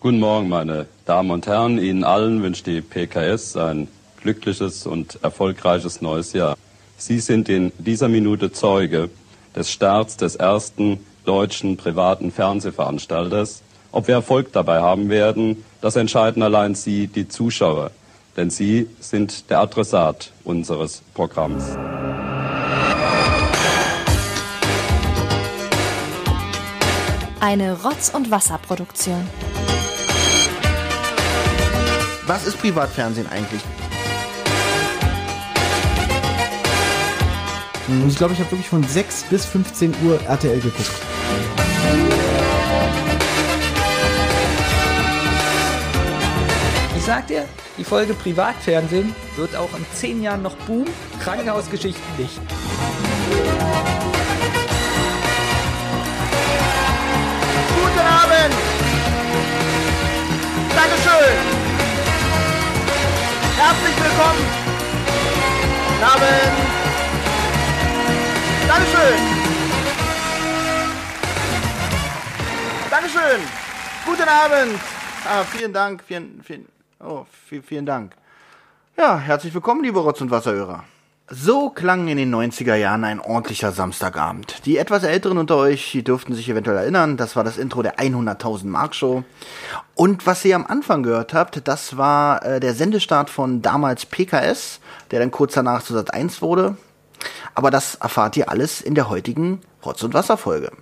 Guten Morgen, meine Damen und Herren. Ihnen allen wünscht die PKS ein glückliches und erfolgreiches neues Jahr. Sie sind in dieser Minute Zeuge des Starts des ersten deutschen privaten Fernsehveranstalters. Ob wir Erfolg dabei haben werden, das entscheiden allein Sie, die Zuschauer, denn Sie sind der Adressat unseres Programms. Eine Rotz- und Wasserproduktion. Was ist Privatfernsehen eigentlich? Und ich glaube, ich habe wirklich von 6 bis 15 Uhr RTL geguckt. Ich sag dir, die Folge Privatfernsehen wird auch in 10 Jahren noch boom. Krankenhausgeschichten nicht. Guten Abend! Dankeschön! Herzlich willkommen! Guten Abend! Dankeschön! Dankeschön! Guten Abend! Ah, vielen Dank, vielen, vielen, oh, vielen, vielen Dank. Ja, herzlich willkommen, liebe Rotz- und Wasserhörer. So klang in den 90er Jahren ein ordentlicher Samstagabend. Die etwas Älteren unter euch, die dürften sich eventuell erinnern, das war das Intro der 100.000 Mark Show. Und was ihr am Anfang gehört habt, das war äh, der Sendestart von damals PKS, der dann kurz danach zu Sat 1 wurde. Aber das erfahrt ihr alles in der heutigen Rotz- und Wasserfolge.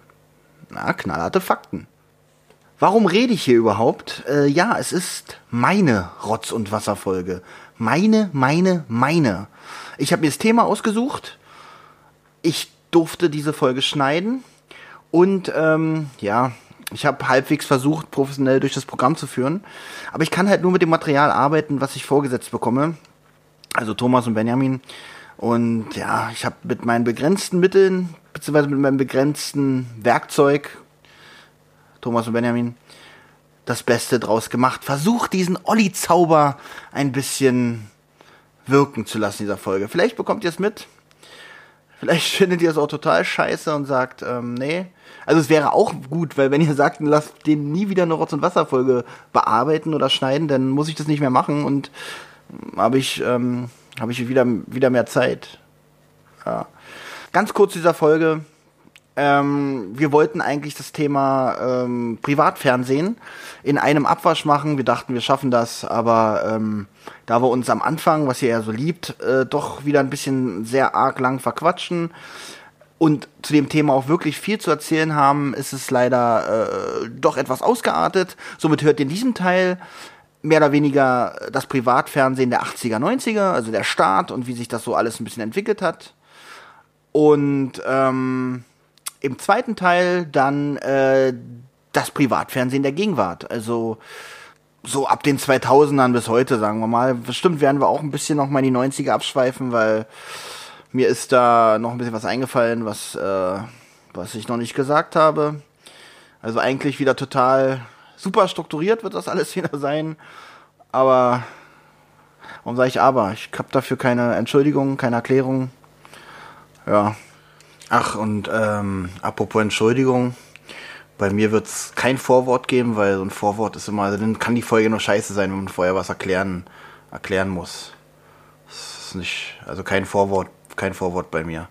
Na, knallharte Fakten. Warum rede ich hier überhaupt? Äh, ja, es ist meine Rotz- und Wasserfolge. Meine, meine, meine. Ich habe mir das Thema ausgesucht. Ich durfte diese Folge schneiden. Und ähm, ja, ich habe halbwegs versucht, professionell durch das Programm zu führen. Aber ich kann halt nur mit dem Material arbeiten, was ich vorgesetzt bekomme. Also Thomas und Benjamin. Und ja, ich habe mit meinen begrenzten Mitteln, beziehungsweise mit meinem begrenzten Werkzeug, Thomas und Benjamin, das Beste draus gemacht. Versucht diesen Olli-Zauber ein bisschen wirken zu lassen, dieser Folge. Vielleicht bekommt ihr es mit. Vielleicht findet ihr es auch total scheiße und sagt, ähm, nee. Also es wäre auch gut, weil wenn ihr sagt, lasst den nie wieder eine Rotz- und Wasserfolge bearbeiten oder schneiden, dann muss ich das nicht mehr machen und habe ich, ähm, hab ich wieder, wieder mehr Zeit. Ja. Ganz kurz zu dieser Folge. Ähm, wir wollten eigentlich das Thema ähm, Privatfernsehen in einem Abwasch machen. Wir dachten, wir schaffen das, aber ähm, da wir uns am Anfang, was ihr ja so liebt, äh, doch wieder ein bisschen sehr arg lang verquatschen und zu dem Thema auch wirklich viel zu erzählen haben, ist es leider äh, doch etwas ausgeartet. Somit hört ihr in diesem Teil mehr oder weniger das Privatfernsehen der 80er, 90er, also der Start und wie sich das so alles ein bisschen entwickelt hat. Und ähm, im zweiten Teil dann äh, das Privatfernsehen der Gegenwart. Also so ab den 2000ern bis heute, sagen wir mal. Bestimmt werden wir auch ein bisschen noch mal in die 90er abschweifen, weil mir ist da noch ein bisschen was eingefallen, was, äh, was ich noch nicht gesagt habe. Also eigentlich wieder total super strukturiert wird das alles wieder sein. Aber warum sage ich aber? Ich habe dafür keine Entschuldigung, keine Erklärung. Ja. Ach, und ähm, apropos Entschuldigung, bei mir wird es kein Vorwort geben, weil so ein Vorwort ist immer, dann kann die Folge nur scheiße sein, wenn man vorher was erklären, erklären muss. Das ist nicht, also kein Vorwort, kein Vorwort bei mir.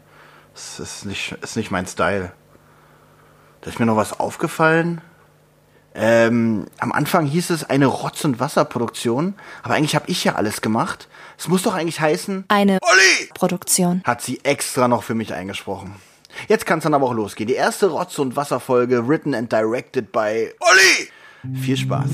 Das ist nicht, ist nicht mein Style. Da ist mir noch was aufgefallen. Ähm, am Anfang hieß es eine Rotz- und Wasserproduktion, aber eigentlich habe ich ja alles gemacht. Es muss doch eigentlich heißen, Eine Produktion. hat sie extra noch für mich eingesprochen. Jetzt kann es dann aber auch losgehen. Die erste Rotz- und Wasserfolge, written and directed by Olli. Viel Spaß.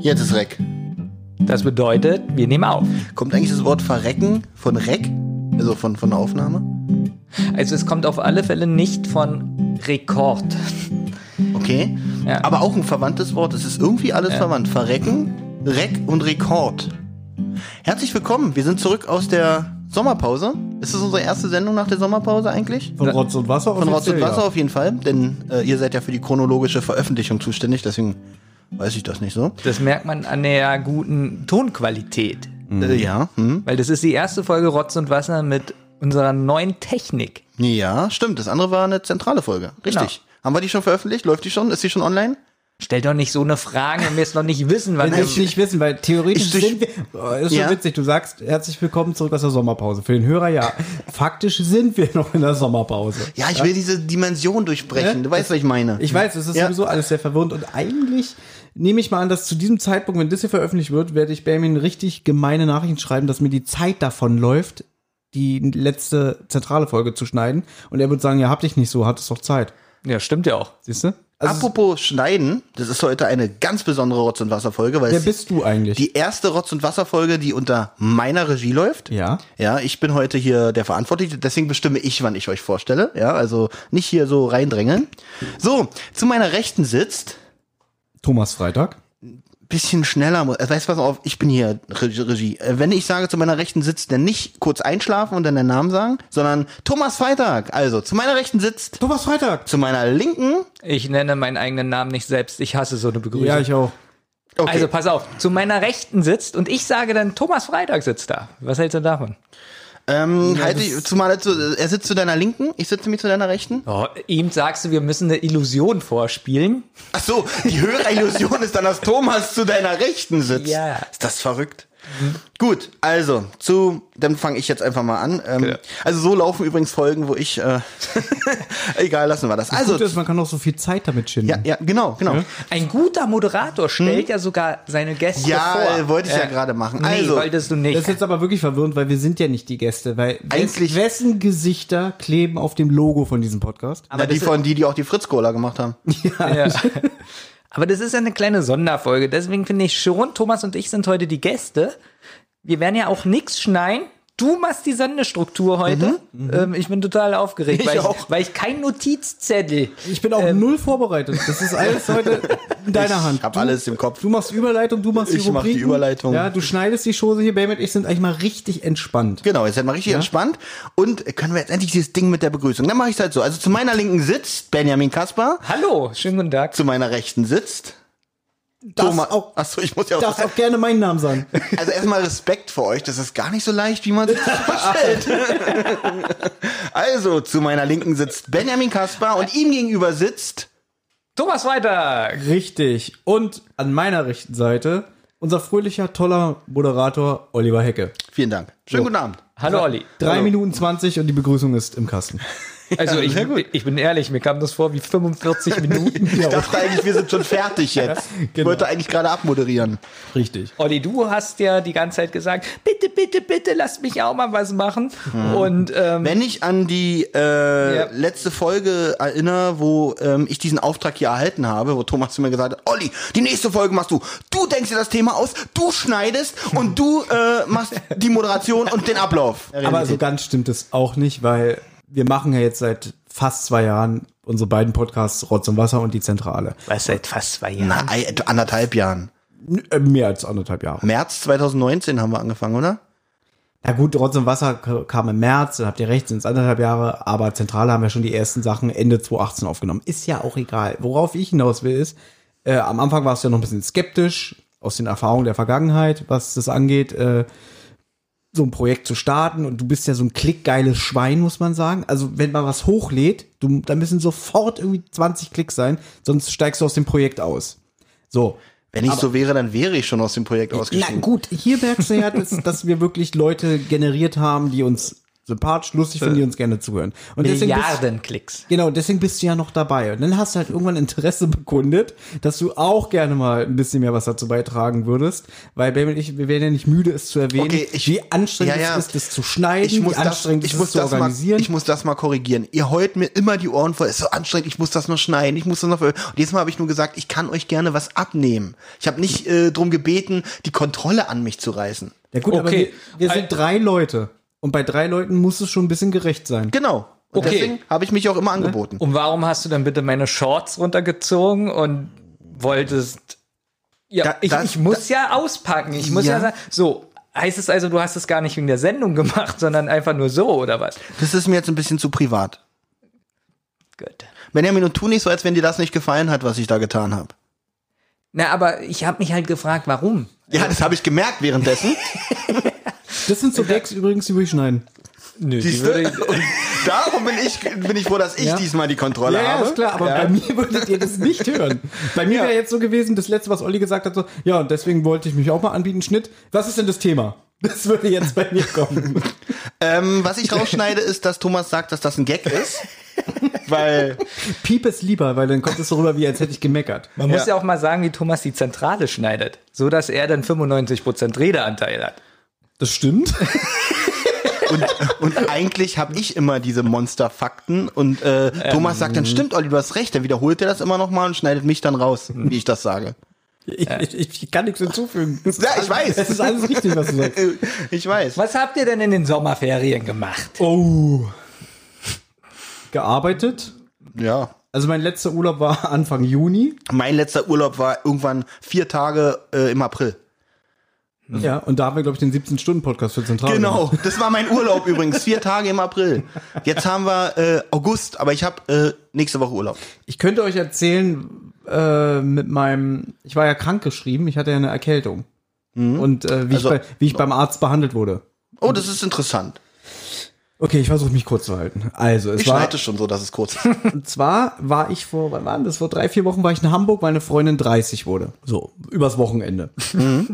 Jetzt ist Reck. Das bedeutet, wir nehmen auf. Kommt eigentlich das Wort verrecken von Reck? Also von, von der Aufnahme? Also es kommt auf alle Fälle nicht von Rekord. Okay. Ja. Aber auch ein verwandtes Wort. Es ist irgendwie alles verwandt. Verrecken, Reck und Rekord. Herzlich willkommen. Wir sind zurück aus der Sommerpause. Ist das unsere erste Sendung nach der Sommerpause eigentlich? Von Rotz und Wasser Von Rotz und offiziell, Wasser ja. auf jeden Fall, denn äh, ihr seid ja für die chronologische Veröffentlichung zuständig, deswegen weiß ich das nicht so. Das merkt man an der guten Tonqualität. Mhm. Äh, ja, hm. Weil das ist die erste Folge Rotz und Wasser mit unserer neuen Technik. ja, stimmt. Das andere war eine zentrale Folge. Genau. Richtig. Haben wir die schon veröffentlicht? Läuft die schon? Ist die schon online? Stell doch nicht so eine Frage, wenn wir es noch nicht wissen, weil Wenn ich wir, nicht wissen, weil theoretisch Ich durch- sind wir. Oh, ist schon Ja. witzig, du sagst herzlich willkommen zurück aus der Sommerpause. Für den Hörer ja. Faktisch sind wir noch in der Sommerpause. Ja, ich will diese Dimension durchbrechen. Du weißt, was ich meine. Ne? Ich weiß, es ist Ja. sowieso alles sehr verwirrend und eigentlich nehme ich mal an, dass zu diesem Zeitpunkt, wenn das hier veröffentlicht wird, werde ich Bamin richtig gemeine Nachrichten schreiben, dass mir die Zeit davon läuft, die letzte zentrale Folge zu schneiden. Und er wird sagen, ja, hab dich nicht so, hattest doch Zeit. ja, stimmt ja auch. Siehst du? Also, Apropos Schneiden, das ist heute eine ganz besondere Rotz- und Wasserfolge, weil wer es bist du eigentlich? die erste Rotz- und Wasserfolge, die unter meiner Regie läuft. ja. Ja, ich bin heute hier der Verantwortliche, deswegen bestimme ich, wann ich euch vorstelle. Ja, also nicht hier so reindrängeln. So, zu meiner Rechten sitzt, Thomas Freitag. bisschen schneller, mu- äh, weißt du was, auf, ich bin hier Re- Regie. Äh, Wenn ich sage, zu meiner Rechten sitzt, dann nicht kurz einschlafen und dann den Namen sagen, sondern Thomas Freitag. Also, zu meiner Rechten sitzt, Thomas Freitag! zu meiner Linken. Ich nenne meinen eigenen Namen nicht selbst. Ich hasse so eine Begrüßung. Ja, ich auch. Okay. Also pass auf, zu meiner Rechten sitzt und ich sage dann, Thomas Freitag sitzt da. Was hältst du davon? ähm, halte ich, zu meiner, zu, er sitzt zu deiner Linken, ich sitze mich zu deiner Rechten. Oh, ihm sagst du, wir müssen eine Illusion vorspielen. Ach so, die Hörerillusion ist dann, dass Thomas zu deiner Rechten sitzt. Ja. Ist das verrückt? Gut, also zu, dann fange ich jetzt einfach mal an. Ähm, Also so laufen übrigens Folgen, wo ich, äh, egal, lassen wir das. Also, Gut ist, man kann auch so viel Zeit damit schinden. ja, ja, genau, genau. Ein guter Moderator stellt ja sogar seine Gäste vor. Hm? Ja, äh, wollte ich ja gerade machen. Nee, Also- wolltest du nicht. Das ist jetzt aber wirklich verwirrend, weil wir sind ja nicht die Gäste, weil Eigentlich- wessen Gesichter kleben auf dem Logo von diesem Podcast? Na, die das- von die, die auch die Fritz-Cola gemacht haben. Ja. Aber das ist ja eine kleine Sonderfolge. Deswegen finde ich schon, Thomas und ich sind heute die Gäste. Wir werden ja auch nichts schneien. Du machst die Sendestruktur heute. Ähm, ich bin total aufgeregt, Mhm, Ich weil, Ich, auch. weil ich keinen Notizzettel. Ich bin auch null vorbereitet. Das ist alles heute in deiner Hand. Äh, ähm, Ich hab Du- alles im Kopf. Du machst die Überleitung, du machst die Ich mach die Rubriken. Überleitung. Ja, du schneidest die Chose hier, Bam und ich sind eigentlich mal richtig entspannt. Genau, jetzt sind wir richtig entspannt. Und können wir jetzt endlich dieses Ding mit der Begrüßung. Dann mache ich es halt so. Also zu meiner Linken sitzt Benjamin Kaspar, Hallo, schönen guten Tag. zu meiner Rechten sitzt Das Thomas. auch- Achso, ich muss ja Du auch darfst auch gerne meinen Namen sagen. Also erstmal Respekt vor euch, das ist gar nicht so leicht, wie man sich das vorstellt. also, zu meiner Linken sitzt Benjamin Kaspar und ihm gegenüber sitzt Thomas Freitag. Richtig. Und an meiner rechten Seite unser fröhlicher, toller Moderator Oliver Hecke. Vielen Dank. Schönen guten Abend. Hallo, Olli. Drei Minuten 20 und die Begrüßung ist im Kasten. Also, ich, ich bin ehrlich, mir kam das vor wie 45 Minuten. Ich dachte eigentlich, wir sind schon fertig jetzt. Ich Genau. wollte eigentlich gerade abmoderieren. Richtig. Olli, du hast ja die ganze Zeit gesagt, bitte, bitte, bitte, lass mich auch mal was machen. Und ähm, Wenn ich an die äh, Ja. letzte Folge erinnere, wo ähm, ich diesen Auftrag hier erhalten habe, wo Thomas zu mir gesagt hat, Olli, die nächste Folge machst du. Du denkst dir das Thema aus, du schneidest und du äh, machst die Moderation und den Ablauf. Aber so ganz stimmt es auch nicht, weil wir machen ja jetzt seit fast zwei Jahren unsere beiden Podcasts Rotz und Wasser und die Zentrale. was seit fast zwei Jahren. Na, ei- anderthalb Jahren. Äh, Mehr als anderthalb Jahre. März 2019 haben wir angefangen, oder? Na gut, Rotz und Wasser k- kam im März, dann habt ihr recht, sind es anderthalb Jahre, aber Zentrale haben wir schon die ersten Sachen Ende 2018 aufgenommen. Ist ja auch egal. Worauf ich hinaus will, ist, äh, am Anfang warst du ja noch ein bisschen skeptisch aus den Erfahrungen der Vergangenheit, was das angeht, äh, so ein Projekt zu starten und du bist ja so ein klickgeiles Schwein, muss man sagen. Also wenn man was hochlädt, du, da müssen sofort irgendwie 20 Klicks sein, sonst steigst du aus dem Projekt aus. So, Wenn ich so wäre, dann wäre ich schon aus dem Projekt na ausgestiegen. gut, hier merkst du ja, dass, dass wir wirklich Leute generiert haben, die uns sympathisch, lustig finden, die uns gerne zuhören. Und deswegen bist, Milliarden Klicks. genau, deswegen bist du ja noch dabei. Und dann hast du halt irgendwann Interesse bekundet, dass du auch gerne mal ein bisschen mehr was dazu beitragen würdest, weil Ben und ich, wir werden ja nicht müde, es zu erwähnen, Okay, ich- wie anstrengend Ja, ja. es ist, das zu schneiden, Ich muss, wie das, anstrengend ich, es muss ist, zu das mal, organisieren. ich muss das mal korrigieren. Ihr heult mir immer die Ohren voll. Es ist so anstrengend, ich muss das noch schneiden, ich muss das noch. ver- Und jedes Mal habe ich nur gesagt, ich kann euch gerne was abnehmen. Ich habe nicht äh, drum gebeten, die Kontrolle an mich zu reißen. ja gut, aber wir, Okay. wir sind drei Leute. Und bei drei Leuten muss es schon ein bisschen gerecht sein. Genau. Und Okay. deswegen habe ich mich auch Ne? immer angeboten. Oh. Und warum hast du dann bitte meine Shorts runtergezogen und wolltest. Ja, Da- ich, das- ich muss ja auspacken. Ich muss ja, Ja. sagen, so, Heißt es also, du hast es gar nicht wegen der Sendung gemacht, sondern einfach nur so oder was? Das ist mir jetzt ein bisschen zu privat. Gut. Benjamin, und tu nicht so, als wenn dir das nicht gefallen hat, was ich da getan habe. Na, aber ich habe mich halt gefragt, warum? Ja, das habe ich gemerkt währenddessen. Das sind so Gags übrigens, die durchschneiden. Nö, die Siehste? Und darum bin ich, bin ich froh, dass ich Ja. diesmal die Kontrolle habe. aber bei mir würdet ihr das nicht hören. Bei mir wäre jetzt so gewesen, das letzte, was Olli gesagt hat, so, ja, und deswegen wollte ich mich auch mal anbieten, Schnitt. Was ist denn das Thema? Das würde jetzt bei mir kommen. Ähm, was ich rausschneide, ist, dass Thomas sagt, dass das ein Gag ist. Weil Piep es lieber, weil dann kommt es so rüber, wie als hätte ich gemeckert. Man muss ja auch mal sagen, wie Thomas die Zentrale schneidet, so dass er dann 95% Redeanteil hat. Das stimmt. Und eigentlich habe ich immer diese Monsterfakten und äh, Thomas sagt dann, stimmt, Olli, du hast recht. Dann wiederholt er das immer nochmal und schneidet mich dann raus, wie ich das sage. Ich, ich, ich kann nichts hinzufügen. Ja, ich weiß. Es ist alles richtig, was du sagst. Ich weiß. Was habt ihr denn in den Sommerferien gemacht? Oh. Gearbeitet. Ja. Also mein letzter Urlaub war Anfang Juni. Mein letzter Urlaub war irgendwann vier Tage äh, im April. Ja, und da haben wir, glaube ich, den 17-Stunden-Podcast für Zentral. Genau, das war mein Urlaub übrigens. Vier Tage im April. Jetzt haben wir äh, August, aber ich habe äh, nächste Woche Urlaub. Ich könnte euch erzählen, äh, mit meinem, ich war ja krank geschrieben, ich hatte ja eine Erkältung. Und äh, wie, Also- ich bei, wie ich beim Arzt behandelt wurde. Oh, das ist interessant. Okay, ich versuche mich kurz zu halten. Also, es Ich war, schneide schon so, dass es kurz ist. und zwar war ich vor, wann waren das? Vor drei, vier Wochen war ich in Hamburg, weil eine Freundin 30 wurde. So, übers Wochenende.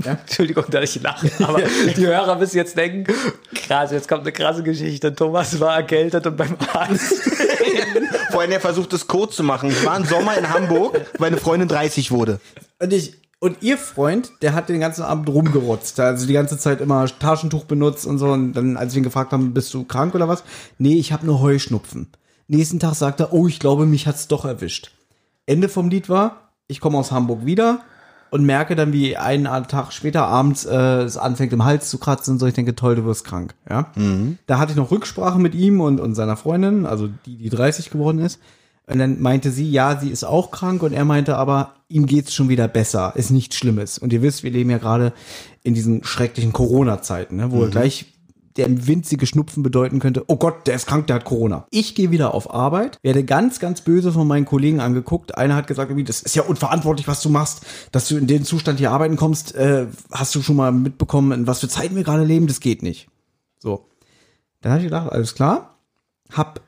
Entschuldigung, dass ich lache, aber die Hörer müssen jetzt denken, krass, jetzt kommt eine krasse Geschichte. Thomas war erkältet und beim Arzt. Vor allem, er versucht es kurz zu machen. Ich war im Sommer in Hamburg, weil eine Freundin 30 wurde. Und ich und ihr Freund, der hat den ganzen Abend rumgerotzt, also die ganze Zeit immer Taschentuch benutzt und so. Und dann, als wir ihn gefragt haben, bist du krank oder was? Nee, ich habe nur Heuschnupfen. Nächsten Tag sagt er, oh, ich glaube, mich hat's doch erwischt. Ende vom Lied war, ich komme aus Hamburg wieder und merke dann, wie einen Tag später abends äh, es anfängt, im Hals zu kratzen und so. Ich denke, toll, du wirst krank. Ja? Da hatte ich noch Rücksprache mit ihm und, und seiner Freundin, also die, die 30 geworden ist. Und dann meinte sie, ja, sie ist auch krank und er meinte aber, ihm geht's schon wieder besser, ist nichts Schlimmes. Und ihr wisst, wir leben ja gerade in diesen schrecklichen Corona-Zeiten, ne, wo gleich der winzige Schnupfen bedeuten könnte, oh Gott, der ist krank, der hat Corona. Ich gehe wieder auf Arbeit, werde ganz, ganz böse von meinen Kollegen angeguckt. Einer hat gesagt, irgendwie, das ist ja unverantwortlich, was du machst, dass du in den Zustand hier arbeiten kommst. Äh, hast du schon mal mitbekommen, in was für Zeiten wir gerade leben? Das geht nicht. So. Dann habe ich gedacht, alles klar. Hab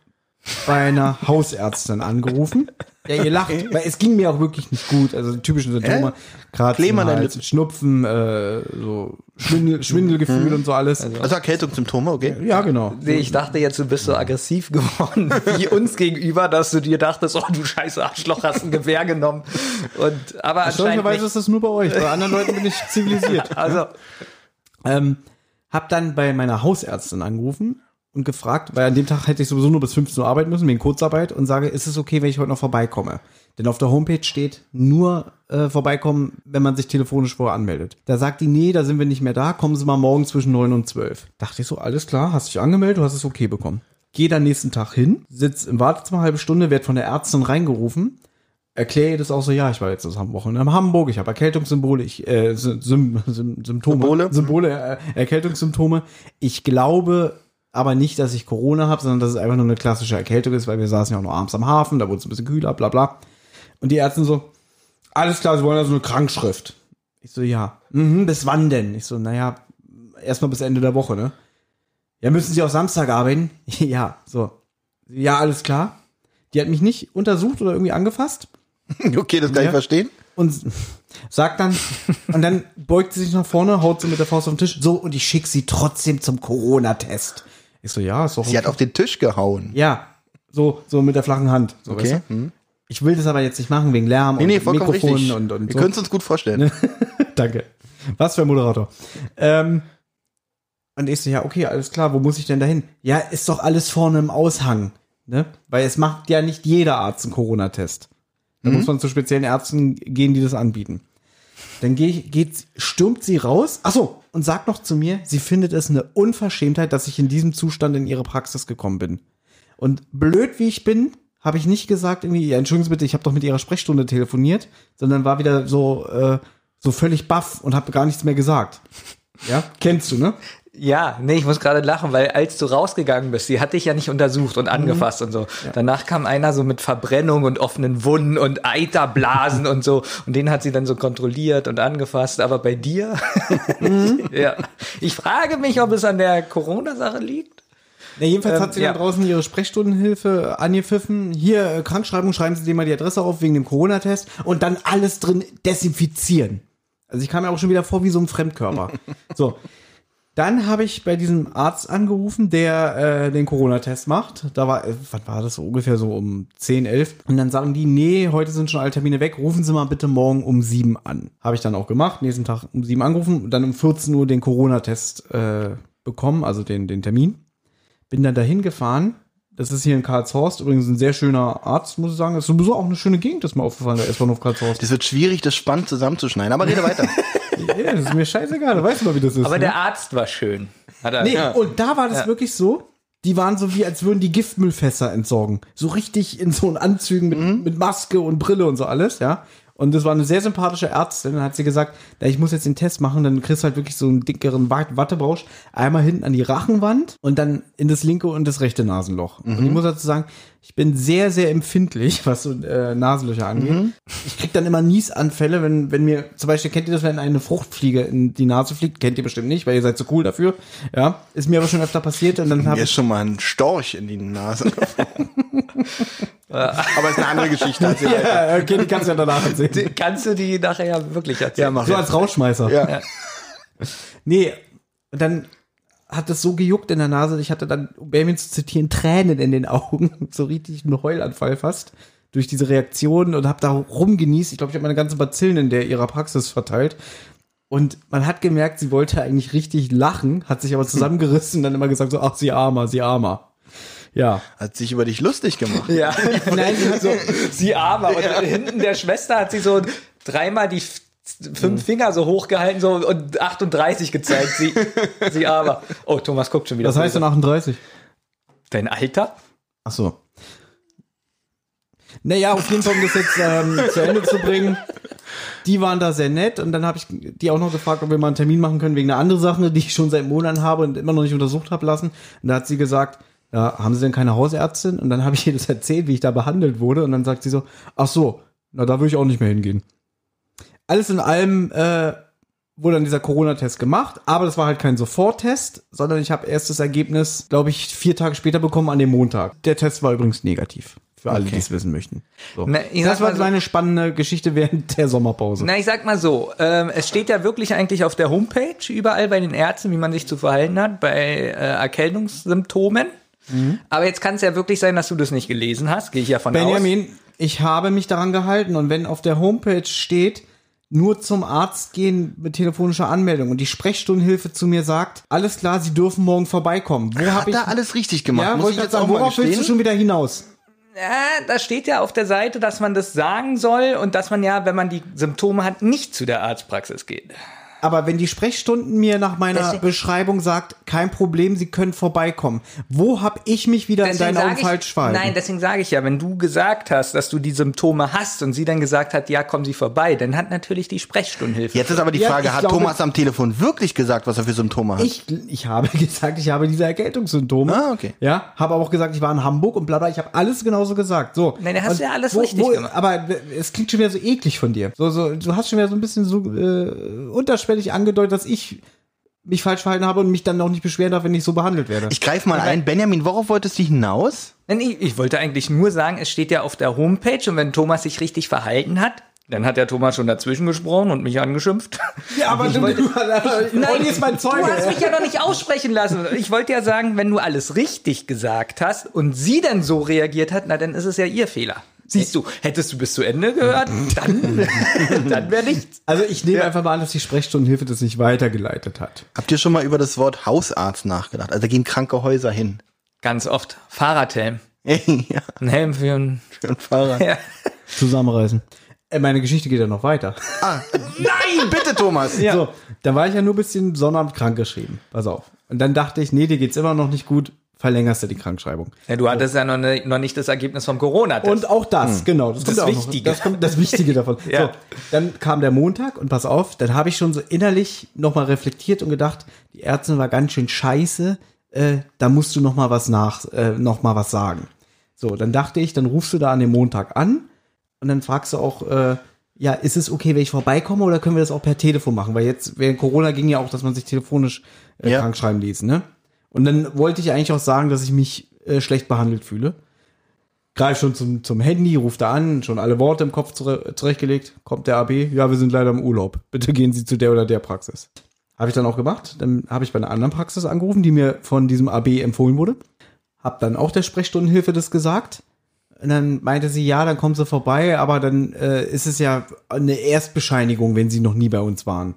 bei einer Hausärztin angerufen. Ja, ihr lacht, weil es ging mir auch wirklich nicht gut. Also die typischen Symptome, Kratzen, Kleb mal deine Hals, Lippen. Schnupfen, äh, so Schwindel, Schwindelgefühl und so alles. Also Erkältungssymptome, okay. Ja, genau. Nee, ich dachte jetzt, du bist so aggressiv geworden, wie uns gegenüber, dass du dir dachtest, oh du scheiße Arschloch, hast ein Gewehr genommen. Und, aber anscheinend Erstaunlicherweise nicht. ist das nur bei euch. Bei anderen Leuten bin ich zivilisiert. Also, Ähm, hab dann bei meiner Hausärztin angerufen und gefragt, weil an dem Tag hätte ich sowieso nur bis 15 Uhr arbeiten müssen, wegen Kurzarbeit, und sage, ist es okay, wenn ich heute noch vorbeikomme? Denn auf der Homepage steht nur äh, vorbeikommen, wenn man sich telefonisch vorher anmeldet. Da sagt die, nee, da sind wir nicht mehr da, kommen Sie mal morgen zwischen 9 und 12. Dachte ich so, alles klar, hast dich angemeldet, du hast es okay bekommen. Geh dann nächsten Tag hin, sitz im Wartezimmer eine halbe Stunde, werd von der Ärztin reingerufen, erkläre ihr das auch so, ja, ich war jetzt das Wochenende in Hamburg, ich habe Erkältungssymbole, ich, äh, Sym Sym Symptome, Symbole? Symbole äh, Erkältungssymptome. Ich glaube aber nicht, dass ich Corona habe, sondern dass es einfach nur eine klassische Erkältung ist, weil wir saßen ja auch noch abends am Hafen, da wurde es ein bisschen kühler, bla bla. Und die Ärzte so, alles klar, sie wollen also eine Krankschrift. Ich so, ja. Mhm, bis wann denn? Ich so, naja, erstmal bis Ende der Woche, ne? Ja, müssen Sie auch Samstag arbeiten? ja, so. Ja, alles klar. Die hat mich nicht untersucht oder irgendwie angefasst Okay, das kann ich verstehen. und sagt dann, und dann beugt sie sich nach vorne, haut sie mit der Faust auf den Tisch, so, und ich schicke sie trotzdem zum Corona-Test. Ich so, ja, ist doch Sie hat auf den Tisch gehauen. Ja, so, so mit der flachen Hand. So, Okay. hm. weißt du? Ich will das aber jetzt nicht machen wegen Lärm Nee, nee, und vollkommen Mikrofonen richtig. und, und Wir können es uns gut vorstellen. Danke. Was für ein Moderator. Ähm, und ich so, ja, okay, alles klar, wo muss ich denn dahin? Ja, ist doch alles vorne im Aushang. Ne? Weil es macht ja nicht jeder Arzt einen Corona-Test. Da muss man zu speziellen Ärzten gehen, die das anbieten. Dann geh ich, geht, stürmt sie raus. Ach so, und sagt noch zu mir, sie findet es eine Unverschämtheit, dass ich in diesem Zustand in ihre Praxis gekommen bin. Und blöd wie ich bin, habe ich nicht gesagt, irgendwie, ja, entschuldigen Sie bitte, ich habe doch mit Ihrer Sprechstunde telefoniert, sondern war wieder so, äh, so völlig baff und habe gar nichts mehr gesagt. Ja, kennst du, ne? Ja, nee, ich muss gerade lachen, weil als du rausgegangen bist, sie hat dich ja nicht untersucht Mhm. und angefasst und so. Danach kam einer so mit Verbrennung und offenen Wunden und Eiterblasen und so. Und den hat sie dann so kontrolliert und angefasst. Aber bei dir? Mhm. ja. Ich frage mich, ob es an der Corona-Sache liegt. Ja, jedenfalls hat Ähm, sie ja. dann draußen ihre Sprechstundenhilfe angepfiffen. Hier, äh, Krankschreibung, schreiben Sie dir mal die Adresse auf wegen dem Corona-Test und dann alles drin desinfizieren. Also ich kam mir auch schon wieder vor wie so ein Fremdkörper. so. Dann habe ich bei diesem Arzt angerufen, der äh, den Corona-Test macht. Da war, äh, was war das, so ungefähr so um 10, 11. Und dann sagen die, nee, heute sind schon alle Termine weg, rufen Sie mal bitte morgen um 7 an. Habe ich dann auch gemacht, nächsten Tag um 7 angerufen und dann um 14 Uhr den Corona-Test äh, bekommen, also den, den Termin bin dann dahin gefahren. Das ist hier in Karlshorst, übrigens ein sehr schöner Arzt, muss ich sagen. Das ist sowieso auch eine schöne Gegend, das ist mir aufgefallen, der S-Bahnhof Karlshorst. Das wird schwierig, das spannend zusammenzuschneiden, aber rede weiter. ja, das ist mir scheißegal, da weißt du mal, wie das ist. Aber ne? der Arzt war schön. Hat er, nee, ja. und da war das wirklich so, die waren so wie, als würden die Giftmüllfässer entsorgen. So richtig in so Anzügen mit, Mhm. mit Maske und Brille und so alles, ja. Und das war eine sehr sympathische Ärztin. Dann hat sie gesagt, na, ich muss jetzt den Test machen, dann kriegst du halt wirklich so einen dickeren Wa- Wattebausch. Einmal hinten an die Rachenwand und dann in das linke und das rechte Nasenloch. Und ich Mhm. muss dazu sagen, ich bin sehr, sehr empfindlich, was so äh, Nasenlöcher angeht. Mhm. Ich krieg dann immer Niesanfälle, wenn, wenn mir, zum Beispiel, kennt ihr das, wenn eine Fruchtfliege in die Nase fliegt? Kennt ihr bestimmt nicht, weil ihr seid so cool dafür. Ja, ist mir aber schon öfter passiert und dann Mir habe ist ich, schon mal ein Storch in die Nase. aber ist eine andere Geschichte. Als ihr ja, okay, die kannst du ja danach erzählen. Kannst du die nachher ja wirklich erzählen? ja, mach So als Rauschmeißer. Ja. Nee, und dann hat es so gejuckt in der Nase, ich hatte dann, um Benjamin zu zitieren, Tränen in den Augen, so richtig einen Heulanfall fast durch diese Reaktion und habe da rumgenießt. Ich glaube, ich habe meine ganzen Bazillen in der ihrer Praxis verteilt. Und man hat gemerkt, sie wollte eigentlich richtig lachen, hat sich aber zusammengerissen und dann immer gesagt so, ach, sie armer, sie armer. Ja. Hat sich über dich lustig gemacht. Ja. Nein, sie hat so, Sie armer. Und hinten der Schwester hat sie so dreimal die f- fünf Finger so hochgehalten so und 38 gezeigt. Sie, sie armer. Oh, Thomas guckt schon wieder. was heißt denn 38? Dein Alter? Ach so. Naja, auf jeden Fall, um das jetzt ähm, zu Ende zu bringen. Die waren da sehr nett und dann habe ich die auch noch gefragt, ob wir mal einen Termin machen können wegen einer anderen Sache, die ich schon seit Monaten habe und immer noch nicht untersucht habe lassen. Und da hat sie gesagt, ja, haben Sie denn keine Hausärztin? Und dann habe ich ihr das erzählt, wie ich da behandelt wurde. Und dann sagt sie so, ach so, na da würde ich auch nicht mehr hingehen. Alles in allem äh, wurde dann dieser Corona-Test gemacht, aber das war halt kein Soforttest, sondern ich habe erst das Ergebnis, glaube ich, vier Tage später bekommen an dem Montag. Der Test war übrigens negativ, für alle, die es wissen möchten. So. Na, ich das sag mal war also so- so eine spannende Geschichte während der Sommerpause. Ne, Na, ich sag mal so, ähm, es steht ja wirklich eigentlich auf der Homepage überall bei den Ärzten, wie man sich zu verhalten hat, bei äh, Erkältungssymptomen. Mhm. Aber jetzt kann es ja wirklich sein, dass du das nicht gelesen hast, gehe ich ja von aus. Benjamin, ich habe mich daran gehalten und wenn auf der Homepage steht, nur zum Arzt gehen mit telefonischer Anmeldung und die Sprechstundenhilfe zu mir sagt, alles klar, Sie dürfen morgen vorbeikommen. Wo Hat habe ich da alles richtig gemacht? ja, Muss wollte ich ich jetzt jetzt auch sagen, mal worauf willst du gestehen? schon wieder hinaus? Ja, da steht ja auf der Seite, dass man das sagen soll und dass man ja, wenn man die Symptome hat, nicht zu der Arztpraxis geht. Aber wenn die Sprechstunden mir nach meiner Deswegen- Beschreibung sagt, kein Problem, Sie können vorbeikommen, wo habe ich mich wieder in deinen sag Augen ich, falsch verhalten? Nein, deswegen sage ich ja, wenn du gesagt hast, dass du die Symptome hast und sie dann gesagt hat, ja, kommen Sie vorbei, dann hat natürlich die Sprechstundenhilfe. Jetzt ist aber die Ja, Frage, ich hat glaube- Thomas am Telefon wirklich gesagt, was er für Symptome hat? ich, ich habe gesagt, ich habe diese Erkältungssymptome. Ah, okay. Ja, habe aber auch gesagt, ich war in Hamburg und bla bla. Ich habe alles genauso gesagt. So. Nein, da hast Und du ja alles richtig gemacht. Aber es klingt schon wieder so eklig von dir. So, so, du hast schon wieder so ein bisschen so äh, unterschwellig angedeutet, dass ich mich falsch verhalten habe und mich dann auch nicht beschweren darf, wenn ich so behandelt werde. Ich greife mal ein. Benjamin, worauf wolltest du hinaus? Nein, ich, ich wollte eigentlich nur sagen, es steht ja auf der Homepage und wenn Thomas sich richtig verhalten hat, dann hat ja Thomas schon dazwischen gesprochen und mich angeschimpft. ja, aber du, du, nein, ist mein Zeuge. Du hast mich ja noch nicht aussprechen lassen. Ich wollte ja sagen, wenn du alles richtig gesagt hast und sie dann so reagiert hat, na dann ist es ja ihr Fehler. Siehst du, hättest du bis zu Ende gehört, dann, dann wäre nichts. Also ich nehme einfach mal an, dass die Sprechstundenhilfe das nicht weitergeleitet hat. Habt ihr schon mal über das Wort Hausarzt nachgedacht? Also da gehen kranke Häuser hin. Ganz oft. Fahrradhelm. ja, Ein Helm für einen. für einen Fahrrad. Ja. Zusammenreißen. Äh, meine Geschichte geht ja noch weiter. Ah, Nein, bitte Thomas. So, da war ich ja nur ein bisschen Sonnabend krank geschrieben. Pass auf. Und dann dachte ich, nee, dir geht's immer noch nicht gut. verlängerst du die Krankschreibung. Ja, du hattest ja noch, ne, noch nicht das Ergebnis vom Corona-Test. Und auch das, genau. Das, Das kommt auch Wichtige. Noch, das kommt das Wichtige davon. Ja. so, dann kam der Montag und pass auf, dann habe ich schon so innerlich nochmal reflektiert und gedacht, die Ärztin war ganz schön scheiße, äh, da musst du nochmal was nach, äh, noch mal was sagen. So, dann dachte ich, dann rufst du da an dem Montag an und dann fragst du auch, äh, ja, ist es okay, wenn ich vorbeikomme oder können wir das auch per Telefon machen? Weil jetzt, während Corona ging ja auch, dass man sich telefonisch äh, Ja. krank schreiben ließ, ne? Und dann wollte ich eigentlich auch sagen, dass ich mich äh, schlecht behandelt fühle. Greif schon zum, zum Handy, ruft da an, schon alle Worte im Kopf zure- zurechtgelegt. Kommt der AB, ja, wir sind leider im Urlaub. Bitte gehen Sie zu der oder der Praxis. Habe ich dann auch gemacht. Dann habe ich bei einer anderen Praxis angerufen, die mir von diesem AB empfohlen wurde. Hab dann auch der Sprechstundenhilfe das gesagt. Und dann meinte sie, ja, dann kommen sie vorbei, aber dann äh, ist es ja eine Erstbescheinigung, wenn sie noch nie bei uns waren.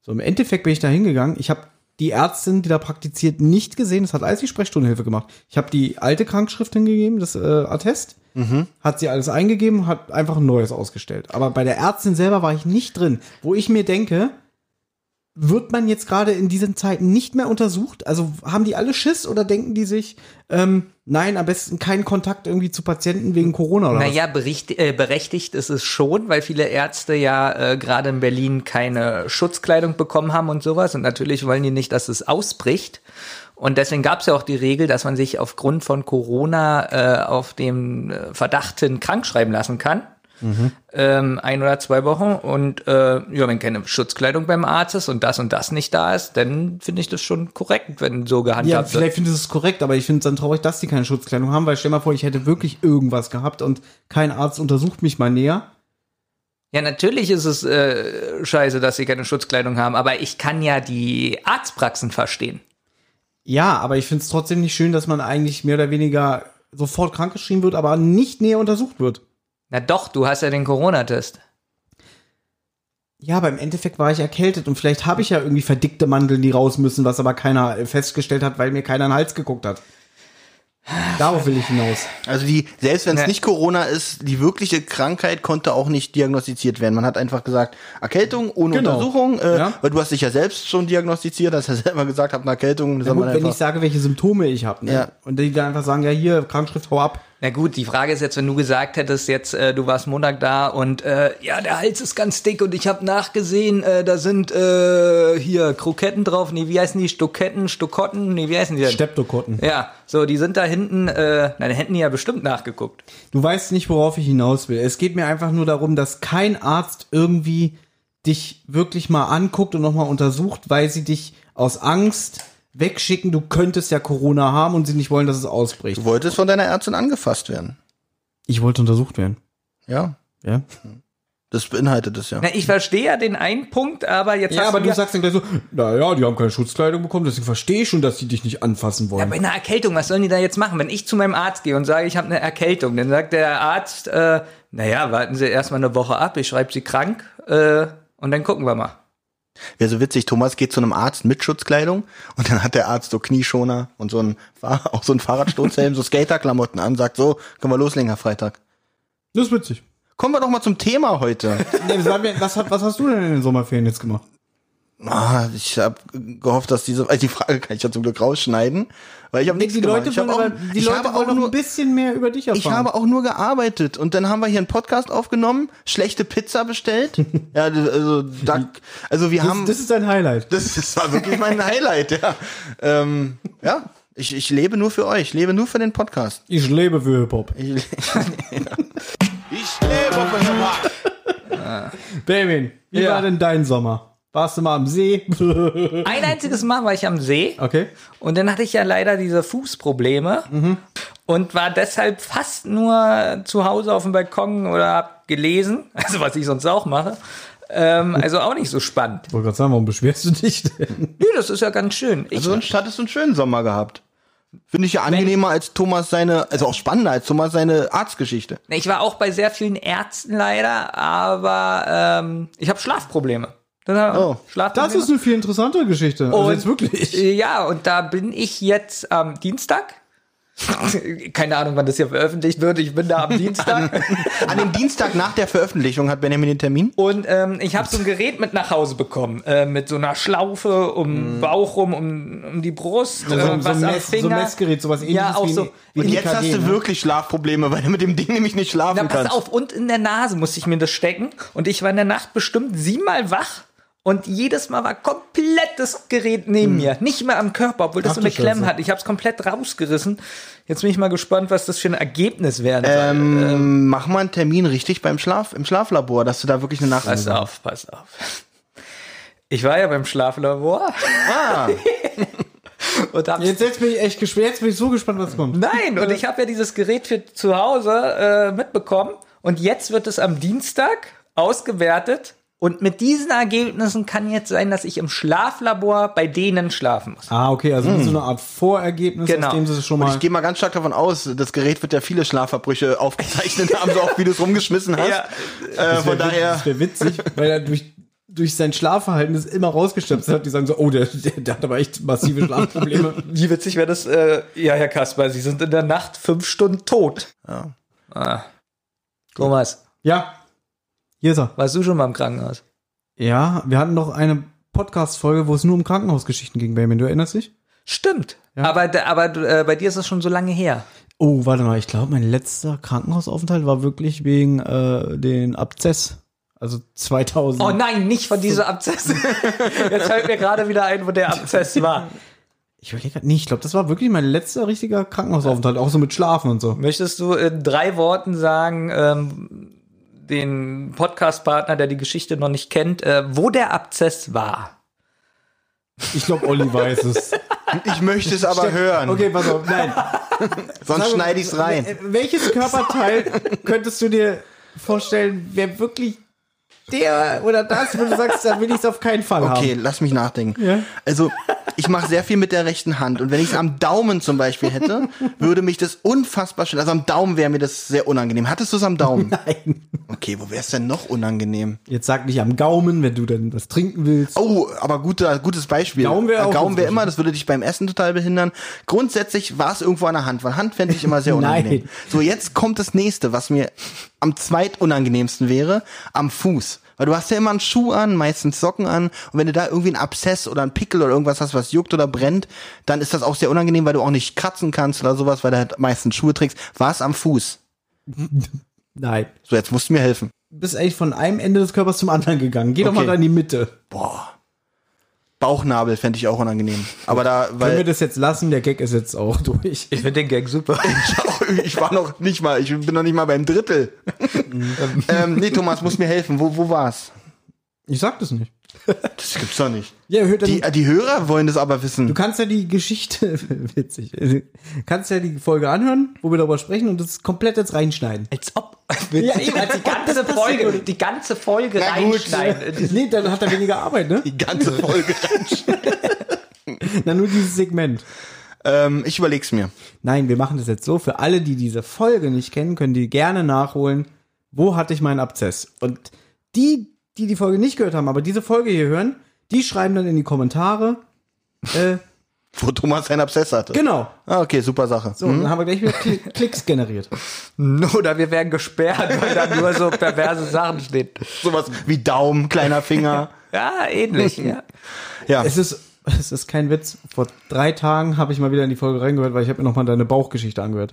So, im Endeffekt bin ich da hingegangen. Ich habe die Ärztin, die da praktiziert, nicht gesehen. Das hat alles die Sprechstundenhilfe gemacht. Ich habe die alte Krankschrift hingegeben, das äh, Attest. Hat sie alles eingegeben, hat einfach ein neues ausgestellt. Aber bei der Ärztin selber war ich nicht drin. Wo ich mir denke, wird man jetzt gerade in diesen Zeiten nicht mehr untersucht? Also haben die alle Schiss oder denken die sich, ähm, nein, am besten keinen Kontakt irgendwie zu Patienten wegen Corona oder was? Naja, bericht, äh, berechtigt ist es schon, weil viele Ärzte ja äh, gerade in Berlin keine Schutzkleidung bekommen haben und sowas. Und natürlich wollen die nicht, dass es ausbricht. Und deswegen gab es ja auch die Regel, dass man sich aufgrund von Corona äh, auf dem äh, Verdacht hin krank schreiben lassen kann. Mhm. Ähm, ein oder zwei Wochen. Und äh, ja, wenn keine Schutzkleidung beim Arzt ist und das und das nicht da ist, dann finde ich das schon korrekt, wenn so Ja, gehandhabt wird. vielleicht findest du es korrekt, aber ich finde es dann traurig, dass die keine Schutzkleidung haben, weil stell mal vor, ich hätte wirklich irgendwas gehabt und kein Arzt untersucht mich mal näher. Ja, natürlich ist es äh, scheiße, dass sie keine Schutzkleidung haben, aber ich kann ja die Arztpraxen verstehen. Ja, aber ich finde es trotzdem nicht schön, dass man eigentlich mehr oder weniger sofort krankgeschrieben wird, aber nicht näher untersucht wird. Na doch, du hast ja den Corona-Test. Ja, aber im Endeffekt war ich erkältet und vielleicht habe ich ja irgendwie verdickte Mandeln, die raus müssen, was aber keiner äh, festgestellt hat, weil mir keiner in den Hals geguckt hat. Darauf will ich hinaus. Also die, selbst wenn es Ja. nicht Corona ist, die wirkliche Krankheit konnte auch nicht diagnostiziert werden. Man hat einfach gesagt, Erkältung ohne Genau. Untersuchung, äh, Ja. weil du hast dich ja selbst schon diagnostiziert, hast ja selber gesagt, hab eine Erkältung. Na Ja, gut, wenn ich sage, welche Symptome ich habe, ne? Ja. und die dann einfach sagen, ja hier, Krankschrift, hau ab. Na gut, die Frage ist jetzt, wenn du gesagt hättest, jetzt äh, du warst Montag da und äh, ja, der Hals ist ganz dick und ich habe nachgesehen, äh, da sind äh, hier Kroketten drauf. Nee, wie heißen die? Stoketten, Stokotten? Nee, wie heißen die denn? Steptokotten. ja, so, die sind da hinten, äh, na, dann hätten die ja bestimmt nachgeguckt. Du weißt nicht, worauf ich hinaus will. Es geht mir einfach nur darum, dass kein Arzt irgendwie dich wirklich mal anguckt und nochmal untersucht, weil sie dich aus Angst wegschicken, du könntest ja Corona haben und sie nicht wollen, dass es ausbricht. Du wolltest von deiner Ärztin angefasst werden. Ich wollte untersucht werden. Ja, Ja, das beinhaltet es ja. Na, ich verstehe ja den einen Punkt, aber jetzt ja hast aber du ja- sagst dann gleich so, naja, die haben keine Schutzkleidung bekommen, deswegen verstehe ich schon, dass die dich nicht anfassen Ja, wollen. bei einer Erkältung, was sollen die da jetzt machen? Wenn ich zu meinem Arzt gehe und sage, ich habe eine Erkältung, dann sagt der Arzt, äh, naja, warten Sie erstmal eine Woche ab, ich schreibe Sie krank äh, und dann gucken wir mal. Wäre so witzig, Thomas geht zu einem Arzt mit Schutzkleidung und dann hat der Arzt so Knieschoner und so ein, auch so ein Fahrradsturzhelm, so Skaterklamotten an, sagt so, können wir loslegen, Herr Freitag. das ist witzig. Kommen wir doch mal zum Thema heute. Nee, sag mir, was, hat, was hast du denn in den Sommerferien jetzt gemacht? Ah, ich habe gehofft, dass diese, also die Frage kann ich ja zum Glück rausschneiden, weil ich habe nichts Die gemacht. Leute Ich, hab wollen, auch, aber, die ich Leute habe auch wollen noch ein nur, bisschen mehr über dich erfahren. ich habe auch nur gearbeitet und dann haben wir hier einen Podcast aufgenommen, schlechte Pizza bestellt. ja, also, da, also wir haben, das, das ist dein Highlight. das, das war wirklich mein Highlight, ja. Ähm, ja, ich, ich lebe nur für euch, lebe nur für den Podcast. Ich lebe für Hip-Hop. Ich, lebe für Hip-Hop. Benjamin, wie Ja. war denn dein Sommer? Warst du mal am See? Ein einziges Mal war ich am See okay. und dann hatte ich ja leider diese Fußprobleme und war deshalb fast nur zu Hause auf dem Balkon oder hab gelesen, also was ich sonst auch mache. Ähm, also auch nicht so spannend. Wollte gerade sagen, warum beschwerst du dich denn? Nö, das ist ja ganz schön. Ich, Also sonst hattest du einen schönen Sommer gehabt. Finde ich ja angenehmer als Thomas seine, also auch spannender als Thomas seine Arztgeschichte. Ich war auch bei sehr vielen Ärzten leider, aber ähm, ich habe Schlafprobleme. Oh, Schlafprobleme. Das ist eine viel interessantere Geschichte. Also Und, jetzt wirklich. äh, Ja, und da bin ich jetzt am Dienstag Keine Ahnung, wann das hier veröffentlicht wird. Ich bin da am Dienstag. An dem Dienstag nach der Veröffentlichung hat Benjamin den Termin. Und ähm, ich habe so ein Gerät mit nach Hause bekommen. Äh, mit so einer Schlaufe um den Bauch rum, um, um die Brust, Mhm. So, äh, so, was so, ein am Mess, so ein Finger. Messgerät, sowas ähnliches auch wie, so. wie Und die jetzt KG, hast du ne? wirklich Schlafprobleme, weil du mit dem Ding nämlich nicht schlafen Na, pass kannst. auf, und in der Nase musste ich mir das stecken. Und ich war in der Nacht bestimmt siebenmal wach. Und jedes Mal war komplett das Gerät Hm. neben mir. Nicht mehr am Körper, obwohl das Ach so du eine Klemme Scheiße. hat. Ich habe es komplett rausgerissen. Jetzt bin ich mal gespannt, was das für ein Ergebnis werden soll. Ähm, mach mal einen Termin richtig beim Schlaf, im Schlaflabor, dass du da wirklich eine Nacht. Pass auf, pass auf. Ich war ja beim Schlaflabor Ah, und hab Jetzt, jetzt bin ich echt gespannt, jetzt bin ich so gespannt, was kommt. Nein, und ich habe ja dieses Gerät für zu Hause äh, mitbekommen und jetzt wird es am Dienstag ausgewertet und mit diesen Ergebnissen kann jetzt sein, dass ich im Schlaflabor bei denen schlafen muss. Ah, okay, also so eine Art Vorergebnis, Genau. aus dem sie es schon Hm. und mal. ich gehe mal ganz stark davon aus, das Gerät wird ja viele Schlafabbrüche aufgezeichnet haben, so auch wie du es rumgeschmissen hast. Ja. äh, Das wär von wit- daher, Das wäre witzig, weil er durch, durch sein Schlafverhalten das immer rausgestöpselt hat. Die sagen so, oh, der, der, der hat aber echt massive Schlafprobleme. Wie witzig wäre das? Äh, ja, Herr Kasper, Sie sind in der Nacht fünf Stunden tot. Ja. Ah. Thomas, ja. Hier ist er. warst du schon mal im Krankenhaus? Ja, wir hatten noch eine Podcast-Folge, wo es nur um Krankenhausgeschichten ging, Benjamin. Du erinnerst dich? Stimmt. Aber, aber äh, bei dir ist das schon so lange her. Oh, warte mal, ich glaube, mein letzter Krankenhausaufenthalt war wirklich wegen äh, den Abzess. Also 2000. Oh nein, nicht von dieser Abzess. Jetzt fällt mir gerade wieder ein, wo der Abzess war. Ich überlege grad- nee, ich glaube, das war wirklich mein letzter richtiger Krankenhausaufenthalt, auch so mit Schlafen und so. Möchtest du in drei Worten sagen, ähm, den Podcast-Partner, der die Geschichte noch nicht kennt, äh, wo der Abzess war? Ich glaube, Olli weiß es. ich möchte es aber hören, Okay, pass auf, nein. sonst schneide ich es rein. Äh, Welches Körperteil könntest du dir vorstellen, wer wirklich der oder das, wo du sagst, da will ich es auf keinen Fall Okay, haben? lass mich nachdenken. Ja. Also, ich mache sehr viel mit der rechten Hand und wenn ich es am Daumen zum Beispiel hätte, würde mich das unfassbar schön. Also am Daumen wäre mir das sehr unangenehm. Hattest du es am Daumen? Nein. Okay, wo wäre es denn noch unangenehm? Jetzt sag nicht am Gaumen, wenn du dann was trinken willst. Oh, aber guter, gutes Beispiel. Äh, Gaumen wär auch Gaumen wär inzwischen. immer, das würde dich beim Essen total behindern. Grundsätzlich war es irgendwo an der Hand, weil Hand fände ich immer sehr Nein. unangenehm. So, jetzt kommt das nächste, was mir am zweitunangenehmsten wäre, am Fuß. Weil du hast ja immer einen Schuh an, meistens Socken an. Und wenn du da irgendwie einen Abszess oder einen Pickel oder irgendwas hast, was juckt oder brennt, dann ist das auch sehr unangenehm, weil du auch nicht kratzen kannst oder sowas, weil du halt meistens Schuhe trägst. War es am Fuß? Nein. So, jetzt musst du mir helfen. Du bist eigentlich von einem Ende des Körpers zum anderen gegangen. Geh doch mal Okay. da in die Mitte. Bauchnabel fände ich auch unangenehm. Aber da, Wenn wir weil das jetzt lassen, der Gag ist jetzt auch durch. Äh. Ich finde den Gag super. ich war noch nicht mal, ich bin noch nicht mal beim Drittel. ähm, nee, Thomas, muss mir helfen. Wo, wo war's? Ich sag das nicht. Das gibt's doch nicht. Ja, hört dann, Die, äh, die Hörer wollen das aber wissen. du kannst ja die Geschichte, witzig, Du kannst ja die Folge anhören, wo wir darüber sprechen und das komplett jetzt reinschneiden. Als ob. Ja, eben, die ganze Folge, die ganze Folge Na gut. reinschneiden. Nee, dann hat er weniger Arbeit, ne? Die ganze Folge. Na, nur dieses Segment. ähm, ich überleg's mir. Nein, wir machen das jetzt so. Für alle, die diese Folge nicht kennen, können die gerne nachholen. Wo hatte ich meinen Abzess? Und die, die die Folge nicht gehört haben, aber diese Folge hier hören, die schreiben dann in die Kommentare. Äh, Wo Thomas seinen Abszess hatte. genau. Ah, okay, super Sache. So, dann haben wir gleich wieder Kli Klicks generiert. Oder wir werden gesperrt, weil da nur so perverse Sachen stehen. Sowas wie Daumen, kleiner Finger. Ja, ähnlich. Ja. Ja. Es ist, es ist kein Witz. Vor drei Tagen habe ich mal wieder in die Folge reingehört, weil ich habe mir nochmal deine Bauchgeschichte angehört.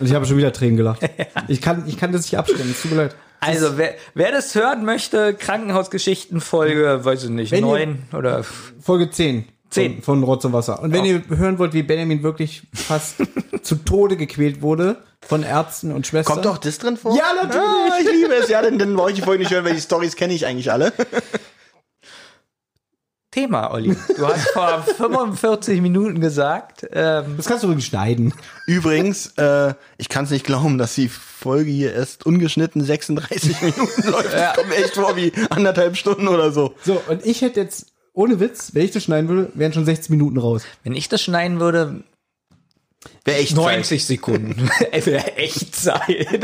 Und ich habe schon wieder Tränen gelacht. Ich kann, ich kann das nicht abstellen. Es tut mir leid. Also, wer, wer das hören möchte, Krankenhausgeschichtenfolge, weiß ich nicht, Wenn ihr- neun oder. Folge 10. Zehn. Von, von Rotz und Wasser. Und wenn ihr hören wollt, wie Benjamin wirklich fast zu Tode gequält wurde von Ärzten und Schwestern. Kommt doch das drin vor? Ja, natürlich. Ah, ich liebe es. Ja, dann, dann wollte ich die Folge nicht hören, weil die Stories kenne ich eigentlich alle. Thema, Olli. Du hast vor 45 Minuten gesagt, ähm, Das kannst du übrigens schneiden. Übrigens, äh, ich kann es nicht glauben, dass die Folge hier erst ungeschnitten 36 Minuten läuft. Das kommt mir echt vor wie anderthalb Stunden oder so. So, und ich hätte jetzt, ohne Witz, wenn ich das schneiden würde, wären schon 16 Minuten raus. wenn ich das schneiden würde, Wäre echt Zeit. Sekunden. Echtzeit.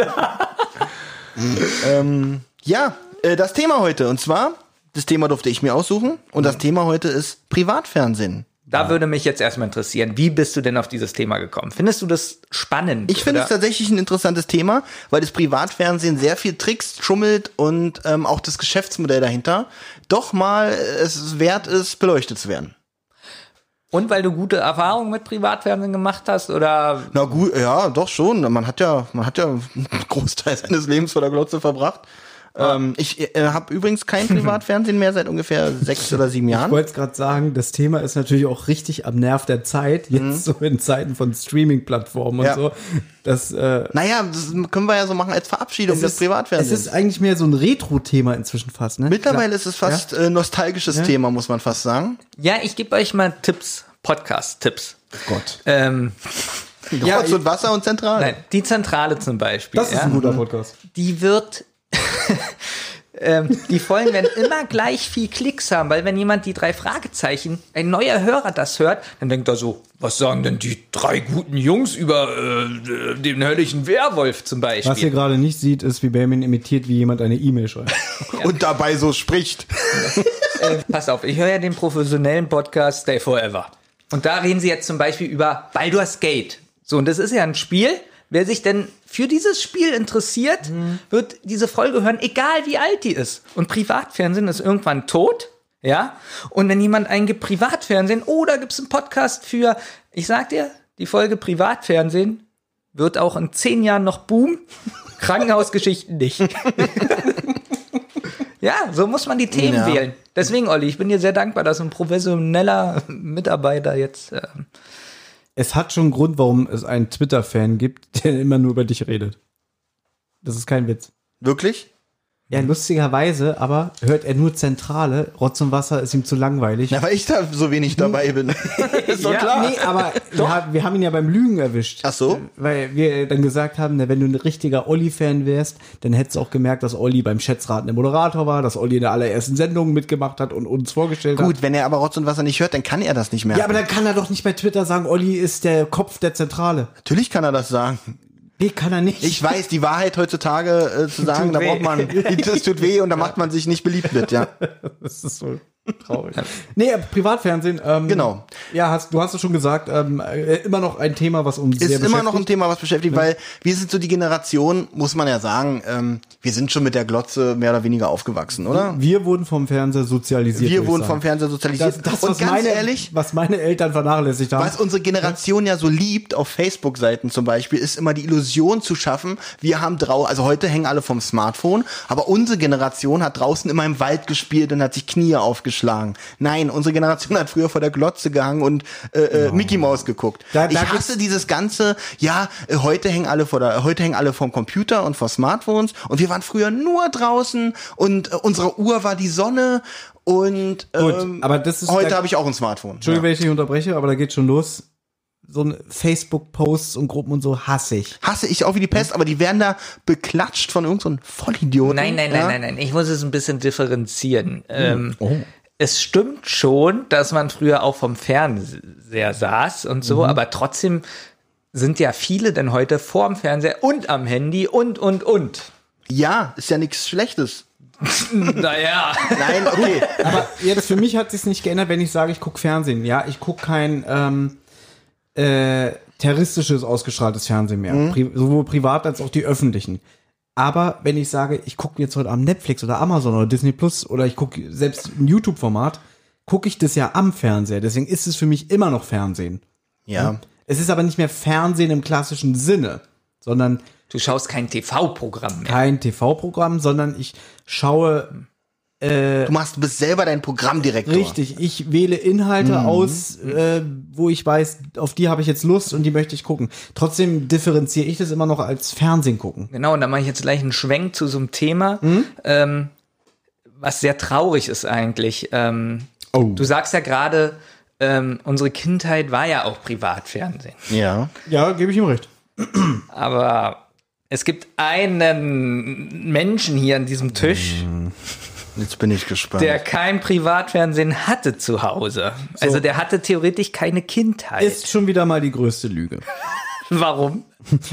Ähm, ja, äh, das Thema heute. Und zwar, das Thema durfte ich mir aussuchen. Und das Thema heute ist Privatfernsehen. Da würde mich jetzt erstmal interessieren, wie bist du denn auf dieses Thema gekommen? Findest du das spannend? Ich finde oder? es tatsächlich ein interessantes Thema, weil das Privatfernsehen sehr viel trickst, schummelt und ähm, auch das Geschäftsmodell dahinter doch mal äh, es wert ist, beleuchtet zu werden. Und weil du gute Erfahrungen mit Privatfernsehen gemacht hast oder Na gut, ja, doch schon. Man hat ja, man hat ja einen Großteil seines Lebens vor der Glotze verbracht. Ähm, ich äh, habe übrigens kein Privatfernsehen mehr seit ungefähr sechs oder sieben Ich Jahren. wollte es gerade sagen, das Thema ist natürlich auch richtig am Nerv der Zeit, jetzt so in Zeiten von Streaming-Plattformen Mhm. Ja. und so. Das, äh, Naja, das können wir ja so machen als Verabschiedung des Privatfernsehens. es ist eigentlich mehr so ein Retro-Thema inzwischen fast, ne? Mittlerweile ist es fast äh, nostalgisches Thema, muss man fast sagen. ja, ich gebe euch mal Tipps, Podcast-Tipps. Gott. Äh, Ähm, Ja, Rotz und Wasser und Zentral. nein, die Zentrale zum Beispiel. Das ist ja, ein Mhm. guter Podcast. die wird. ähm, die Folgen werden immer gleich viel Klicks haben, weil wenn jemand die drei Fragezeichen, ein neuer Hörer das hört, dann denkt er so, was sagen denn die drei guten Jungs über äh, den höllischen Werwolf zum Beispiel? Was ihr gerade nicht sieht, ist, wie Benjamin imitiert, wie jemand eine E-Mail schreibt. Und dabei so spricht. Äh, Pass auf, ich höre ja den professionellen Podcast Stay Forever. Und da reden sie jetzt zum Beispiel über Baldur's Gate. So, und das ist ja ein Spiel. Wer sich denn für dieses Spiel interessiert, wird diese Folge hören, egal wie alt die ist. Und Privatfernsehen ist irgendwann tot. Ja? Und wenn jemand eingibt Privatfernsehen, oh, da gibt's einen Podcast für, ich sag dir, die Folge Privatfernsehen wird auch in zehn Jahren noch boomen. Krankenhausgeschichten nicht. ja, so muss man die Themen Ja. wählen. Deswegen, Olli, ich bin dir sehr dankbar, dass ein professioneller Mitarbeiter jetzt. Äh, es hat schon einen Grund, warum es einen Twitter-Fan gibt, der immer nur über dich redet. Das ist kein Witz. Wirklich? Ja, lustigerweise, aber hört er nur Zentrale, Rotz und Wasser ist ihm zu langweilig. Na, weil ich da so wenig dabei bin. ist doch klar. Nee, aber wir, haben- wir haben ihn ja beim Lügen erwischt. Ach so. Weil wir dann gesagt haben, na, wenn du ein richtiger Olli-Fan wärst, dann hättest du auch gemerkt, dass Olli beim Schätzraten der Moderator war, dass Olli in der allerersten Sendung mitgemacht hat und uns vorgestellt hat. Gut, wenn er aber Rotz und Wasser nicht hört, dann kann er das nicht mehr. Ja, aber dann kann er doch nicht bei Twitter sagen, Olli ist der Kopf der Zentrale. Natürlich kann er das sagen. Nee, kann er nicht. Ich weiß, die Wahrheit heutzutage äh, zu sagen, Tut da weh. braucht man, das tut weh und da macht man sich nicht beliebt mit, ja. Das ist so traurig. nee, äh, Privatfernsehen. Ähm, Genau. Ja, hast, du hast es schon gesagt, ähm, äh, immer noch ein Thema, was uns sehr Ist immer noch ein beschäftigt. Thema, was beschäftigt, weil wir sind so die Generation, muss man ja sagen, ähm, wir sind schon mit der Glotze mehr oder weniger aufgewachsen, oder? Wir wurden vom Fernseher sozialisiert. Wir würd ich wurden sagen. vom Fernseher sozialisiert. Das, das und was, ganz meine, ehrlich, was meine Eltern vernachlässigt haben. was unsere Generation ja so liebt, auf Facebook-Seiten zum Beispiel, ist immer die Illusion zu schaffen, wir haben drau, also heute hängen alle vom Smartphone, aber unsere Generation hat draußen immer im Wald gespielt und hat sich Knie aufgeschlagen. Nein, unsere Generation hat früher vor der Glotze gehangen und äh, äh, Mickey Mouse geguckt. Da- da ich hasse dieses ganze, ja, äh, heute hängen alle vor der, heute hängen alle vom Computer und vor Smartphones und wir waren früher nur draußen und äh, unsere Uhr war die Sonne und Gut, ähm, aber das ist- heute da- habe ich auch ein Smartphone. Entschuldigung, wenn ich dich unterbreche, aber da geht schon los. So ein Facebook-Posts und Gruppen und so hasse ich. hasse ich auch wie die Pest, aber die werden da beklatscht von irgendeinem so einem Vollidioten. Nein, nein, nein, ja? Oh. nein, nein. Ich muss es ein bisschen differenzieren. Ähm, Es stimmt schon, dass man früher auch vom Fernseher saß und Mhm. so, aber trotzdem sind ja viele denn heute vorm Fernseher und am Handy und, und, und. Ja, ist ja nichts Schlechtes. Naja. Nein, okay. Aber jetzt für mich hat sich's nicht geändert, wenn ich sage, ich guck Fernsehen. Ja, ich guck kein ähm, äh, terroristisches ausgestrahltes Fernsehen mehr, Pri sowohl privat als auch die öffentlichen. Aber wenn ich sage, ich gucke jetzt heute Abend Netflix oder Amazon oder Disney Plus oder ich gucke selbst ein YouTube-Format, gucke ich das ja am Fernseher. Deswegen ist es für mich immer noch Fernsehen. ja. Es ist aber nicht mehr Fernsehen im klassischen Sinne, sondern Du schaust kein TV-Programm mehr. kein TV-Programm, sondern ich schaue Du machst, du bist selber dein Programmdirektor. Richtig, ich wähle Inhalte aus, äh, wo ich weiß, auf die habe ich jetzt Lust und die möchte ich gucken. Trotzdem differenziere ich das immer noch als Fernsehen gucken. Genau, und da mache ich jetzt gleich einen Schwenk zu so einem Thema, Hm? ähm, was sehr traurig ist eigentlich. Ähm, Oh. Du sagst ja gerade, ähm, unsere Kindheit war ja auch Privatfernsehen. Ja. Ja, gebe ich ihm recht. Aber es gibt einen Menschen hier an diesem Tisch, Hm. Jetzt bin ich gespannt. der kein Privatfernsehen hatte zu Hause. Also der hatte theoretisch keine Kindheit. Ist schon wieder mal die größte Lüge. Warum?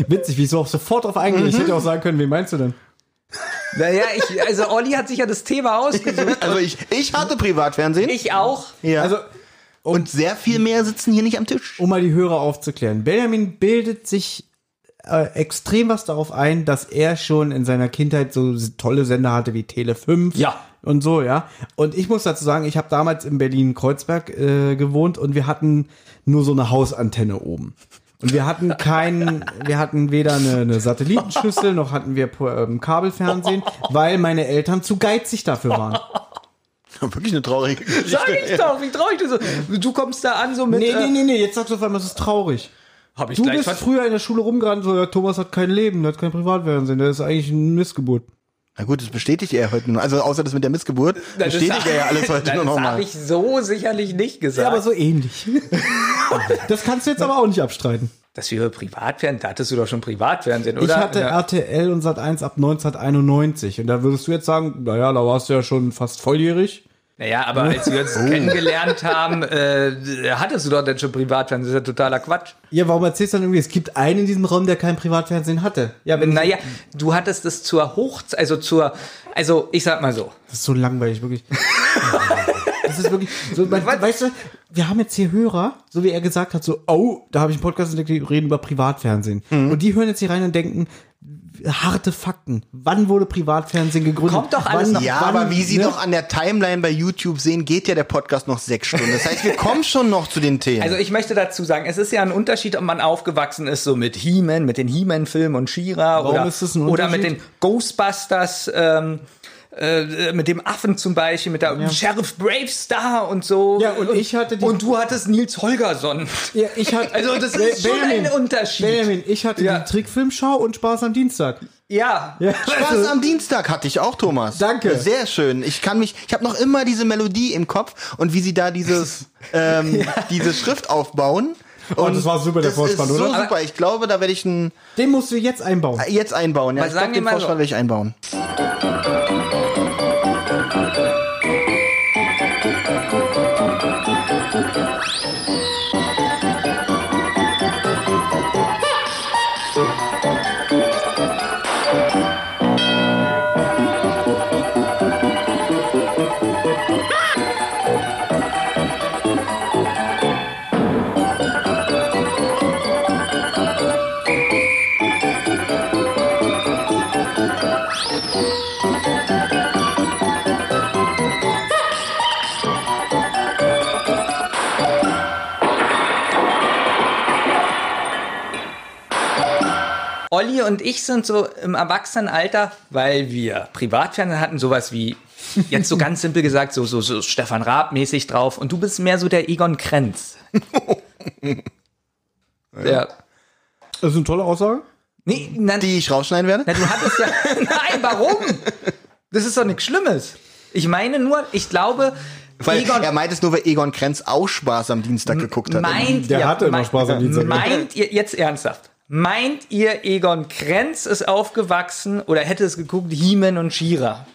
Witzig, wie ich so auch sofort drauf eingehe. Ich hätte auch sagen können, wen meinst du denn? Naja, ich, also Olli hat sich ja das Thema ausgesucht. also ich, ich hatte Privatfernsehen. Ich auch. ja. Also, Und sehr viel mehr sitzen hier nicht am Tisch. um mal die Hörer aufzuklären. Benjamin bildet sich äh, extrem was darauf ein, dass er schon in seiner Kindheit so tolle Sender hatte wie Tele 5. Ja. Und so, ja. Und ich muss dazu sagen, ich habe damals in Berlin-Kreuzberg äh, gewohnt und wir hatten nur so eine Hausantenne oben. Und wir hatten keinen, wir hatten weder eine, eine Satellitenschüssel noch hatten wir ähm, Kabelfernsehen, weil meine Eltern zu geizig dafür waren. Wirklich eine traurige Geschichte. Sag ich doch, wie traurig du so. Du kommst da an so mit. Nee, nee, äh, nee, nee, jetzt sagst du auf einmal, das ist traurig. Hab ich Du gleich bist was. früher in der Schule rumgerannt, so, ja, Thomas hat kein Leben, der hat kein Privatfernsehen, der ist eigentlich eine Missgeburt. Na gut, das bestätigt er heute nur. Also außer das mit der Missgeburt, bestätigt er ja alles heute nur Das habe nochmal. ich so sicherlich nicht gesagt. ähnlich. das kannst du jetzt aber auch nicht abstreiten. Dass wir über Privatfernsehen, da hattest du doch schon Privatfernsehen, oder? Ich hatte Ja. RTL und Sat1 ab 1991 und da würdest du jetzt sagen, naja, da warst du ja schon fast volljährig. Naja, aber als wir uns Oh. kennengelernt haben, äh, hattest du doch dann schon Privatfernsehen. Das ist ja totaler Quatsch. Ja, warum erzählst du dann irgendwie, es gibt einen in diesem Raum, der kein Privatfernsehen hatte? Ja, wenn Naja, du hattest es zur Hochzeit, also zur, also ich sag mal so. Das ist so langweilig, wirklich. das ist wirklich so, man, Was? weißt du, wir haben jetzt hier Hörer, so wie er gesagt hat, so, oh, da habe ich einen Podcast entdeckt, die reden über Privatfernsehen. Mhm. Und die hören jetzt hier rein und denken, harte Fakten. Wann wurde Privatfernsehen gegründet? Kommt doch alles wann, noch. Ja, wann, aber wie Sie ne? doch an der Timeline bei YouTube sehen, geht ja der Podcast noch sechs Stunden. Das heißt, wir kommen schon noch zu den Themen. Also ich möchte dazu sagen, es ist ja ein Unterschied, ob man aufgewachsen ist so mit He-Man, mit den He-Man-Filmen und She-Ra oder, ist das ein oder mit Unterschied? den Ghostbusters, ähm, äh, mit dem Affen zum Beispiel, mit der Sheriff Bravestar und so. Ja, und ich hatte die- Und du hattest Nils Holgersson. Ja, ich hatte, Also das ist schon ein Unterschied. Benjamin, ich hatte Ja. die Trickfilmschau und Spaß am Dienstag. Ja. Spaß am Dienstag hatte ich auch, Thomas. Also Danke. Sehr schön. Ich kann mich, ich habe noch immer diese Melodie im Kopf und wie sie da dieses, ähm, diese Schrift aufbauen. Und Oh, das war super, der das Vorspann, ist so oder? So super. Ich glaube, da werde ich einen Den musst du jetzt einbauen. jetzt einbauen. Ja, Aber ich glaube, sagen wir den mal Vorspann so. werde ich einbauen. Olli und ich sind so im Erwachsenenalter, weil wir Privatfernsehen hatten, sowas wie, jetzt so ganz simpel gesagt, so, so, so Stefan Raab mäßig drauf. Und du bist mehr so der Egon Krenz. ja. Das ist eine tolle Aussage. Nee, na, Die ich rausschneiden werde. na, du hattest ja. Nein, warum? Das ist doch nichts Schlimmes. Ich meine nur, ich glaube, Weil Egon er meint es nur, weil Egon Krenz auch Spaß am Dienstag geguckt hat. Meint Äh, Der ihr, hatte immer mei- Spaß am Dienstag. ne? Meint ihr, jetzt ernsthaft, meint ihr, Egon Krenz ist aufgewachsen oder hätte es geguckt, He-Man und She-Ra?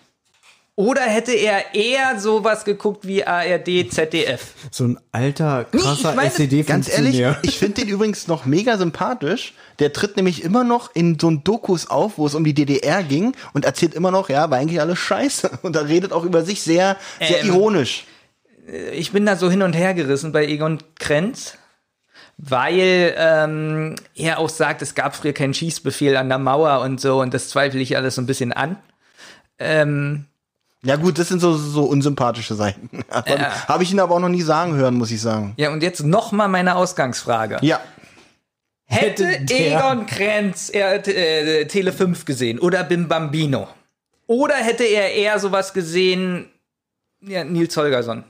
Oder hätte er eher sowas geguckt wie ARD, ZDF? So ein alter, krasser ich meine, Ganz ehrlich, SED-Funktionär. ich finde den übrigens noch mega sympathisch. Der tritt nämlich immer noch in so ein Dokus auf, wo es um die DDR ging und erzählt immer noch, ja, war eigentlich alles scheiße. Und er redet auch über sich sehr, sehr Ähm. ironisch. Ich bin da so hin und her gerissen bei Egon Krenz, weil ähm, er auch sagt, es gab früher keinen Schießbefehl an der Mauer und so und das zweifle ich alles so ein bisschen an. Ähm, Ja gut, das sind so, so unsympathische Seiten. Aber Habe ich ihn aber auch noch nie sagen hören, muss ich sagen. ja, und jetzt nochmal meine Ausgangsfrage. Ja, Hätte Hätte der- Egon Krenz eher, äh, Tele 5 gesehen oder Bim Bambino? Oder hätte er eher sowas gesehen, ja, Nils Holgersson?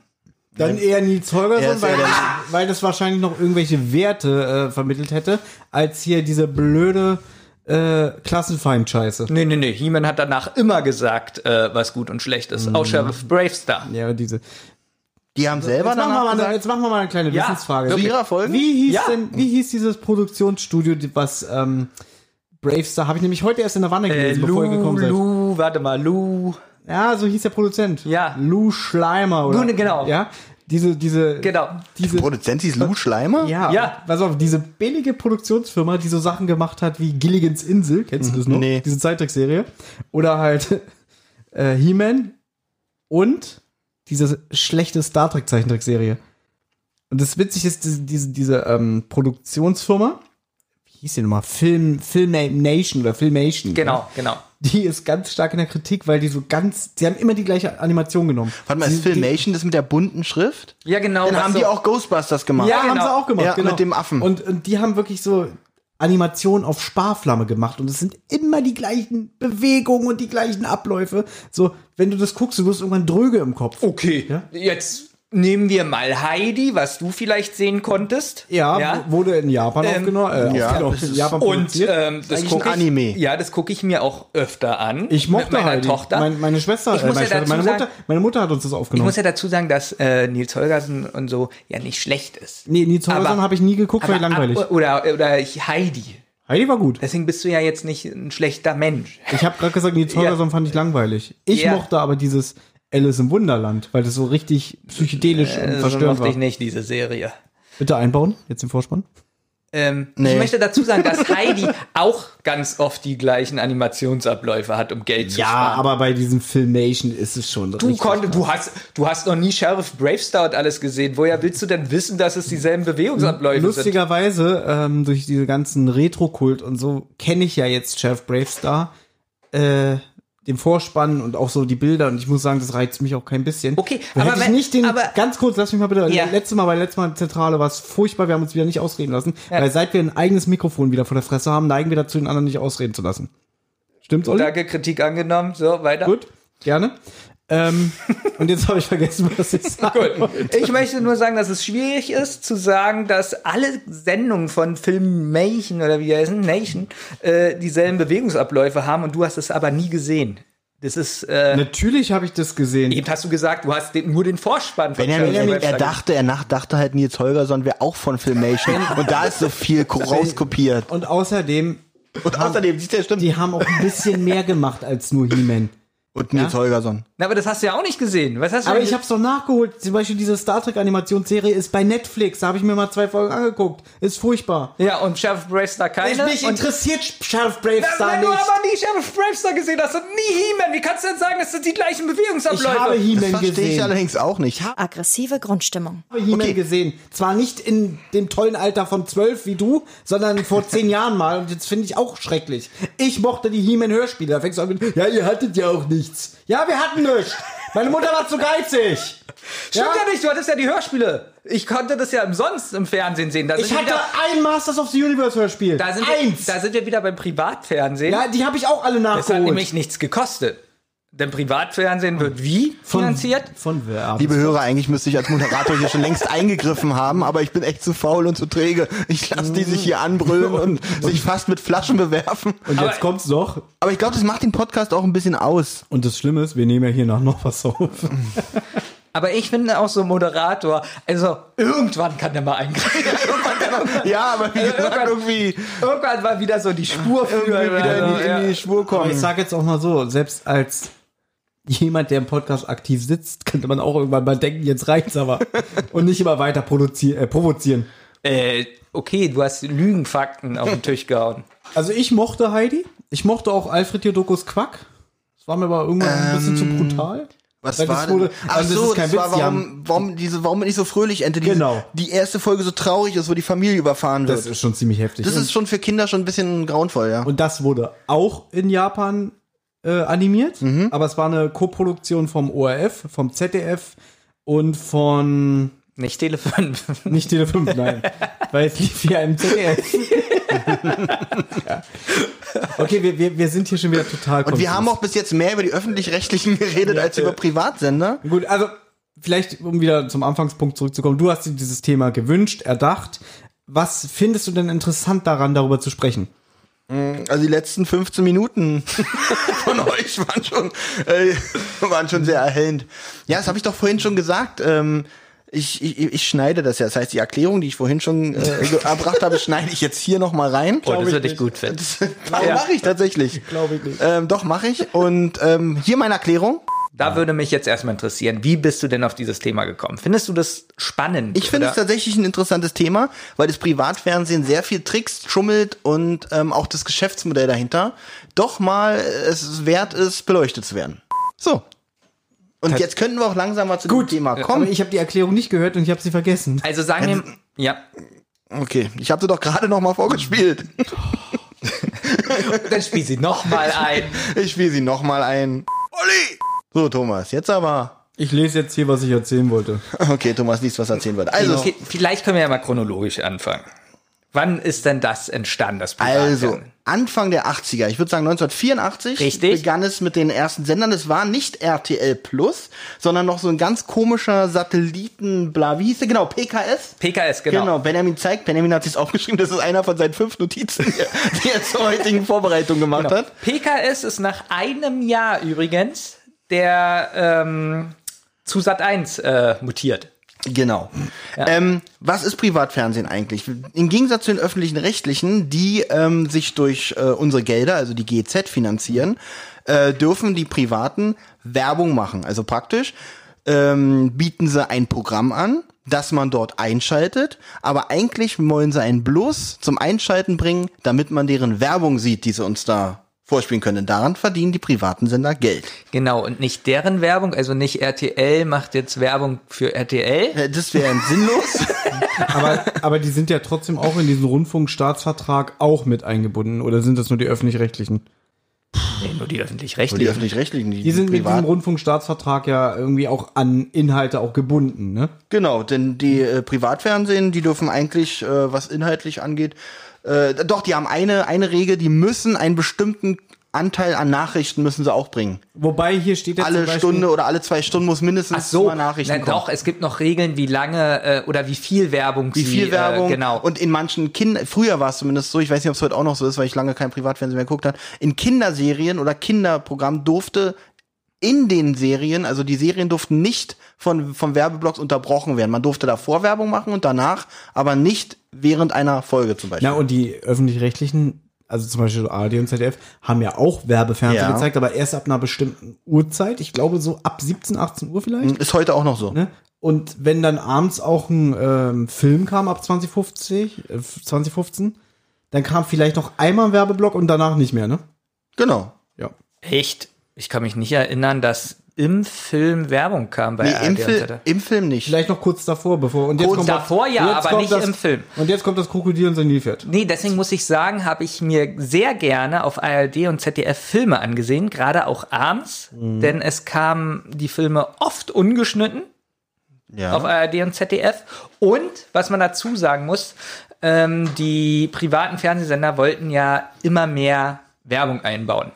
Dann eher Nils Er Holgersson, ist weil, eher das, weil das wahrscheinlich noch irgendwelche Werte äh, vermittelt hätte, als hier diese blöde äh, Klassenfeind-Scheiße. Nee, nee, nee. He-Man hat danach immer gesagt, äh, was gut und schlecht ist. Auch Sheriff Bravestar. Mhm. Ja, diese. die haben selber Jetzt machen, wir danach mal eine, gesagt, jetzt machen wir mal eine kleine Ja, Wissensfrage. zu wirklich. ihrer Folge. Wie hieß Ja. denn, wie hieß dieses Produktionsstudio, die- was ähm, Bravestar, habe ich nämlich heute erst in der Wanne Äh, gelesen, bevor ihr Lou, gekommen seid. Lou, warte mal, Lou. Ja, so hieß der Produzent. Ja. Lou Schleimer, oder? Lou, genau. Ja, diese, diese. Genau. Diese, Produzent hieß Lou Schleimer? ja, Ja. pass auf, diese billige Produktionsfirma, die so Sachen gemacht hat wie Gilligan's Insel, kennst du das noch? Mhm. Nee. Diese Zeittrickserie. Oder halt äh, He-Man und diese schlechte Star Trek Zeichentrickserie. Und das Witzige ist, diese, diese, diese ähm, Produktionsfirma, wie hieß die nochmal? Film, Film Nation oder Filmation. Genau, ne? genau. Die ist ganz stark in der Kritik, weil die so ganz, sie haben immer die gleiche Animation genommen. Warte mal, ist Die- die- Filmation das mit der bunten Schrift? Ja, genau. Dann was haben so- die auch Ghostbusters gemacht. Ja, genau. haben sie auch gemacht. Ja, genau. mit dem Affen. Und, und die haben wirklich so Animationen auf Sparflamme gemacht und es sind immer die gleichen Bewegungen und die gleichen Abläufe. So, wenn du das guckst, du wirst irgendwann dröge im Kopf. Okay, Ja? jetzt nehmen wir mal Heidi, was du vielleicht sehen konntest. Ja, w- wurde in Japan Ähm, aufgenommen. Äh, ja, aufgenommen, das in ist- Japan Und produziert. ähm, das Eigentlich gucke ich, ein Anime. Ja, das gucke ich mir auch öfter an. ich mit mochte meiner Heidi. Tochter. Mein, meine Schwester, Ich äh, muss meine, ja Schwester dazu meine, Mutter, sagen- meine Mutter hat uns das ich aufgenommen. muss ja dazu sagen, dass äh, Nils Holgersen und so ja nicht schlecht ist. nee, die Zornesam Aber- habe ich nie geguckt, weil Aber ab- langweilig. Oder, oder ich, Heidi. Heidi war gut. Deswegen bist du ja jetzt nicht ein schlechter Mensch. Ich habe gerade gesagt, die Zornesam fand ich langweilig. Ich Ja. mochte aber dieses Alice im Wunderland, weil das so richtig psychedelisch und Also verstörend mochte war. ich nicht, diese Serie. Bitte einbauen, jetzt im Vorspann. Ähm, Nee. Ich möchte dazu sagen, dass Heidi auch ganz oft die gleichen Animationsabläufe hat, um Geld zu Ja, sparen. aber bei diesem Filmation ist es schon Du, konnt, du, hast, du hast noch nie Sheriff Bravestar und alles gesehen. Woher willst du denn wissen, dass es dieselben Bewegungsabläufe sind? Lustigerweise, ähm, durch diese ganzen Retro-Kult und so, kenne ich ja jetzt Chef Bravestar, äh, den Vorspann und auch so die Bilder und ich muss sagen, das reizt mich auch kein bisschen. Okay, Wo aber hätte ich wenn- nicht den, aber- ganz kurz, lass mich mal bitte, Ja. letztes Mal bei letztes Mal Zentrale war es furchtbar, wir haben uns wieder nicht ausreden lassen, Ja. weil seit wir ein eigenes Mikrofon wieder vor der Fresse haben, neigen wir dazu, den anderen nicht ausreden zu lassen. Stimmt's, Olli? Danke, Kritik angenommen. So, weiter. Gut, gerne. Ähm, und jetzt habe ich vergessen, was ich sage. Gut. Ich möchte nur sagen, dass es schwierig ist, zu sagen, dass alle Sendungen von Filmation oder wie die heißen, Nation, äh, dieselben Bewegungsabläufe haben und du hast es aber nie gesehen. Das ist, äh, Natürlich habe ich das gesehen. eben hast du gesagt, du hast den, nur den Vorspann von Benjamin, Sheriff er Bravestar dachte, er nachdachte halt Nils Holgersson wäre auch von Filmation. und da ist so viel ko- rauskopiert. Und außerdem, Und außerdem, siehst du, ja, stimmt. die haben auch ein bisschen mehr gemacht als nur He-Man. Und Nils Holgersson. Na, aber das hast du ja auch nicht gesehen. Was hast du Aber denn- ich hab's doch nachgeholt. Zum Beispiel diese Star Trek Animationsserie ist bei Netflix. Da habe ich mir mal zwei Folgen angeguckt. Ist furchtbar. Ja, und Sheriff Bravestar keine. mich und interessiert Sheriff Na, Bravestar wenn du nicht. aber nie Sheriff Bravestar gesehen hast und nie He-Man, wie kannst du denn sagen, das sind die gleichen Ich Bewegungsabläufe? habe Das He-Man verstehe ich gesehen. allerdings auch nicht. Aggressive Grundstimmung. Ich habe He-Man Okay. gesehen. Zwar nicht in dem tollen Alter von zwölf wie du, sondern vor zehn Jahren mal. Und jetzt finde ich auch schrecklich. Ich mochte die He-Man-Hörspiele. Da fängst du an mit, ja, ihr hattet ja auch nichts. Ja, wir hatten nichts. Meine Mutter war zu geizig. Stimmt ja. Ja. nicht, du hattest ja die Hörspiele. Ich konnte das ja umsonst im Fernsehen sehen. Also Da sind Ich wir hatte wieder, ein Masters of the Universe Hörspiel. da sind Eins. Wir, da sind wir wieder beim Privatfernsehen. ja, die habe ich auch alle das hat nämlich nachgeholt. nichts gekostet. Denn Privatfernsehen wird wie finanziert? Von Werben. Liebe Hörer, eigentlich müsste ich als Moderator hier schon längst eingegriffen haben, aber ich bin echt zu faul und zu träge. Ich lasse die sich hier anbrüllen und sich fast mit Flaschen bewerfen. Und Aber- jetzt kommt's noch. Aber ich glaube, das macht den Podcast auch ein bisschen aus. Und das Schlimme ist, wir nehmen ja hier nach noch was auf. Aber ich finde auch so Moderator, also irgendwann kann der mal eingreifen. irgendwann, kann er, Ja, aber wie gesagt, irgendwie, irgendwann war wieder so die Spur für irgendwie wieder in die, in die Spur Aber ich kommen. sag jetzt auch mal so, selbst als jemand, der im Podcast aktiv sitzt, könnte man auch irgendwann mal denken, jetzt reicht's aber. Und nicht immer weiter produzieren, äh, provozieren. Äh, okay, du hast Lügenfakten auf den Tisch gehauen. Also ich mochte Heidi. Ich mochte auch Alfred Jodokus Quack. Das war mir aber irgendwann ein bisschen zu brutal. Was Weil war das wurde, denn? Ach also so, das ist kein das war Witz. die haben- warum, warum, diese, warum bin ich so fröhlich, Ente? Diese, Genau. Die erste Folge so traurig ist, wo die Familie überfahren wird. das ist schon ziemlich heftig. Das Und- ist schon für Kinder schon ein bisschen grauenvoll, ja. Und das wurde auch in Japan äh, animiert, aber es war eine Koproduktion vom ORF, vom ZDF und von Nicht Tele 5. nicht Tele 5, nein, weil es lief ja im ZDF. Ja. Okay, wir, wir, wir sind hier schon wieder total Und wir haben auch bis jetzt mehr über die öffentlich-rechtlichen geredet als äh. über Privatsender. Gut, also vielleicht, um wieder zum Anfangspunkt zurückzukommen, du hast dir dieses Thema gewünscht, erdacht. Was findest du denn interessant daran, darüber zu sprechen? Also die letzten 15 Minuten von euch waren schon, äh, waren schon sehr erhellend. Ja, das habe ich doch vorhin schon gesagt. Ähm, ich, ich, ich schneide das ja. Das heißt, die Erklärung, die ich vorhin schon äh, ge- erbracht habe, schneide ich jetzt hier nochmal rein. Oh, das würde ich gut finden. Doch, mache ich tatsächlich. Glaube ich nicht. Ähm, doch, mache ich. Und ähm, hier meine Erklärung. Da würde mich jetzt erstmal interessieren, wie bist du denn auf dieses Thema gekommen? Findest du das spannend? Ich finde es oder? tatsächlich ein interessantes Thema, weil das Privatfernsehen sehr viel trickst, schummelt und ähm, auch das Geschäftsmodell dahinter doch mal äh, es wert ist, beleuchtet zu werden. So. Und jetzt könnten wir auch langsam mal zu Gut, dem Thema Aber kommen. ich habe die Erklärung nicht gehört und ich habe sie vergessen. Also sagen wir, ja, okay, ich habe dir doch gerade noch mal vorgespielt. dann spiel sie nochmal ein. Ich spiele sie noch mal ein. Olli! So, Thomas, jetzt aber. Ich lese jetzt hier, was ich erzählen wollte. Okay, Thomas liest, was er erzählen wird. Genau. Also, Okay, vielleicht können wir ja mal chronologisch anfangen. Wann ist denn das entstanden, das Also, Piratensender? Anfang der 80er, ich würde sagen 1984, Richtig. begann es mit den ersten Sendern. Es war nicht RTL Plus, sondern noch so ein ganz komischer Satelliten, bla, wie hieß der? Genau, PKS. PKS, genau. Genau. Benjamin zeigt, Benjamin hat sich aufgeschrieben, das ist einer von seinen fünf Notizen, die- die er zur heutigen Vorbereitung gemacht Genau. hat. PKS ist nach einem Jahr übrigens der ähm, zu Sat 1 äh, mutiert. Genau. Ähm, was ist Privatfernsehen eigentlich? Im Gegensatz zu den öffentlichen Rechtlichen, die ähm, sich durch äh, unsere Gelder, also die GZ, finanzieren, äh, dürfen die Privaten Werbung machen. Also praktisch ähm, bieten sie ein Programm an, das man dort einschaltet, aber eigentlich wollen sie einen bloß zum Einschalten bringen, damit man deren Werbung sieht, die sie uns da vorspielen können. Denn daran verdienen die privaten Sender Geld. Genau, und nicht deren Werbung, also nicht RTL macht jetzt Werbung für RTL. Äh, Das wäre sinnlos. Aber, aber die sind ja trotzdem auch in diesen Rundfunkstaatsvertrag auch mit eingebunden. Oder sind das nur die Öffentlich-Rechtlichen? Nee, nur die Die öffentlich-rechtlichen. öffentlich-rechtlichen, die, Die sind mit privaten. diesem Rundfunkstaatsvertrag ja irgendwie auch an Inhalte auch gebunden, ne? Genau, denn die Hm. äh, Privatfernsehen, die dürfen eigentlich, äh, was inhaltlich angeht, äh, doch, die haben eine, eine Regel, die müssen einen bestimmten Anteil an Nachrichten müssen sie auch bringen. Wobei hier steht ja zum Alle Beispiel- Stunde oder alle zwei Stunden muss mindestens Ach so, zwei Nachrichten na, kommen. doch, es gibt noch Regeln, wie lange äh, oder wie viel Werbung Wie sie, viel Werbung. Äh, genau. Und in manchen Kinder, früher war es zumindest so, ich weiß nicht, ob es heute auch noch so ist, weil ich lange kein Privatfernsehen mehr geguckt habe, in Kinderserien oder Kinderprogrammen durfte in den Serien, also die Serien durften nicht von, von Werbeblocks unterbrochen werden. Man durfte davor Werbung machen und danach, aber nicht während einer Folge zum Beispiel. Na, und die öffentlich-rechtlichen, also zum Beispiel ARD und ZDF, haben ja auch Werbefernsehen Ja. gezeigt, aber erst ab einer bestimmten Uhrzeit. Ich glaube so ab 17, 18 Uhr vielleicht. Hm, ist heute auch noch so. Ne? Und wenn dann abends auch ein ähm, Film kam ab 2050, äh, 2015, dann kam vielleicht noch einmal ein Werbeblock und danach nicht mehr, ne? Genau. Ja. Echt? Ich kann mich nicht erinnern, dass im Film Werbung kam bei Nee, RTL. im, und Fil ZDF. im Film nicht. Vielleicht noch kurz davor, bevor. Und jetzt Kurz kommt davor, ja, jetzt aber kommt nicht das, im Film. Und jetzt kommt das Krokodil und sein Nilpferd. Nee, deswegen muss ich sagen, habe ich mir sehr gerne auf ARD und ZDF Filme angesehen, gerade auch abends, denn es kamen die Filme oft ungeschnitten auf ja. ARD und ZDF. Und was man dazu sagen muss, ähm, die privaten Fernsehsender wollten ja immer mehr Werbung einbauen.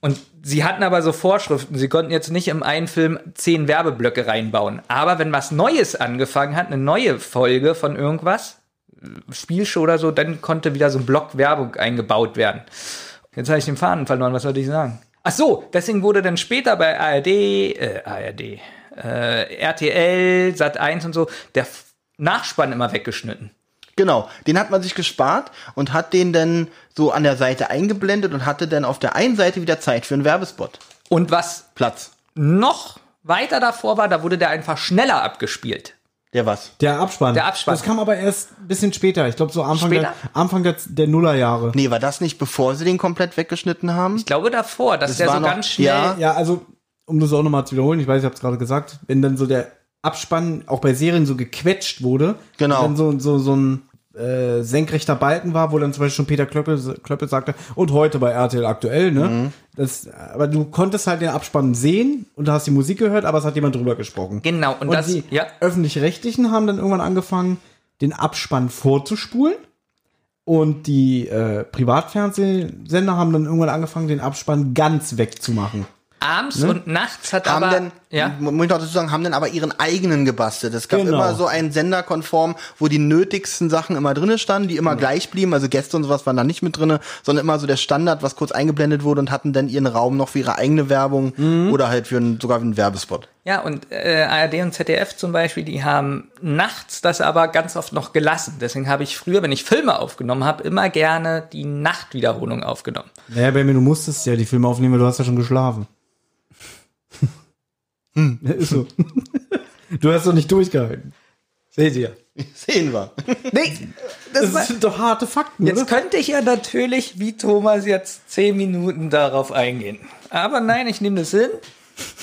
Und sie hatten aber so Vorschriften, sie konnten jetzt nicht im einen Film zehn Werbeblöcke reinbauen. Aber wenn was Neues angefangen hat, eine neue Folge von irgendwas, Spielshow oder so, dann konnte wieder so ein Block Werbung eingebaut werden. Jetzt habe ich den Faden verloren, was wollte ich sagen? Ach so, deswegen wurde dann später bei ARD, äh, ARD, äh, RTL, Sat1 und so, der F- Nachspann immer weggeschnitten. Genau. Den hat man sich gespart und hat den dann so an der Seite eingeblendet und hatte dann auf der einen Seite wieder Zeit für einen Werbespot. Und was Platz. noch weiter davor war, da wurde der einfach schneller abgespielt. Der was? Der Abspann. Der Abspann. Das kam aber erst ein bisschen später. Ich glaube so Anfang, der, Später? Anfang der, der Nullerjahre. Nee, war das nicht, bevor sie den komplett weggeschnitten haben? Ich glaube davor, dass der war so noch- ganz schnell. ja. Ja, also, um das auch nochmal zu wiederholen, ich weiß, ich habe es gerade gesagt, wenn dann so der Abspann auch bei Serien so gequetscht wurde, Genau. und dann so, so, so ein äh, senkrechter Balken war, wo dann zum Beispiel schon Peter Klöppel, Klöppel sagte, und heute bei RTL aktuell, ne? Mhm. Das, aber du konntest halt den Abspann sehen und du hast die Musik gehört, aber es hat jemand drüber gesprochen. Genau, und, Und das, die ja. öffentlich-rechtlichen haben dann irgendwann angefangen, den Abspann vorzuspulen. Und die äh, Privatfernsehsender haben dann irgendwann angefangen, den Abspann ganz wegzumachen. Abends und nachts hat Hm? haben aber. dann, ja? muss ich noch dazu sagen, haben dann aber ihren eigenen gebastelt. Es gab Genau. immer so einen Senderkonform, wo die nötigsten Sachen immer drinne standen, die immer gleich blieben. Also Gäste und sowas waren da nicht mit drinne, sondern immer so der Standard, was kurz eingeblendet wurde und hatten dann ihren Raum noch für ihre eigene Werbung oder halt für einen, sogar für einen Werbespot. Ja, und äh, ARD und ZDF zum Beispiel, die haben nachts das aber ganz oft noch gelassen. Deswegen habe ich früher, wenn ich Filme aufgenommen habe, immer gerne die Nachtwiederholung aufgenommen. Naja, Benjamin, du musstest ja die Filme aufnehmen, weil du hast ja schon geschlafen. Ja, Ist so. Du hast doch nicht durchgehalten. Seht ihr. Sehen wir. Nee, Das, sind doch harte Fakten, jetzt oder? könnte ich ja natürlich, wie Thomas, jetzt zehn Minuten darauf eingehen. Aber nein, ich nehme das hin.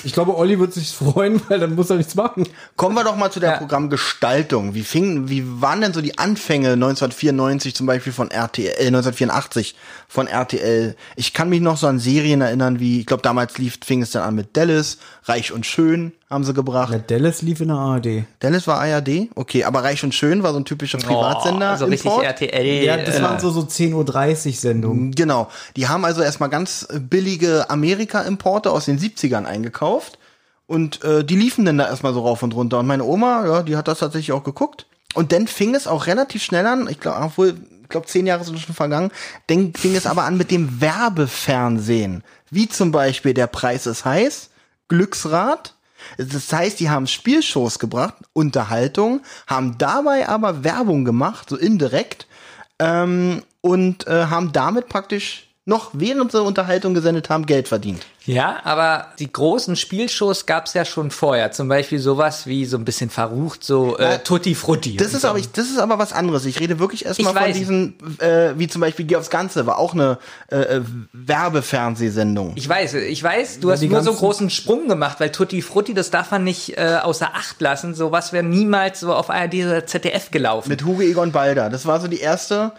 Ich glaube, Olli wird sich freuen, weil dann muss er nichts machen. Kommen wir doch mal zu der Programmgestaltung. Wie fingen, wie waren denn so die Anfänge 1994 zum Beispiel von RTL, äh, 1984 von RTL? Ich kann mich noch so an Serien erinnern, wie, ich glaube, damals lief, fing es dann an mit Dallas, Reich und Schön haben sie gebracht. Der Dallas lief in der ARD. Dallas war ARD, okay, aber Reich und Schön war so ein typischer Privatsender. also richtig Import. RTL. Ja, das äh, waren so, so 10.30 Uhr Sendungen. Genau. Die haben also erstmal ganz billige Amerika-Importe aus den 70ern eingekauft. Und äh, die liefen dann da erstmal so rauf und runter. Und meine Oma, ja, die hat das tatsächlich auch geguckt. Und dann fing es auch relativ schnell an, ich glaube, obwohl, ich glaube, zehn Jahre sind schon vergangen, dann fing es aber an mit dem Werbefernsehen. Wie zum Beispiel Der Preis ist heiß, Glücksrad. Das heißt, die haben Spielshows gebracht, Unterhaltung, haben dabei aber Werbung gemacht, so indirekt und äh, haben damit praktisch noch während sie Unterhaltung gesendet haben, Geld verdient. Ja, aber die großen Spielshows gab's ja schon vorher. Zum Beispiel sowas wie so ein bisschen verrucht, so äh, Tutti Frutti. Das ist, aber, ich, das ist aber was anderes. Ich rede wirklich erstmal Ich von weiß. diesen, äh, wie zum Beispiel Geh aufs Ganze, war auch eine äh, äh, Werbefernsehsendung. Ich weiß, ich weiß, du hast die nur so ganzen- einen großen Sprung gemacht, weil Tutti Frutti, das darf man nicht äh, außer Acht lassen. Sowas wäre niemals so auf ARD oder ZDF gelaufen. Mit Hugo Egon Balder. Das war so die erste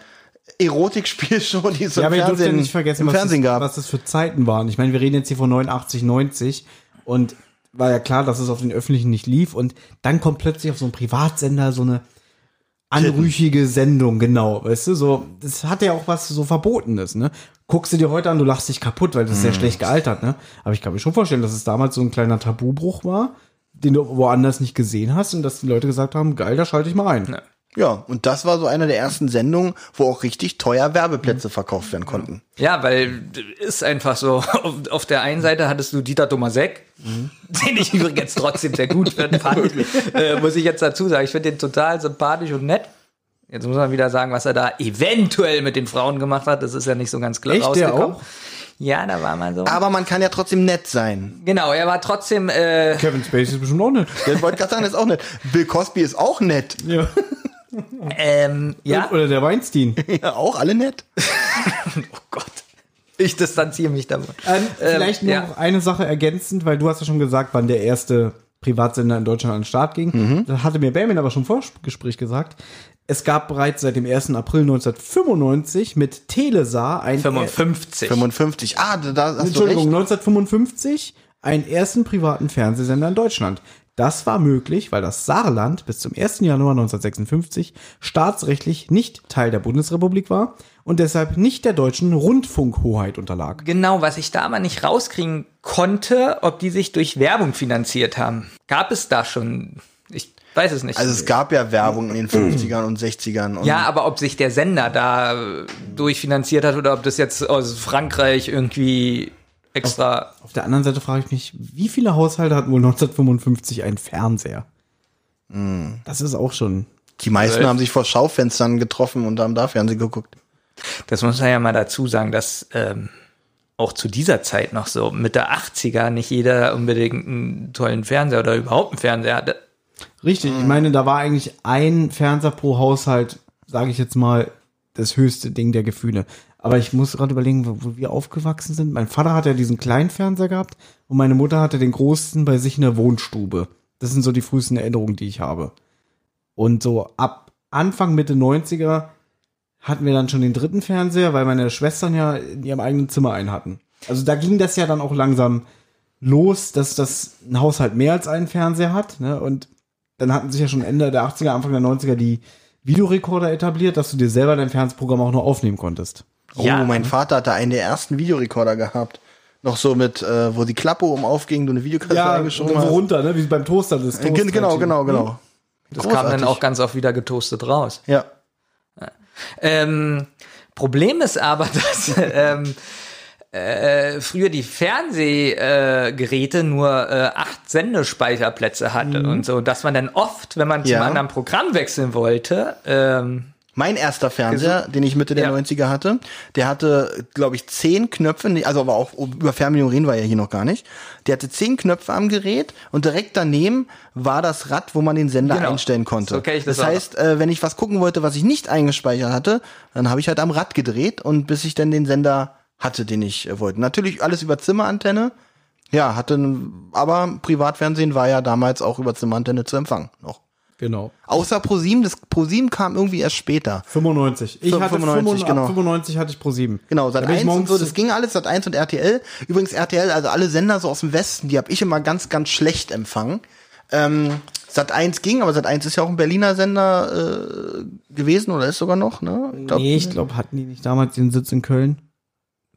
Erotik-Spielshow, die es Ja, im, aber ihr dürft ja Fernsehen, nicht vergessen, im was Fernsehen das, gab. was das für Zeiten waren. Ich meine, wir reden jetzt hier von 89, 90 und war ja klar, dass es auf den Öffentlichen nicht lief und dann kommt plötzlich auf so einen Privatsender so eine anrüchige Sendung, genau, weißt du, so, das hat ja auch was so Verbotenes, ne? Guckst du dir heute an, du lachst dich kaputt, weil das Mhm. ist sehr schlecht gealtert, ne? Aber ich kann mir schon vorstellen, dass es damals so ein kleiner Tabubruch war, den du woanders nicht gesehen hast und dass die Leute gesagt haben, geil, da schalte ich mal rein. Ja, und das war so eine der ersten Sendungen, wo auch richtig teuer Werbeplätze verkauft werden konnten. Ja, weil äh, ist einfach so. Auf, auf der einen Seite hattest du Dieter Tomasek, Mhm. den ich übrigens trotzdem sehr gut fand, äh, muss ich jetzt dazu sagen. Ich finde den total sympathisch und nett. Jetzt muss man wieder sagen, was er da eventuell mit den Frauen gemacht hat. Das ist ja nicht so ganz klar Echt, der rausgekommen. auch? Ah. Ja, da war man so. Aber man kann ja trotzdem nett sein. genau, er war trotzdem äh, Kevin Spacey ist bestimmt auch nicht. Ich wollte gerade sagen, das ist auch nett. Bill Cosby ist auch nett. Ja. ähm, ja. Oder der Weinstein. Ja, auch alle nett. Oh Gott. Ich distanziere mich davon. Ähm, vielleicht nur ja. noch eine Sache ergänzend, weil du hast ja schon gesagt, wann der erste Privatsender in Deutschland an den Start ging. Das hatte mir Benjamin aber schon im Vorgespräch gesagt. Es gab bereits seit dem 1. April 1995 mit Telesar ein 55. 55. Ah, da- da hast du Entschuldigung, recht. 1955 einen ersten privaten Fernsehsender in Deutschland. Das war möglich, weil das Saarland bis zum 1. Januar 1956 staatsrechtlich nicht Teil der Bundesrepublik war und deshalb nicht der deutschen Rundfunkhoheit unterlag. Genau, was ich da aber nicht rauskriegen konnte, ob die sich durch Werbung finanziert haben. Gab es da schon? Ich weiß es nicht. Also es gab ja Werbung in den 50ern und 60ern. Und ja, aber ob sich der Sender da äh, durchfinanziert hat oder ob das jetzt aus Frankreich irgendwie extra. Oh. Auf der anderen Seite frage ich mich, wie viele Haushalte hatten wohl 1955 einen Fernseher? Das ist auch schon. Die meisten haben sich vor Schaufenstern getroffen und haben da Fernsehen geguckt. Das muss man ja mal dazu sagen, dass ähm, auch zu dieser Zeit noch so mit der 80er nicht jeder unbedingt einen tollen Fernseher oder überhaupt einen Fernseher hatte. Richtig, ich meine, da war eigentlich ein Fernseher pro Haushalt, sage ich jetzt mal, das höchste Ding der Gefühle. Aber ich muss gerade überlegen, wo, wo wir aufgewachsen sind. Mein Vater hatte ja diesen kleinen Fernseher gehabt und meine Mutter hatte den großen bei sich in der Wohnstube. Das sind so die frühesten Erinnerungen, die ich habe. Und so ab Anfang, Mitte 90er hatten wir dann schon den dritten Fernseher, weil meine Schwestern ja in ihrem eigenen Zimmer einen hatten. Also da ging das ja dann auch langsam los, dass das ein Haushalt mehr als einen Fernseher hat. Ne? Und dann hatten sich ja schon Ende der 80er, Anfang der 90er die Videorekorder etabliert, dass du dir selber dein Fernsehprogramm auch nur aufnehmen konntest. Ja. ne? Oh, mein Vater hatte einen der ersten Videorekorder gehabt. Noch so mit, äh, wo die Klappe oben aufging, du eine Videokassette schon eingeschoben mal hast. runter, ne? wie beim Toaster. Das Äh, gen- Genau, genau, Hm? genau. Das kam dann auch ganz oft wieder getoastet raus. Ja. Ähm, Problem ist aber, dass ähm, äh, früher die Fernsehgeräte äh, Geräte nur äh, acht Sendespeicherplätze hatte und so, dass man dann oft, wenn man Mhm. Ja. zum anderen Programm wechseln wollte, ähm, Mein erster Fernseher, den ich Mitte der Ja. 90er hatte, der hatte, glaube ich, zehn Knöpfe, nee, also aber auch über Fernbedienung reden wir ja hier noch gar nicht. Der hatte zehn Knöpfe am Gerät und direkt daneben war das Rad, wo man den Sender Genau. einstellen konnte. So kenn ich das auch. heißt, äh, wenn ich was gucken wollte, was ich nicht eingespeichert hatte, dann habe ich halt am Rad gedreht und bis ich dann den Sender hatte, den ich äh, wollte. Natürlich alles über Zimmerantenne. Ja, hatte, aber Privatfernsehen war ja damals auch über Zimmerantenne zu empfangen noch. Genau. Außer ProSieben, das ProSieben kam irgendwie erst später. 95. Ich hatte 95, 95, genau. 95 hatte ich pro 7. Genau, da Sat bin ich 1 und morgens so, das ging alles, Sat 1 und RTL. Übrigens RTL, also alle Sender so aus dem Westen, die habe ich immer ganz, ganz schlecht empfangen. Ähm, Sat 1 ging, aber Sat 1 ist ja auch ein Berliner Sender äh, gewesen oder ist sogar noch, ne? Ich glaub, nee, ich glaube, hatten die nicht damals den Sitz in Köln?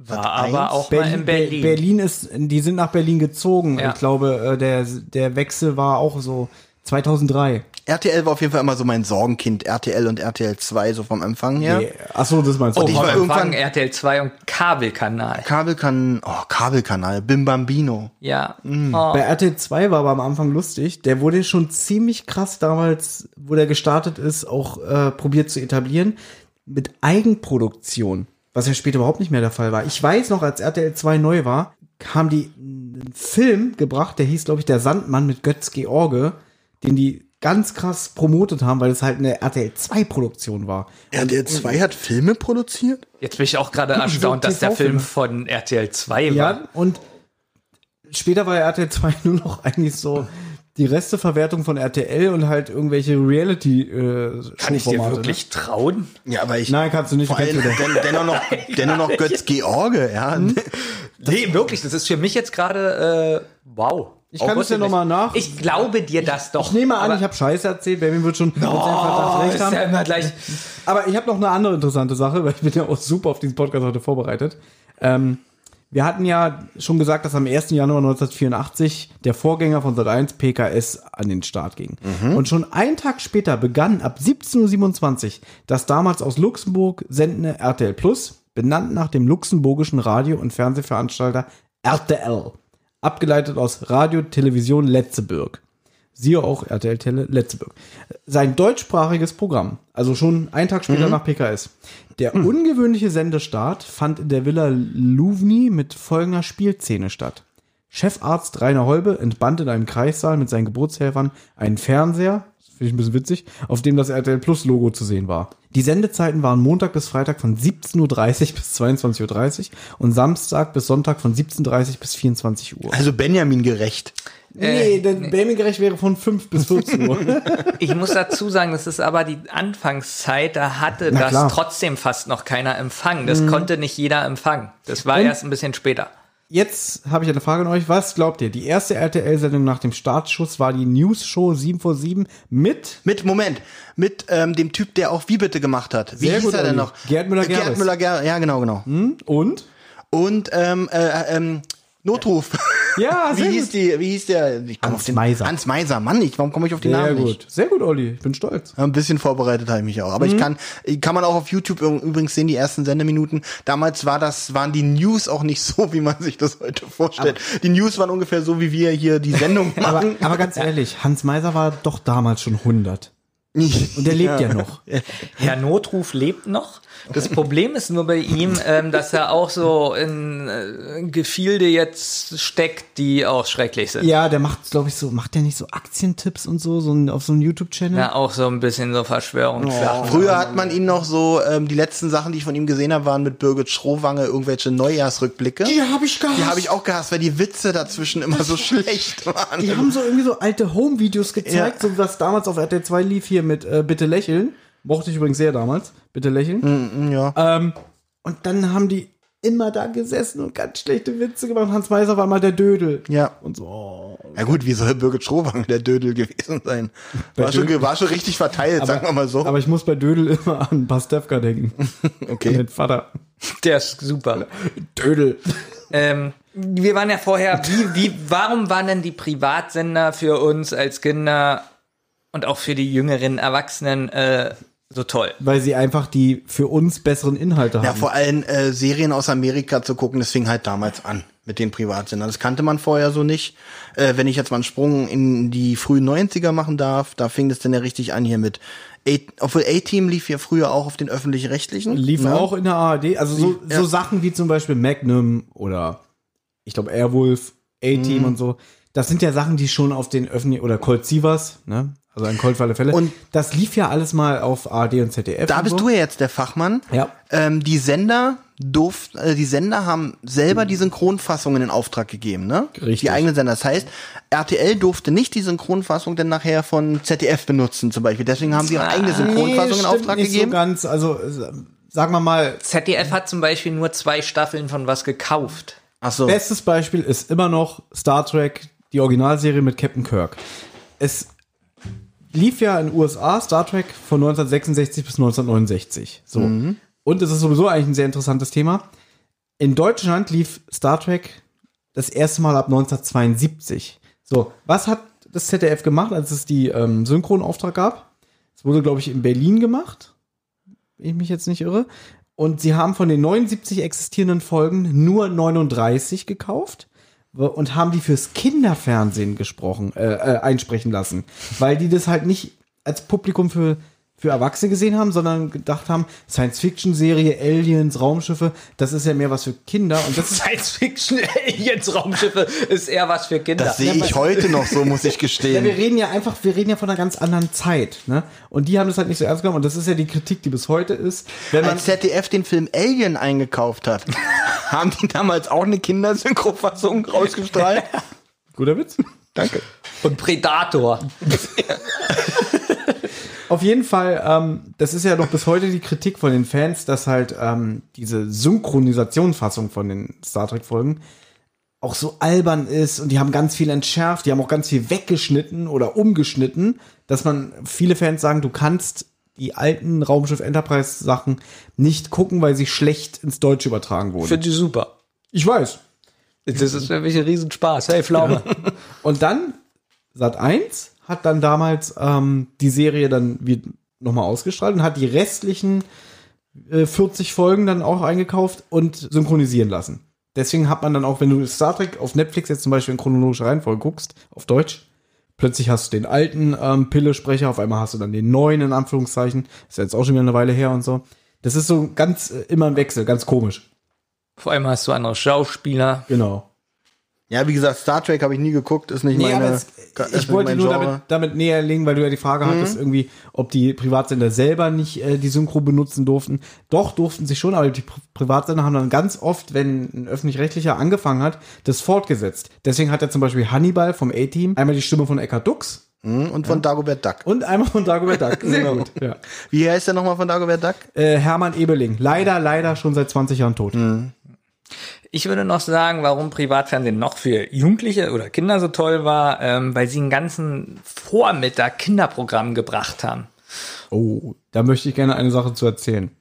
War aber auch mal in Be- Berlin. Berlin ist, die sind nach Berlin gezogen. Ja. Ich glaube, äh, der, der Wechsel war auch so 2003. RTL war auf jeden Fall immer so mein Sorgenkind, RTL und RTL 2, so vom Empfang her. Nee, Äh, Ach so, das meinst du. Oh, ich war war irgendwann- irgendwann RTL 2 und Kabelkanal. Kabelkan oh, Kabelkanal, Bim Bambino. Ja. Oh. Mhm. Bei RTL 2 war aber am Anfang lustig. Der wurde schon ziemlich krass damals, wo der gestartet ist, auch äh, probiert zu etablieren mit Eigenproduktion, was ja später überhaupt nicht mehr der Fall war. Ich weiß noch, als RTL 2 neu war, haben die einen Film gebracht, der hieß, glaube ich, Der Sandmann mit Götz George, den die ganz krass promotet haben, weil es halt eine RTL 2 Produktion war. RTL 2 hat Filme produziert? Jetzt bin ich auch gerade erstaunt, dass der Film von RTL 2 war. Ja, und später war ja RTL 2 nur noch eigentlich so die Resteverwertung von RTL und halt irgendwelche reality äh, Kann ich dir Showformate, wirklich trauen? Ja, aber ich. Ne? Nein, kannst du nicht. Hm? vor Kennst allem du doch. den, dennoch noch, dennoch noch Götz George, ja. Nee, wirklich, das ist für mich jetzt gerade, äh, wow. Ich kann es dir noch mal nach- Ich glaube dir das doch. ich nehme an, Aber- ich habe Scheiße erzählt. Benjamin wird schon wird's einfach Oh, das ist recht haben. ja immer gleich. Aber ich habe noch eine andere interessante Sache, weil ich bin ja auch super auf diesen Podcast heute vorbereitet. Ähm, wir hatten ja schon gesagt, dass am 1. Januar 1984 der Vorgänger von Sat1 PKS an den Start ging. Und schon einen Tag später begann ab 17.27 Uhr das damals aus Luxemburg sendende RTL Plus, benannt nach dem luxemburgischen Radio- und Fernsehveranstalter RTL, abgeleitet aus Radio Television Letzeburg. Siehe auch RTL Tele Letzeburg. Sein deutschsprachiges Programm, also schon einen Tag später nach PKS. Der ungewöhnliche Sendestart fand in der Villa Louvni mit folgender Spielszene statt. Chefarzt Rainer Holbe entband in einem Kreissaal mit seinen Geburtshelfern einen Fernseher, das finde ich ein bisschen witzig, auf dem das RTL Plus Logo zu sehen war. Die Sendezeiten waren Montag bis Freitag von 17.30 Uhr bis 22.30 Uhr und Samstag bis Sonntag von 17.30 Uhr bis 24 Uhr. Also Benjamin gerecht. Nee, denn Baming-Gerecht wäre von 5 bis 14 Uhr. Ich muss dazu sagen, das ist aber die Anfangszeit, da hatte Na das klar. Mhm. trotzdem fast noch keiner empfangen. Das konnte nicht jeder empfangen. Das war erst ein bisschen später. Jetzt habe ich eine Frage an euch. Was glaubt ihr? Die erste RTL-Sendung nach dem Startschuss war die News-Show 7 vor 7 mit Mit, Moment, mit ähm, dem Typ, der auch Wie bitte gemacht hat. Wie Sehr hieß gut, er denn Olli. noch? Gerd Hm? Müller-Gerres. Gerd Müller-Gerres, ja, genau, genau. und? Und ähm, äh, ähm, Notruf. Ja, wie sehr hieß gut. die, wie hieß der? Ich komm Hans auf den, Meiser. Hans Meiser, Mann, ich, warum komme ich auf den Sehr Namen gut. nicht? Sehr gut, Olli. Ich bin stolz. Ein bisschen vorbereitet habe ich mich auch. Aber Hm? ich kann, kann man auch auf YouTube ü- übrigens sehen, die ersten Sendeminuten. Damals war das, waren die News auch nicht so, wie man sich das heute vorstellt. die News waren ungefähr so, wie wir hier die Sendung Aber, machen. aber ganz ehrlich, Hans Meiser war doch damals schon 100. Und der lebt ja, noch. Herr Notruf lebt noch. Das Problem ist nur bei ihm, ähm, dass er auch so in äh, Gefilde jetzt steckt, die auch schrecklich sind. Ja, der macht, glaube ich, so, macht der nicht so Aktientipps und so, so ein, auf so einem YouTube-Channel? Ja, auch so ein bisschen so Verschwörungssachen. Früher hat man ihn noch so, ähm, die letzten Sachen, die ich von ihm gesehen habe, waren mit Birgit Schrowange irgendwelche Neujahrsrückblicke. Die habe ich gehasst. habe ich auch gehasst, weil die Witze dazwischen immer so schlecht waren. Die haben so irgendwie so alte Home-Videos gezeigt, so was damals auf RTL 2 lief hier mit äh, Bitte lächeln. Mochte ich übrigens sehr damals. Bitte lächeln. Mm, ja. Ähm, und dann haben die immer da gesessen und ganz schlechte Witze gemacht. Hans Meiser war mal der Dödel. Ja. Und so. Oh. Na gut, wie soll Birgit Schrowange der Dödel gewesen sein? War schon, ge- war schon richtig verteilt, sagen wir mal so. Aber ich muss bei Dödel immer an Pastewka denken. Okay. Mit Vater. Der ist super. Dödel. Ähm, wir waren ja vorher, wie, wie, warum waren denn die Privatsender für uns als Kinder und auch für die jüngeren Erwachsenen äh, so toll? Weil sie einfach die für uns besseren Inhalte Ja, haben. vor allem äh, Serien aus Amerika zu gucken, das fing halt damals an mit den Privatsendern. Das kannte man vorher so nicht. Äh, wenn ich jetzt mal einen Sprung in die frühen 90er machen darf, da fing das denn ja richtig an hier mit. A- Obwohl A-Team lief ja früher auch auf den öffentlich-rechtlichen. Lief ne? auch in der ARD. Also so, so Sachen wie zum Beispiel Magnum oder ich glaube Airwolf, A-Team Mhm. und so. Das sind ja Sachen, die schon auf den öffentlichen oder Colt Sievers, ne? Also ein Colt für alle Fälle. Und- das lief ja alles mal auf ARD und ZDF. Da und bist so. du ja jetzt der Fachmann. Ja. Ähm, die Sender, durften, äh, die Sender haben selber die Synchronfassungen in Auftrag gegeben, ne? Richtig. Die eigenen Sender. Das heißt, RTL durfte nicht die Synchronfassung dann nachher von ZDF benutzen, zum Beispiel. Deswegen haben sie ihre eigene Synchronfassung in Äh, stimmt Auftrag nicht gegeben. so ganz, also äh, sagen wir mal, ZDF hat zum Beispiel nur zwei Staffeln von was gekauft. Ach so. Bestes Beispiel ist immer noch Star Trek, die Originalserie mit Captain Kirk. Es lief ja in den USA Star Trek von 1966 bis 1969. So. Und es ist sowieso eigentlich ein sehr interessantes Thema. In Deutschland lief Star Trek das erste Mal ab 1972. So, was hat das ZDF gemacht, als es die ähm, Synchronauftrag gab? Es wurde, glaube ich, in Berlin gemacht, wenn ich mich jetzt nicht irre. Und sie haben von den 79 existierenden Folgen nur 39 gekauft und haben die fürs Kinderfernsehen gesprochen, äh, äh, einsprechen lassen. Weil die das halt nicht als Publikum für, für Erwachsene gesehen haben, sondern gedacht haben, Science-Fiction-Serie, Aliens, Raumschiffe, das ist ja mehr was für Kinder. Und das ist Science-Fiction, Aliens, Raumschiffe ist eher was für Kinder. Das sehe ich heute noch so, muss ich Ja, wir gestehen. reden ja einfach, wir reden ja von einer ganz anderen Zeit, ne? Und die haben das halt nicht so ernst genommen und das ist ja die Kritik, die bis heute ist. Wenn man Als ZDF den Film Alien eingekauft hat, haben die damals auch eine Kindersynchrofassung rausgestrahlt? guter Witz. Danke. Und Predator. Auf jeden Fall, ähm, das ist ja noch bis heute die Kritik von den Fans, dass halt ähm, diese Synchronisationsfassung von den Star Trek Folgen auch so albern ist und die haben ganz viel entschärft, die haben auch ganz viel weggeschnitten oder umgeschnitten, dass man viele Fans sagen, du kannst die alten Raumschiff Enterprise Sachen nicht gucken, weil sie schlecht ins Deutsche übertragen wurden. Finde ich super. Ich weiß, Das ist für mich ein Riesenspaß. Hey, Pflaume. Und dann, Sat 1 hat dann damals ähm, die Serie dann nochmal ausgestrahlt und hat die restlichen äh, 40 Folgen dann auch eingekauft und synchronisieren lassen. Deswegen hat man dann auch, wenn du Star Trek auf Netflix jetzt zum Beispiel in chronologischer Reihenfolge guckst, auf Deutsch, plötzlich hast du den alten ähm, Pillesprecher, auf einmal hast du dann den neuen, in Anführungszeichen. Ist ja jetzt auch schon wieder eine Weile her und so. Das ist so ganz, äh, immer ein Wechsel, ganz komisch. Vor allem hast du andere Schauspieler. Genau. Ja, wie gesagt, Star Trek habe ich nie geguckt, ist nicht Nee, meine. aber es, ist nicht ich wollte mein nur Genre. Mhm. damit, damit näher legen, weil du ja die Frage hattest, irgendwie, ob die Privatsender selber nicht äh, die Synchro benutzen durften. Doch, durften sie schon, aber die Pri Privatsender haben dann ganz oft, wenn ein öffentlich-rechtlicher angefangen hat, das fortgesetzt. Deswegen hat er zum Beispiel Hannibal vom A-Team einmal die Stimme von Eckhard Dux Hm, Und von Dagobert Duck. und einmal von Dagobert Duck. Sehr gut. Ja. Wie heißt der nochmal von Dagobert Duck? Äh, Hermann Ebeling, leider, leider schon seit 20 Jahren tot. Ich würde noch sagen, warum Privatfernsehen noch für Jugendliche oder Kinder so toll war, ähm, weil sie einen ganzen Vormittag Kinderprogramm gebracht haben. Oh, da möchte ich gerne eine Sache zu erzählen.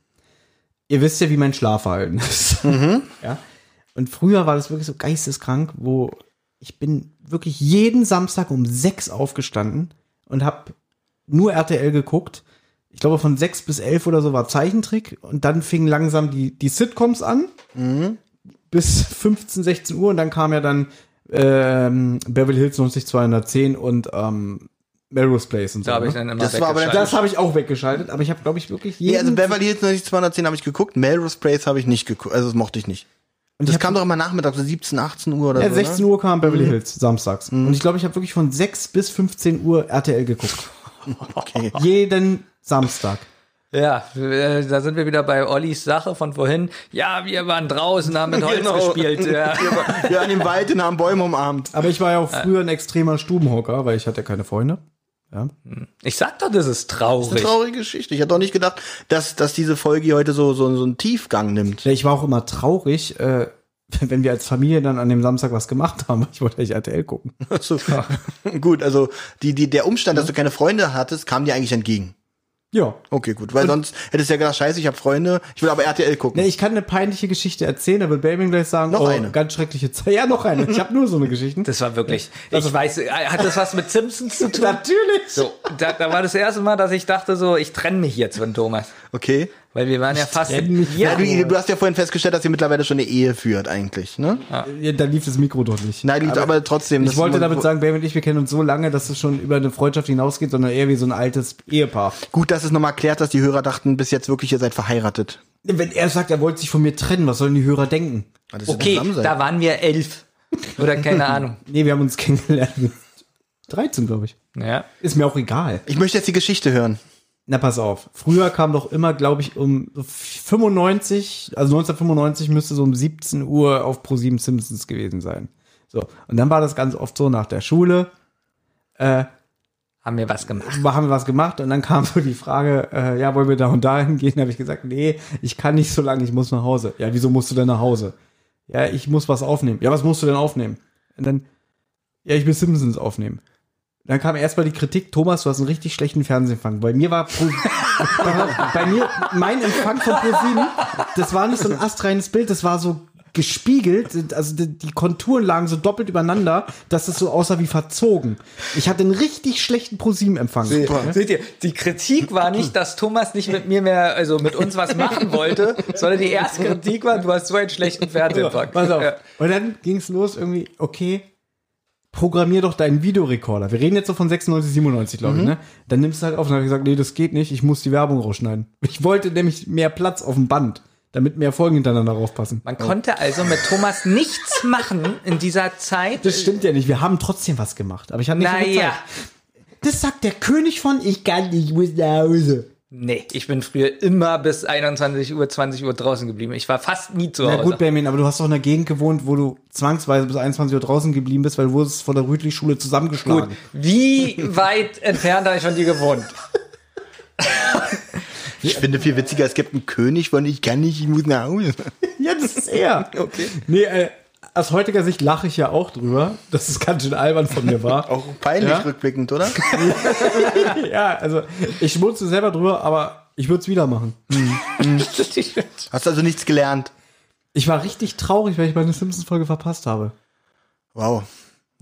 Ihr wisst ja, wie mein Schlafverhalten ist. Mhm. Ja? Und früher war das wirklich so geisteskrank, wo ich bin wirklich jeden Samstag um sechs aufgestanden und habe nur RTL geguckt. Ich glaube, von sechs bis elf oder so war Zeichentrick und dann fingen langsam die, die Sitcoms an Mhm. bis 15, 16 Uhr und dann kam ja dann ähm, Beverly Hills 90210 und ähm, Melrose Place und so. Da habe ich ne? dann immer Das war aber- weggeschaltet. Das habe ich auch weggeschaltet, aber ich habe, glaube ich, wirklich jeden. Also Nee, also Beverly Hills 90210 habe ich geguckt, Melrose Place habe ich nicht geguckt, also das mochte ich nicht. das kam doch immer nachmittags, so 17, 18 Uhr oder Mhm. ja, so. ne? 16 Uhr kam Beverly Hills samstags. Und ich glaube, ich habe wirklich von 6 bis 15 Uhr RTL geguckt. Okay. Jeden Samstag. Ja, äh, da sind wir wieder bei Ollis Sache von vorhin. Ja, wir waren draußen, haben mit Holz Genau. gespielt. Ja. Ne? Ja, an dem Wald und haben Bäume umarmt. Aber ich war ja auch früher ein extremer Stubenhocker, weil ich hatte keine Freunde. Ich sag doch, das ist Eine traurig. traurige Geschichte. Ich hatte doch nicht gedacht, dass, dass diese Folge hier heute so, so, so einen Tiefgang nimmt. Ja, Ich war auch immer traurig, äh, wenn wir als Familie dann an dem Samstag was gemacht haben. weil Ich wollte eigentlich RTL gucken. So. gut, also die, die, der Umstand, dass du keine Freunde hattest, kam dir eigentlich entgegen. Ja. Okay, gut, weil sonst hättest du ja gedacht, scheiße, ich habe Freunde, ich will aber RTL gucken. Ne, ich kann eine peinliche Geschichte erzählen, da wird Babing gleich sagen, Noch oh, eine. ganz schreckliche Zeit. Ja, noch eine. Ich habe nur so eine Geschichten. Das war wirklich. Ich weiß, äh, hat das was mit Simpsons zu tun? Natürlich. So, da, da war das erste Mal, dass ich dachte so, ich trenne mich jetzt von Thomas. Okay. Weil wir waren ja fast. trenn mich. Ja, Ja, du, du hast ja vorhin festgestellt, dass ihr mittlerweile schon eine Ehe führt eigentlich, ne? Ja, da lief das Mikro doch nicht. Nein, aber, aber trotzdem. das Ich wollte ist- damit sagen, Bam und ich, wir kennen uns so lange, dass es schon über eine Freundschaft hinausgeht, sondern eher wie so ein altes Ehepaar. Gut, dass es nochmal klärt, dass die Hörer dachten, bis jetzt wirklich, ihr seid verheiratet. Wenn er sagt, er wollte sich von mir trennen, was sollen die Hörer denken? okay, da waren wir elf. Oder keine Ahnung. Nee, wir haben uns kennengelernt. mit 13, glaube ich. Ja. Ist mir auch egal. Ich möchte jetzt die Geschichte hören. Na, pass auf. Früher kam doch immer, glaube ich, um 95, also 1995 müsste so um 17 Uhr auf ProSieben Simpsons gewesen sein. So. Und dann war das ganz oft so nach der Schule. Haben wir was gemacht. Wir haben was gemacht und dann kam so die Frage, äh, ja, wollen wir da und da hingehen? Da habe ich gesagt, nee, ich kann nicht so lange, ich muss nach Hause. Ja, wieso musst du denn nach Hause? Ja, ich muss was aufnehmen. Ja, was musst du denn aufnehmen? Und dann, ja, ich will Simpsons aufnehmen. Dann kam erstmal die Kritik, Thomas, du hast einen richtig schlechten Fernsehempfang. Bei mir war, Pro, bei, bei mir, mein Empfang von ProSieben, das war nicht so ein astreines Bild, das war so gespiegelt, also die, die Konturen lagen so doppelt übereinander, dass es so aussah wie verzogen. Ich hatte einen richtig schlechten ProSieben-Empfang. Seht ihr, die Kritik war nicht, dass Thomas nicht mit mir mehr, also mit uns was machen wollte, sondern die erste Kritik war, du hast so einen schlechten Fernsehpack. Pass auf. Ja. Und dann ging's los irgendwie, okay, programmier doch deinen Videorekorder. Wir reden jetzt so von 96, 97, glaube Mhm. ich, ne? Dann nimmst du halt auf und dann hab ich gesagt, nee, das geht nicht, ich muss die Werbung rausschneiden. Ich wollte nämlich mehr Platz auf dem Band, damit mehr Folgen hintereinander raufpassen. Man konnte also mit Thomas nichts machen in dieser Zeit. Das stimmt ja nicht, wir haben trotzdem was gemacht, aber ich habe nicht so viel Naja, Zeit. Das sagt der König von, ich kann nicht, ich muss nach Hause. nee, ich bin früher immer bis 21 Uhr, 20 Uhr draußen geblieben. Ich war fast nie zu Na Hause. gut, Benjamin, aber du hast doch in einer Gegend gewohnt, wo du zwangsweise bis 21 Uhr draußen geblieben bist, weil du wurdest von der Rüdlich-Schule zusammengeschlagen. Gut, wie weit entfernt habe ich von dir gewohnt? Ich finde viel witziger, es gibt einen König von ich kann nicht, ich muss nach Hause. Ja, das ist er. Okay. Nee, äh, aus heutiger Sicht lache ich ja auch drüber, dass es ganz schön albern von mir war. Auch peinlich Ja? rückblickend, oder? ja, also ich schmutze selber drüber, aber ich würde es wieder machen. Hast also nichts gelernt. Ich war richtig traurig, weil ich meine Simpsons-Folge verpasst habe. Wow.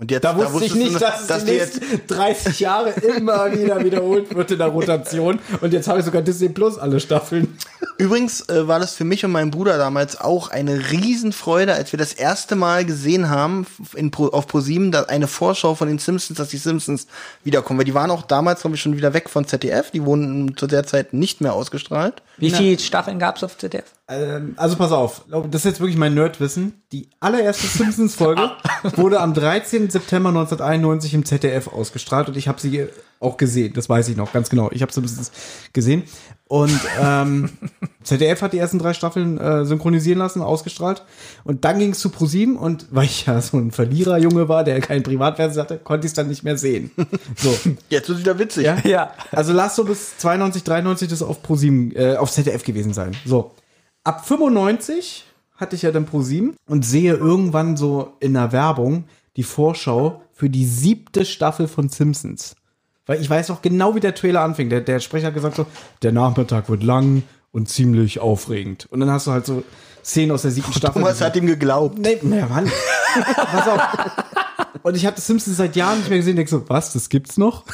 Und jetzt, Da wusste ich wusstest nicht, du, dass, es du die jetzt, nächsten 30 Jahre immer wieder wiederholt wird in der Rotation. Und jetzt habe ich sogar Disney Plus alle Staffeln. Übrigens äh, war das für mich und meinen Bruder damals auch eine Riesenfreude, als wir das erste Mal gesehen haben f- in Pro, auf ProSieben, dass eine Vorschau von den Simpsons, dass die Simpsons wiederkommen. Weil die waren auch damals, glaube ich, schon wieder weg von ZDF. Die wurden zu der Zeit nicht mehr ausgestrahlt. Wie viele Staffeln gab es auf ZDF? Ähm, also pass auf, das ist jetzt wirklich mein Nerdwissen. Die allererste Simpsons-Folge wurde am 13. September 1991 im ZDF ausgestrahlt und ich habe sie auch gesehen. Das weiß ich noch ganz genau. Ich habe Simpsons gesehen und ähm, ZDF hat die ersten drei Staffeln äh, synchronisieren lassen, ausgestrahlt und dann ging es zu ProSieben und weil ich ja so ein Verliererjunge war, der keinen Privatfernseher hatte, konnte ich es dann nicht mehr sehen. So, Jetzt ist wieder witzig. ja? Ja. Also lass so bis 92, 93 das auf ProSieben, äh, auf ZDF gewesen sein. So. Ab 95 hatte ich ja dann ProSieben und sehe irgendwann so in der Werbung die Vorschau für die siebte Staffel von Simpsons. Weil ich weiß auch genau, wie der Trailer anfing. Der, der Sprecher hat gesagt so, der Nachmittag wird lang und ziemlich aufregend. Und dann hast du halt so Szenen aus der siebten Staffel. Thomas hat ihm geglaubt. Nee, na, Mann. Pass auf. Und ich habe Simpsons seit Jahren nicht mehr gesehen. Denk so, was, das gibt's noch?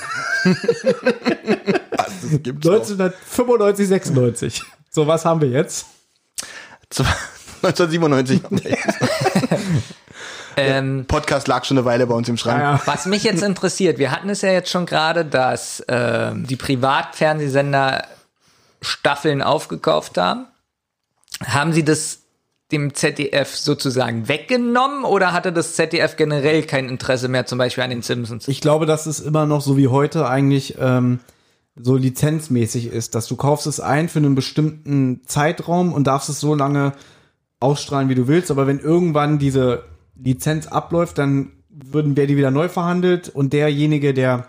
1995, 96. So, was haben wir jetzt? 1997. Ähm, Podcast lag schon eine Weile bei uns im Schrank. Ja, was mich jetzt interessiert, wir hatten es ja jetzt schon gerade, dass ähm, die Privatfernsehsender Staffeln aufgekauft haben. Haben sie das dem ZDF sozusagen weggenommen oder hatte das ZDF generell kein Interesse mehr zum Beispiel an den Simpsons? Ich glaube, dass es immer noch so wie heute eigentlich ähm, so lizenzmäßig ist, dass du kaufst es ein für einen bestimmten Zeitraum und darfst es so lange ausstrahlen, wie du willst. Aber wenn irgendwann diese Lizenz abläuft, dann würden wir die wieder neu verhandelt und derjenige, der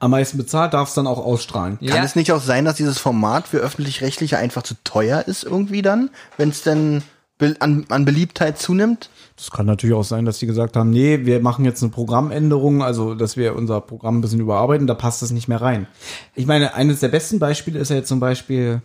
am meisten bezahlt, darf es dann auch ausstrahlen. Kann es nicht auch sein, dass dieses Format für öffentlich-rechtliche einfach zu teuer ist irgendwie dann, wenn es denn be- an, an Beliebtheit zunimmt? Es kann natürlich auch sein, dass die gesagt haben, nee, wir machen jetzt eine Programmänderung, also dass wir unser Programm ein bisschen überarbeiten, da passt das nicht mehr rein. Ich meine, eines der besten Beispiele ist ja jetzt zum Beispiel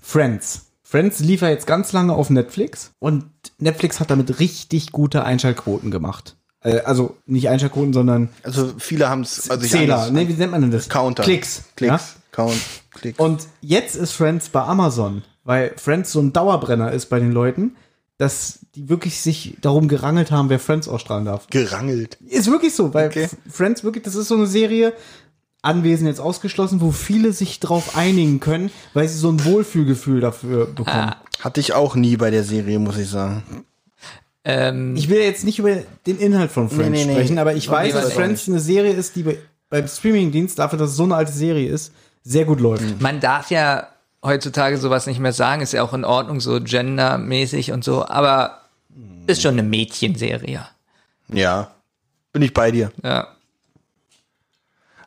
Friends. Friends lief ja jetzt ganz lange auf Netflix und Netflix hat damit richtig gute Einschaltquoten gemacht. Äh, Also nicht Einschaltquoten, sondern Also viele haben es. Also ich Zähler. anders- Nee, wie nennt man denn das? Counter. Klicks. Klicks. Ja? Count. Klicks. Und jetzt ist Friends bei Amazon, weil Friends so ein Dauerbrenner ist bei den Leuten, dass die wirklich sich darum gerangelt haben, wer Friends ausstrahlen darf. gerangelt. Ist wirklich so, weil Okay. F- Friends wirklich, das ist so eine Serie, Anwesen jetzt ausgeschlossen, wo viele sich drauf einigen können, weil sie so ein Wohlfühlgefühl dafür bekommen. Hatte ich auch nie bei der Serie, muss ich sagen. Ähm, Ich will jetzt nicht über den Inhalt von Friends Nee, nee, nee. sprechen, aber ich weiß, weiß dass ich Friends eine Serie ist, die bei, beim Streamingdienst, dafür, dass es so eine alte Serie ist, sehr gut Mhm. läuft. Man darf ja heutzutage sowas nicht mehr sagen, ist ja auch in Ordnung, so gendermäßig und so, aber ist schon eine Mädchenserie. Ja. Bin ich bei dir. Ja.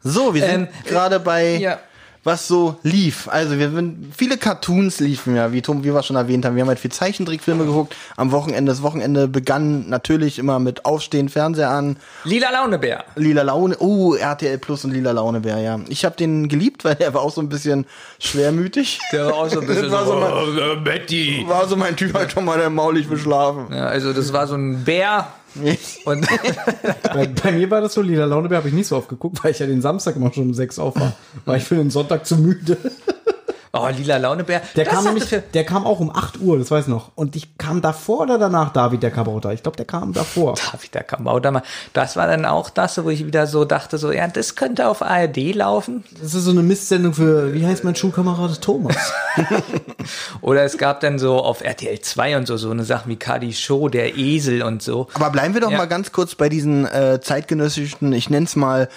So, wir sind Ähm, äh, gerade bei ja. was so lief. Also wir sind viele Cartoons liefen ja, wie Tom, wie wir schon erwähnt haben. Wir haben halt viel Zeichentrickfilme geguckt. Am Wochenende, das Wochenende begann natürlich immer mit Aufstehen, Fernseher an, Lila Launebär. Lila Laune, oh, RTL Plus und Lila Launebär, ja. Ich habe den geliebt, weil der war auch so ein bisschen schwermütig. Der war auch so ein Das bisschen war so mein- oh, Betty. War so mein Typ, halt schon mal der Maul, ich will schlafen. Ja, also das war so ein Bär und Bei, bei mir war das so, Lila Launebär habe ich nicht so oft geguckt, weil ich ja den Samstag immer schon um sechs auf war. War ich für den Sonntag zu müde. oh, Lila Launebär. Der Das kam hatte nämlich, für- der kam auch um 8 Uhr, das weiß ich noch. Und ich kam davor oder danach, David, der Kabauter? Ich glaube, der kam davor. Darf ich da Ah, kam auch da mal. Das war dann auch das, wo ich wieder so dachte, so, ja, das könnte auf ARD laufen. Das ist so eine Mistsendung für, wie heißt mein Schulkamerad Thomas? Oder es gab dann so auf RTL 2 und so, so eine Sache wie Kadi Show, der Esel und so. Aber bleiben wir doch Ja. mal ganz kurz bei diesen äh, zeitgenössischen, ich nenne es mal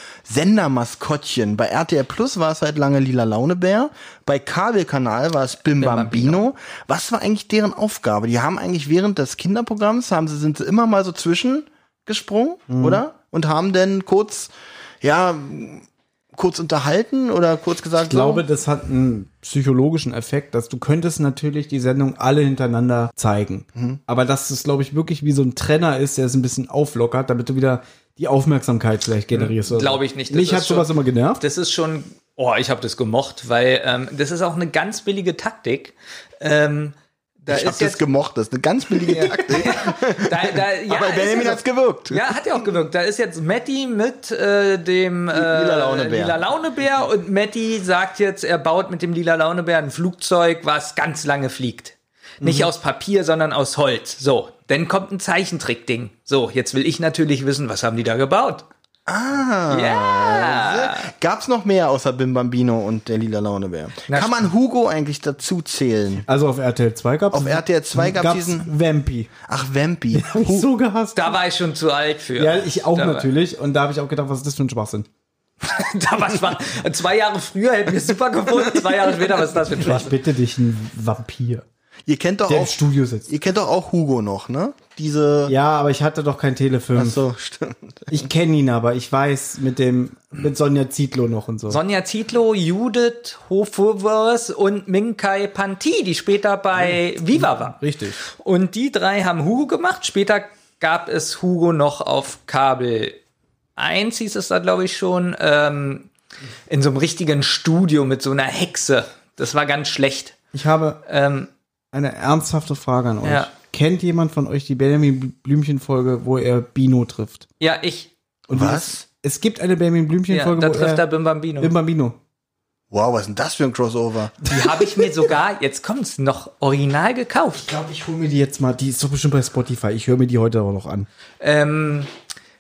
Sendermaskottchen. Bei RTR Plus war es halt lange Lila Launebär, bei Kabelkanal war es Bim Bambino. Was war eigentlich deren Aufgabe? Die haben eigentlich während des Kinderprogramms, haben sie, sind sie immer mal so zwischengesprungen, oder? Und haben dann kurz, ja, kurz unterhalten oder kurz gesagt, Ich glaube, das hat einen psychologischen Effekt, dass du könntest natürlich die Sendung alle hintereinander zeigen. Aber dass es, glaube ich, wirklich wie so ein Trenner ist, der es ein bisschen auflockert, damit du wieder die Aufmerksamkeit vielleicht generierst. oder so. Glaube ich nicht. Das Mich ist hat sowas schon- immer genervt. Das ist schon, oh, ich habe das gemocht, weil ähm, das ist auch eine ganz billige Taktik. Ähm, da ich habe das ist jetzt, gemocht, das ist eine ganz billige Taktik. da, da, ja, Aber ist Benjamin ja hat's gewirkt. Ja, hat ja auch gewirkt. Da ist jetzt Matti mit äh, dem äh, Lila Launebär. Lila Launebär und Matti sagt jetzt, er baut mit dem Lila Launebär ein Flugzeug, was ganz lange fliegt. Mhm. Nicht aus Papier, sondern aus Holz. So, dann kommt ein Zeichentrickding. So, jetzt will ich natürlich wissen, was haben die da gebaut? Ah. Ja. Gab's noch mehr außer Bim Bambino und der lila Launebär? Na, Kann man Hugo eigentlich dazu zählen? Also auf RTL 2 gab es Auf RTL 2 gab's diesen- Vampy. Ach, Vampi. Hab ich so gehasst. Da war ich schon zu alt für. ja, ich auch da war- natürlich. Und da habe ich auch gedacht, was ist das für ein Schwachsinn? Da was war, zwei Jahre früher hätten wir es super gefunden, zwei Jahre später, was ist das für ein Spaß? Ich bitte dich, ein Vampir, Ihr kennt doch der im auch, Studio sitzt. ihr kennt doch auch Hugo noch, ne? Diese. Ja, aber ich hatte doch keinen Telefilm. Ach so, stimmt. Ich kenne ihn aber. Ich weiß mit dem, mit Sonja Zietlow noch und so. Sonja Zietlow, Judith Hofwurst und Minkai Panti, die später bei Viva war. Richtig. Und die drei haben Hugo gemacht. Später gab es Hugo noch auf Kabel 1, hieß es da, glaube ich, schon, ähm, in so einem richtigen Studio mit so einer Hexe. Das war ganz schlecht. Ich habe Ähm, eine ernsthafte Frage an euch. Ja. Kennt jemand von euch die Benjamin Blümchen-Folge, wo er Bino trifft? ja, ich. Und Was? Es, es gibt eine Benjamin Ja, Blümchen-Folge, da wo trifft er er Bim Bambino. im Bambino. Wow, was ist denn das für ein Crossover? Die habe ich mir sogar, jetzt kommt's, noch original gekauft. Ich glaube, ich hole mir die jetzt mal. Die ist doch bestimmt bei Spotify. Ich höre mir die heute auch noch an. Ähm,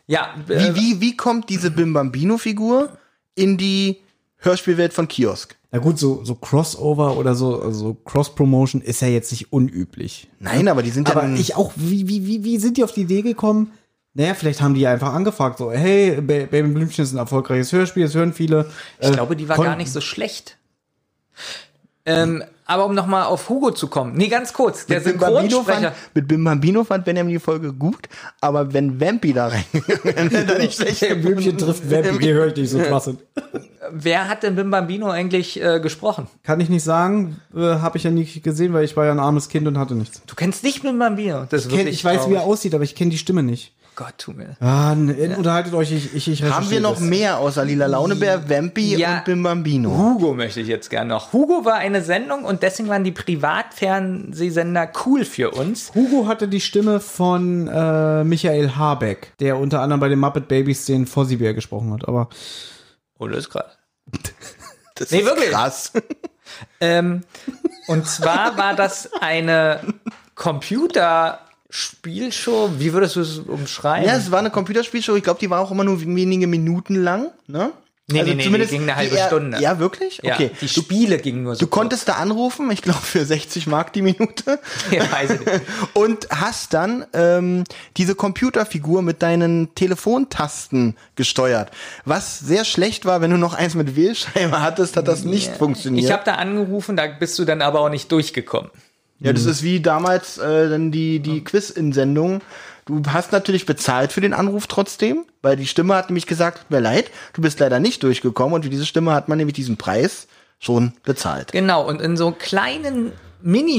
ja, äh, Wie, wie, wie kommt diese Bim Bambino-Figur in die Hörspielwelt von Kiosk? Na gut, so, so Crossover oder so, also so Cross-Promotion ist ja jetzt nicht unüblich. Nein, aber die sind ja. Aber dann- ich auch, wie, wie, wie, wie sind die auf die Idee gekommen? Naja, vielleicht haben die ja einfach angefragt, so, hey, Ba- Baby Blümchen ist ein erfolgreiches Hörspiel, es hören viele. Ich glaube, die war kon- gar nicht so schlecht. Ähm, aber um nochmal auf Hugo zu kommen. Nee, ganz kurz. Der Bim Bambino Synchronsprecher. fand, mit Bim Bambino fand Benjamin die Folge gut, aber wenn Vampi da reingegangen wäre, dann nicht schlecht. Baby Blümchen trifft Webby, die höre ich nicht so klasse. Wer hat denn Bim Bambino eigentlich äh, gesprochen? Kann ich nicht sagen, äh, habe ich ja nie gesehen, weil ich war ja ein armes Kind und hatte nichts. Du kennst nicht Bim Bambino. Das ist Ich, kenn, wirklich ich weiß, wie traurig. er aussieht, aber ich kenne die Stimme nicht. Gott, tu mir. Ah, n- unterhaltet euch, ich, ich, ich Haben wir recherchiere noch das. mehr außer Lila Launebär, Vampi Ja. und Bim Bambino? Hugo möchte ich jetzt gerne noch. Hugo war eine Sendung und deswegen waren die Privatfernsehsender cool für uns. Hugo hatte die Stimme von äh, Michael Habeck, der unter anderem bei den Muppet Babies den Fossibär gesprochen hat. Aber Oh, das ist krass. nee, wirklich. Krass. Ähm, und zwar war das eine Computerspielshow. Wie würdest du es umschreiben? Ja, es war eine Computerspielshow. Ich glaube, die war auch immer nur wenige Minuten lang. Ne? Nee, nee, nee, zumindest die ging eine halbe die- ja, Stunde. Ja, wirklich? Ja, okay. die Spiele gingen nur so Du konntest da anrufen, ich glaube für 60 Mark die Minute. Ja, weiß ich nicht. Und hast dann ähm, diese Computerfigur mit deinen Telefontasten gesteuert. Was sehr schlecht war, wenn du noch eins mit Wählscheibe hattest, hat das nicht funktioniert. Ich habe da angerufen, da bist du dann aber auch nicht durchgekommen. ja, das ist wie damals äh, dann die, die Quiz-Insendung. Du hast natürlich bezahlt für den Anruf trotzdem, weil die Stimme hat nämlich gesagt, tut mir leid, du bist leider nicht durchgekommen und für diese Stimme hat man nämlich diesen Preis schon bezahlt. Genau, und in so kleinen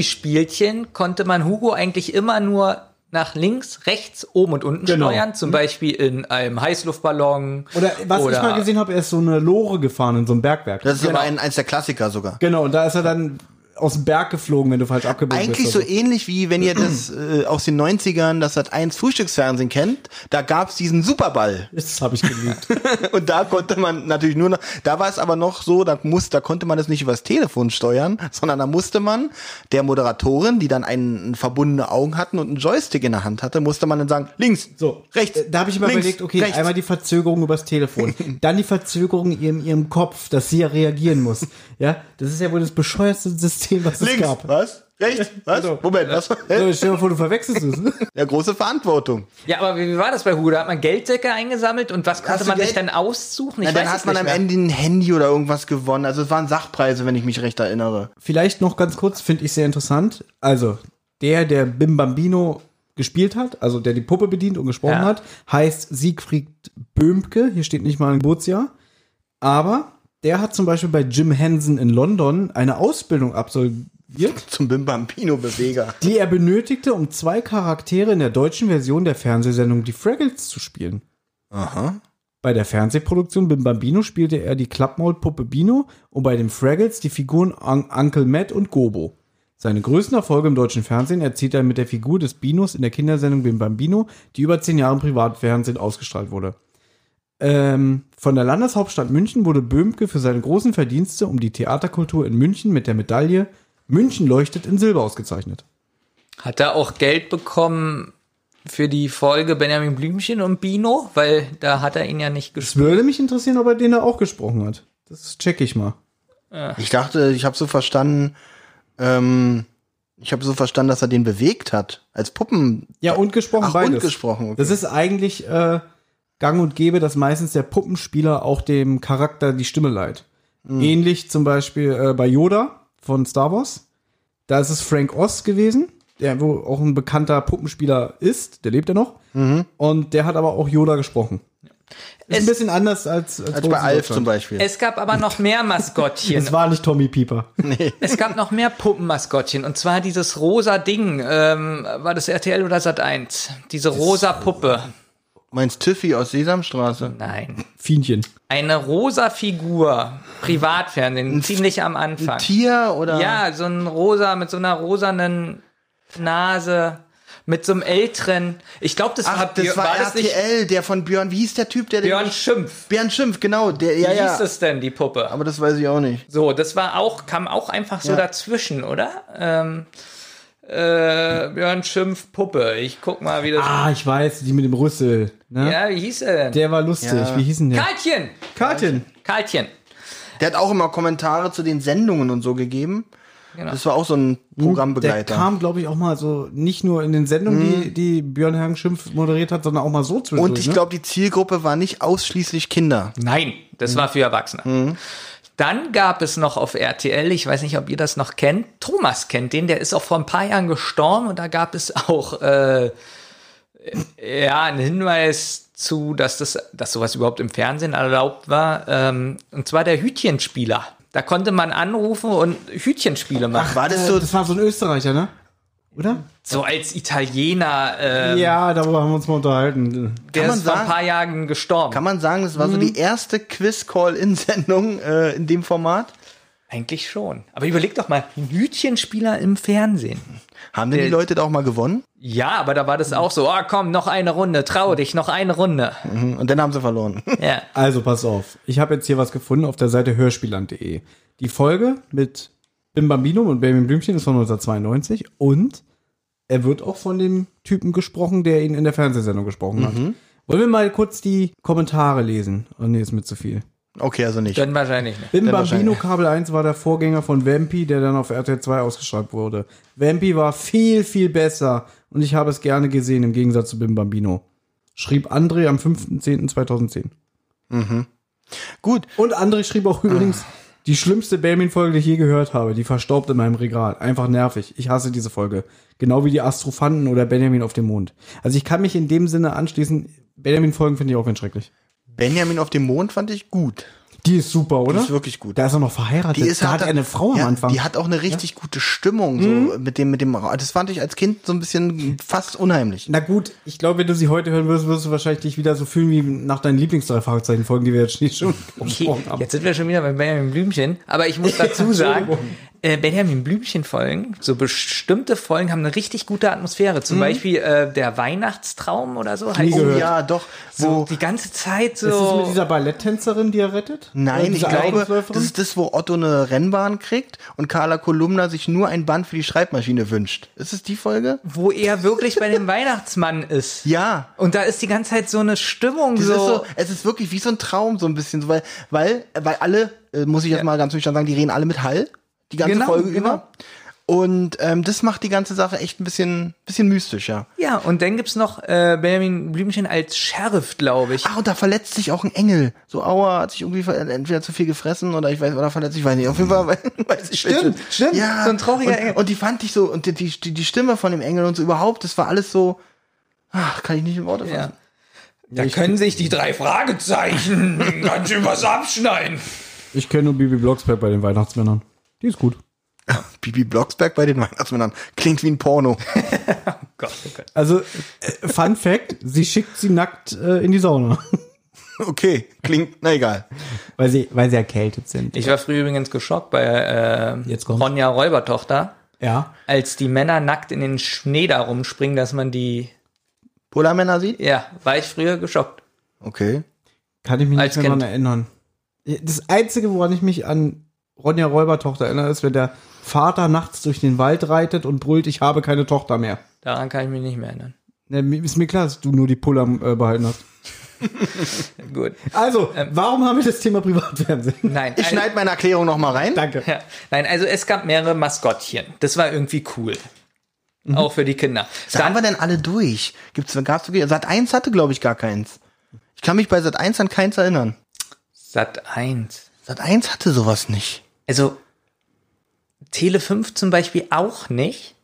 Minispielchen konnte man Hugo eigentlich immer nur nach links, rechts, oben und unten Genau. steuern. Mhm. Zum Beispiel in einem Heißluftballon. Oder was ich mal gesehen habe, er ist so eine Lore gefahren in so einem Bergwerk. Das ist aber ein, eins der Klassiker sogar. genau, und da ist er dann aus dem Berg geflogen, wenn du falsch abgebogen Eigentlich bist. so oder ähnlich wie wenn ihr das äh, aus den 90ern, das hat eins Frühstücksfernsehen kennt, da gab's diesen Superball. Das habe ich geliebt. Und da konnte man natürlich nur noch, da war es aber noch so, da muss, da konnte man das nicht übers Telefon steuern, sondern da musste man der Moderatorin, die dann einen verbundene Augen hatten und einen Joystick in der Hand hatte, musste man dann sagen, links, So, äh, rechts. Da habe ich mir links, überlegt, okay, rechts. einmal die Verzögerung übers Telefon, dann die Verzögerung in ihrem Kopf, dass sie ja reagieren muss. Ja, das ist ja wohl das bescheuerste System, was es links, gab. was? Rechts, was? Also. Moment, was? So, stell dir mal vor, du verwechselst es. ne? Ja, große Verantwortung. Ja, aber wie wie war das bei Hugo? Da hat man Geldsäcke eingesammelt und was konnte du man sich Geld- dann aussuchen? Ich Na, dann weiß hat es man nicht am mehr. Ende ein Handy oder irgendwas gewonnen. Also es waren Sachpreise, wenn ich mich recht erinnere. Vielleicht noch ganz kurz, finde ich sehr interessant. Also, der, der Bim Bambino gespielt hat, also der die Puppe bedient und gesprochen Ja. hat, heißt Siegfried Böhmke. Hier steht nicht mal ein Geburtsjahr. Aber der hat zum Beispiel bei Jim Henson in London eine Ausbildung absolviert. Zum Bim Bambino Beweger. die er benötigte, um zwei Charaktere in der deutschen Version der Fernsehsendung Die Fraggles zu spielen. Aha. Bei der Fernsehproduktion Bim Bambino spielte er die Klappmaulpuppe Bino und bei den Fraggles die Figuren Un Uncle Matt und Gobo. Seine größten Erfolge im deutschen Fernsehen erzielte er mit der Figur des Binos in der Kindersendung Bim Bambino, die über zehn Jahre im Privatfernsehen ausgestrahlt wurde. Ähm, von der Landeshauptstadt München wurde Böhmke für seine großen Verdienste um die Theaterkultur in München mit der Medaille München leuchtet in Silber ausgezeichnet. Hat er auch Geld bekommen für die Folge Benjamin Blümchen und Bino? Weil da hat er ihn ja nicht gespielt. Es würde mich interessieren, ob er den da auch gesprochen hat. Das check ich mal. Ich dachte, ich habe so verstanden, ähm, ich habe so verstanden, dass er den bewegt hat. Als Puppen. Ja, und gesprochen Ach, beides. und gesprochen. Okay. Das ist eigentlich äh, gang und gäbe, dass meistens der Puppenspieler auch dem Charakter die Stimme leiht. Mhm. Ähnlich zum Beispiel äh, bei Yoda von Star Wars. Da ist es Frank Oz gewesen, der wo auch ein bekannter Puppenspieler ist. Der lebt ja noch. Mhm. Und der hat aber auch Yoda gesprochen. Ist Es- ein bisschen anders als, Als bei Alf zum Beispiel. Es gab aber noch mehr Maskottchen. Es war nicht Tommy Pieper. Hm. Es gab noch mehr Puppenmaskottchen und zwar dieses rosa Ding. Ähm, war das RTL oder Sat 1? Diese rosa Puppe. Meinst Tiffy aus Sesamstraße? Nein. Fienchen. Eine rosa Figur. Privatfernsehen, ziemlich am Anfang. Tier oder? Ja, so ein rosa mit so einer rosanen Nase. Mit so einem älteren. Ich glaube, das Ach, war, das war, das nicht RTL, der von Björn. Wie hieß der Typ, der Björn den. Schimpf. Björn Schimpf, genau. Der, ja, Wie ja. hieß es denn, die Puppe? Aber das weiß ich auch nicht. So, das war auch, kam auch einfach so dazwischen, oder? Ähm, äh, Björn Schimpf Puppe. Ich guck mal, wie das. Ah, ich weiß, die mit dem Rüssel. Ne? Ja, wie hieß er denn? Der war lustig. Wie hieß denn der? Karlchen! Kartin. Karlchen. Der hat auch immer Kommentare zu den Sendungen und so gegeben. Genau. Das war auch so ein Der Programmbegleiter. kam, glaube ich, auch mal so nicht nur in den Sendungen, die, die Björn Hagen Schimpf moderiert hat, sondern auch mal so Mhm. zwischendurch. ne? Und ich ne? glaube, die Zielgruppe war nicht ausschließlich Kinder. Nein, Mhm. das war für Erwachsene. Dann gab es noch auf RTL, ich weiß nicht, ob ihr das noch kennt, Thomas kennt den, der ist auch vor ein paar Jahren gestorben und da gab es auch äh, äh, ja, einen Hinweis zu, dass, das, dass sowas überhaupt im Fernsehen erlaubt war. Ähm, und zwar der Hütchenspieler. Da konnte man anrufen und Hütchenspiele machen. War das ne? so das war so ein Österreicher, ne? Oder? so als Italiener, Ähm. äh, ja, darüber haben wir uns mal unterhalten. der man ist vor ein sagen- paar Jahren gestorben. Kann man sagen, das war so Mhm. die erste Quiz-Call-In-Sendung äh, in dem Format? Eigentlich schon. Aber überleg doch mal, ein Hütchenspieler im Fernsehen. Haben denn die Leute da auch mal gewonnen? Ja, aber da war das auch so, ah komm, noch eine Runde, trau dich, noch eine Runde. Mhm, Und dann haben sie verloren. Ja. Also, pass auf. Ich habe jetzt hier was gefunden auf der Seite hörspielland.de. Die Folge mit Bim Bambino und Benjamin Blümchen ist von 1992 und er wird auch von dem Typen gesprochen, der Mhm. ihn in der Fernsehsendung gesprochen hat. Wollen wir mal kurz die Kommentare lesen? Oh nee, ist mir zu viel. Okay, also nicht. Dann wahrscheinlich nicht. Bim Dann Bambino wahrscheinlich- Kabel 1 war der Vorgänger von Vampy, der dann auf RTL 2 ausgeschreibt wurde. Vampy war viel, viel besser und ich habe es gerne gesehen im Gegensatz zu Bim Bambino. Schrieb André am 5.10.2010. Gut, Und André schrieb auch Ah. übrigens die schlimmste Belmin-Folge, die ich je gehört habe. Die verstaubt in meinem Regal. Einfach nervig. Ich hasse diese Folge. Genau wie die Astrophanten oder Benjamin auf dem Mond. Also ich kann mich in dem Sinne anschließen, Benjamin-Folgen finde ich auch ganz schrecklich. Benjamin auf dem Mond fand ich gut. Die ist super, oder? ist wirklich gut. halt Da ist er noch verheiratet. da hat er eine Frau ja, am Anfang. Mhm. Die hat auch eine richtig gute Stimmung so mit dem mit dem Ra- das fand ich als Kind so ein bisschen fast unheimlich. Na gut, ich glaube, wenn du sie heute hören würdest, wirst du wahrscheinlich dich wieder so fühlen wie nach deinen Lieblingsdrei-Fragezeichen-Folgen, die wir jetzt nicht schon Okay, besprochen haben. jetzt sind wir schon wieder bei Benjamin Blümchen, aber ich muss dazu sagen, äh, Benjamin Blümchen-Folgen, so bestimmte Folgen haben eine richtig gute Atmosphäre. Zum Beispiel äh, der Weihnachtstraum oder so. heißt- Mhm. gehört. Oh ja, doch, so wo die ganze Zeit so. Ist es mit dieser Balletttänzerin, die er rettet? Oder Nein, ich dieser glaube, Eiskunstläuferin? das ist das, wo Otto eine Rennbahn kriegt und Carla Kolumna sich nur ein Band für die Schreibmaschine wünscht. Ist es die Folge? wo er wirklich bei dem Weihnachtsmann ist. Ja. Und da ist die ganze Zeit so eine Stimmung Das so. Ist so, es ist wirklich wie so ein Traum, so ein bisschen, so, weil, weil, weil alle, äh, muss ich jetzt mal ganz nüchtern sagen, die reden alle mit Hall, die ganze Genau, Folge genau. über. Und ähm, das macht die ganze Sache echt ein bisschen, bisschen mystisch, ja. Ja, und dann gibt's noch äh, Benjamin Blümchen als Sheriff, glaube ich. Ah, und da verletzt sich auch ein Engel. So, aua, hat sich irgendwie ver- entweder zu viel gefressen oder ich weiß, oder verletzt sich, weiß nicht. Auf jeden Fall weiß ich Stimmt, welche. stimmt, so ein trauriger und, Engel. Und die fand ich so, und die, die, die Stimme von dem Engel und so überhaupt, das war alles so, ach, kann ich nicht in Worte fassen. Ja. Da können sich die drei Fragezeichen ganz schön was abschneiden. Ich kenne nur Bibi Blocksberg bei den Weihnachtsmännern. Die ist gut. Bibi Blocksberg bei den Weihnachtsmännern klingt wie ein Porno. Gott, oh Gott. Also, äh, Fun Fact, sie schickt sie nackt äh, in die Sauna, Okay, klingt, na egal. weil sie, weil sie erkältet sind. Ich war früher übrigens geschockt bei äh, Jetzt kommt's. Ronja Räubertochter, ja. als die Männer nackt in den Schnee da rumspringen, dass man die. Polarmänner sieht? Ja, war ich früher geschockt. Okay. Kann ich mich Als nicht mehr Kind. daran erinnern. Das Einzige, woran ich mich an Ronja Räubertochter erinnere, ist, wenn der Vater nachts durch den Wald reitet und brüllt, ich habe keine Tochter mehr. Daran kann ich mich nicht mehr erinnern. Ne, mir- Ist mir klar, dass du nur die Puller äh, behalten hast. Gut. Also, Ähm. warum haben wir das Thema Privatfernsehen? Nein, Ich also- schneide meine Erklärung nochmal rein. Danke. Ja. Nein, also es gab mehrere Maskottchen. Das war irgendwie cool. Auch für die Kinder. Sagen wir denn alle durch? Gibt's, gab's, Sat 1 hatte, glaube ich, gar keins. Ich kann mich bei Sat 1 an keins erinnern. Sat 1. Sat 1 hatte sowas nicht. Also Tele 5 zum Beispiel auch nicht.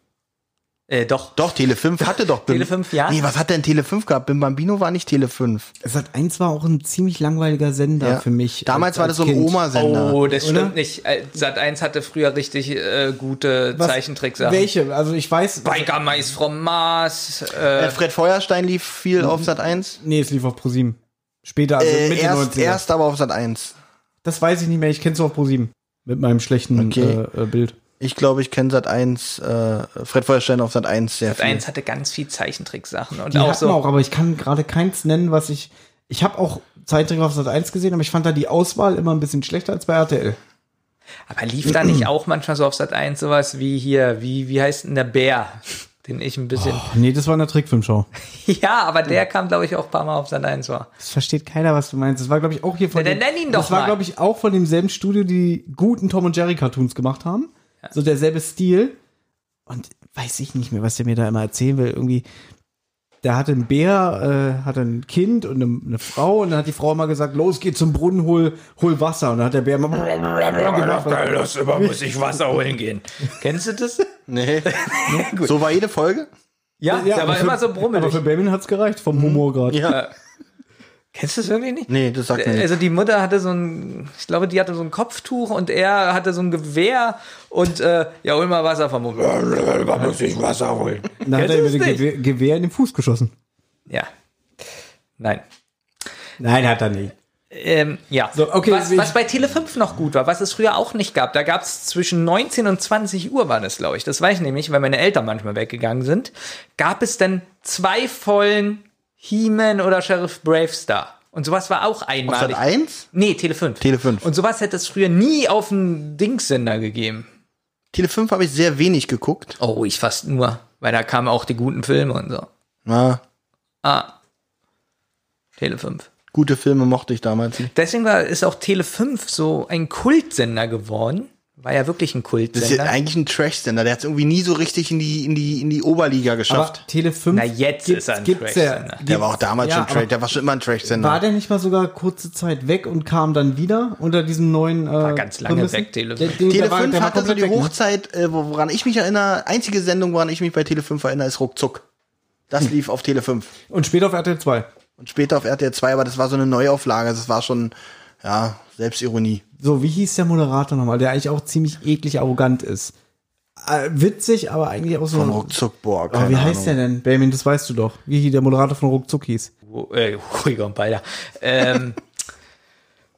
Äh, doch. Doch, Tele 5 hatte doch Bim. Tele 5, ja. Nee, was hat denn Tele 5 gehabt? Bim Bambino war nicht Tele 5. Sat 1 war auch ein ziemlich langweiliger Sender Ja. für mich. Damals als- war das als so ein Kind. Oma-Sender. Oh, das stimmt nicht. Äh, Sat 1 hatte früher richtig äh, gute Was- Zeichentricksachen. Welche? Also ich weiß. Biker Mice from Mars. Äh, Äh, Fred Feuerstein lief viel auf Sat 1. Nee, es lief auf ProSieben. Später, also Äh, Mitte erst, 90er. erst aber auf Sat 1. Das weiß ich nicht mehr, ich kenn's auf ProSieben. Mit meinem schlechten Okay. äh, äh, Bild. Ich glaube, ich kenne Sat 1, äh, Fred Feuerstein auf Sat 1 sehr Sat viel. 1 hatte ganz viel Zeichentricksachen. Und Die auch hatten so. auch, aber ich kann gerade keins nennen, was ich. Ich habe auch Zeitdrücker auf Sat 1 gesehen, aber ich fand da die Auswahl immer ein bisschen schlechter als bei RTL. Aber lief da nicht auch manchmal so auf Sat 1 sowas wie hier, wie, wie heißt denn der Bär? Den ich ein bisschen. Ach nee, das war eine Trickfilmshow. Ja, aber der kam, glaube ich, auch ein paar Mal auf Sat 1 war. Das versteht keiner, was du meinst. Das war, glaube ich, auch hier von. Na, dem- dann nenn ihn doch Das war, mal. glaube ich, auch von demselben Studio, die guten Tom und Jerry Cartoons gemacht haben. So derselbe Stil. Und weiß ich nicht mehr, was der mir da immer erzählen will. Irgendwie, der hatte einen Bär, äh, hatte ein Kind und eine, eine Frau. Und dann hat die Frau immer gesagt: Los, geh zum Brunnen, hol, hol Wasser. Und dann hat der Bär immer. gemacht. Los, über muss ich Wasser holen gehen. Kennst du das? Nee. so war jede Folge? Ja, Ja, der war aber immer für- so Aber brummelig. für Benjamin hat's gereicht, vom Humor gerade. Ja. Kennst du das wirklich nicht? Nee, das sagt Äh, mir nicht. Also die Mutter hatte so ein, ich glaube, die hatte so ein Kopftuch und er hatte so ein Gewehr und äh, ja, hol mal Wasser vom Mund. Da muss ich Wasser holen. Und Dann hat Kennst er mir du das den nicht? Gewehr, Gewehr in den Fuß geschossen. Ja. Nein. Nein, hat er nicht. Ähm, ja. So, okay, was, ich- was bei Tele 5 noch gut war, was es früher auch nicht gab, da gab es zwischen 19 und 20 Uhr war das, glaube ich. Das weiß ich nämlich, weil meine Eltern manchmal weggegangen sind. Gab es dann zwei vollen He-Man oder Sheriff Bravestar. Und sowas war auch Auf Sat einmalig. 1? Nee, Tele 5. Tele 5. Und sowas hätte es früher nie auf einen Dingssender gegeben. Tele 5 habe ich sehr wenig geguckt. Oh, ich fast nur, weil da kamen auch die guten Filme und so. Na, Ah. Tele 5. Gute Filme mochte ich damals. Deswegen war, ist auch Tele 5 so ein Kultsender geworden. War ja wirklich ein Das ist ja Kultsender. eigentlich ein Trash-Sender. Der hat es irgendwie nie so richtig in die, in die, in die Oberliga Aber geschafft. Tele 5 Na, jetzt ist er ein gibt's ja. Trash-Sender. der war auch damals ja, schon Trash. aber- Der war schon immer ein Trash-Sender. War der nicht mal sogar kurze Zeit weg und kam dann wieder unter diesem neuen. Äh, war ganz lange weg, Tele Der, fünf. der, der Tele war, 5 der war hatte so komplett die weg, ne? Hochzeit, äh, wo- woran ich mich erinnere, einzige Sendung, woran ich mich bei Tele 5 erinnere, ist Ruckzuck. Hm. Das lief auf Tele 5. Und später auf RTL 2. Und später auf RTL 2, aber das war so eine Neuauflage. Das war schon, ja, Selbstironie. So, wie hieß der Moderator nochmal, der eigentlich auch ziemlich eklig arrogant ist? Äh, witzig, aber eigentlich auch so. Von Ruckzuck, boah, aber keine wie heißt der Ahnung. denn? Benjamin, das weißt du doch. Wie der Moderator von Ruckzuck hieß. Wo- äh, Ruhiger und beider. Ähm,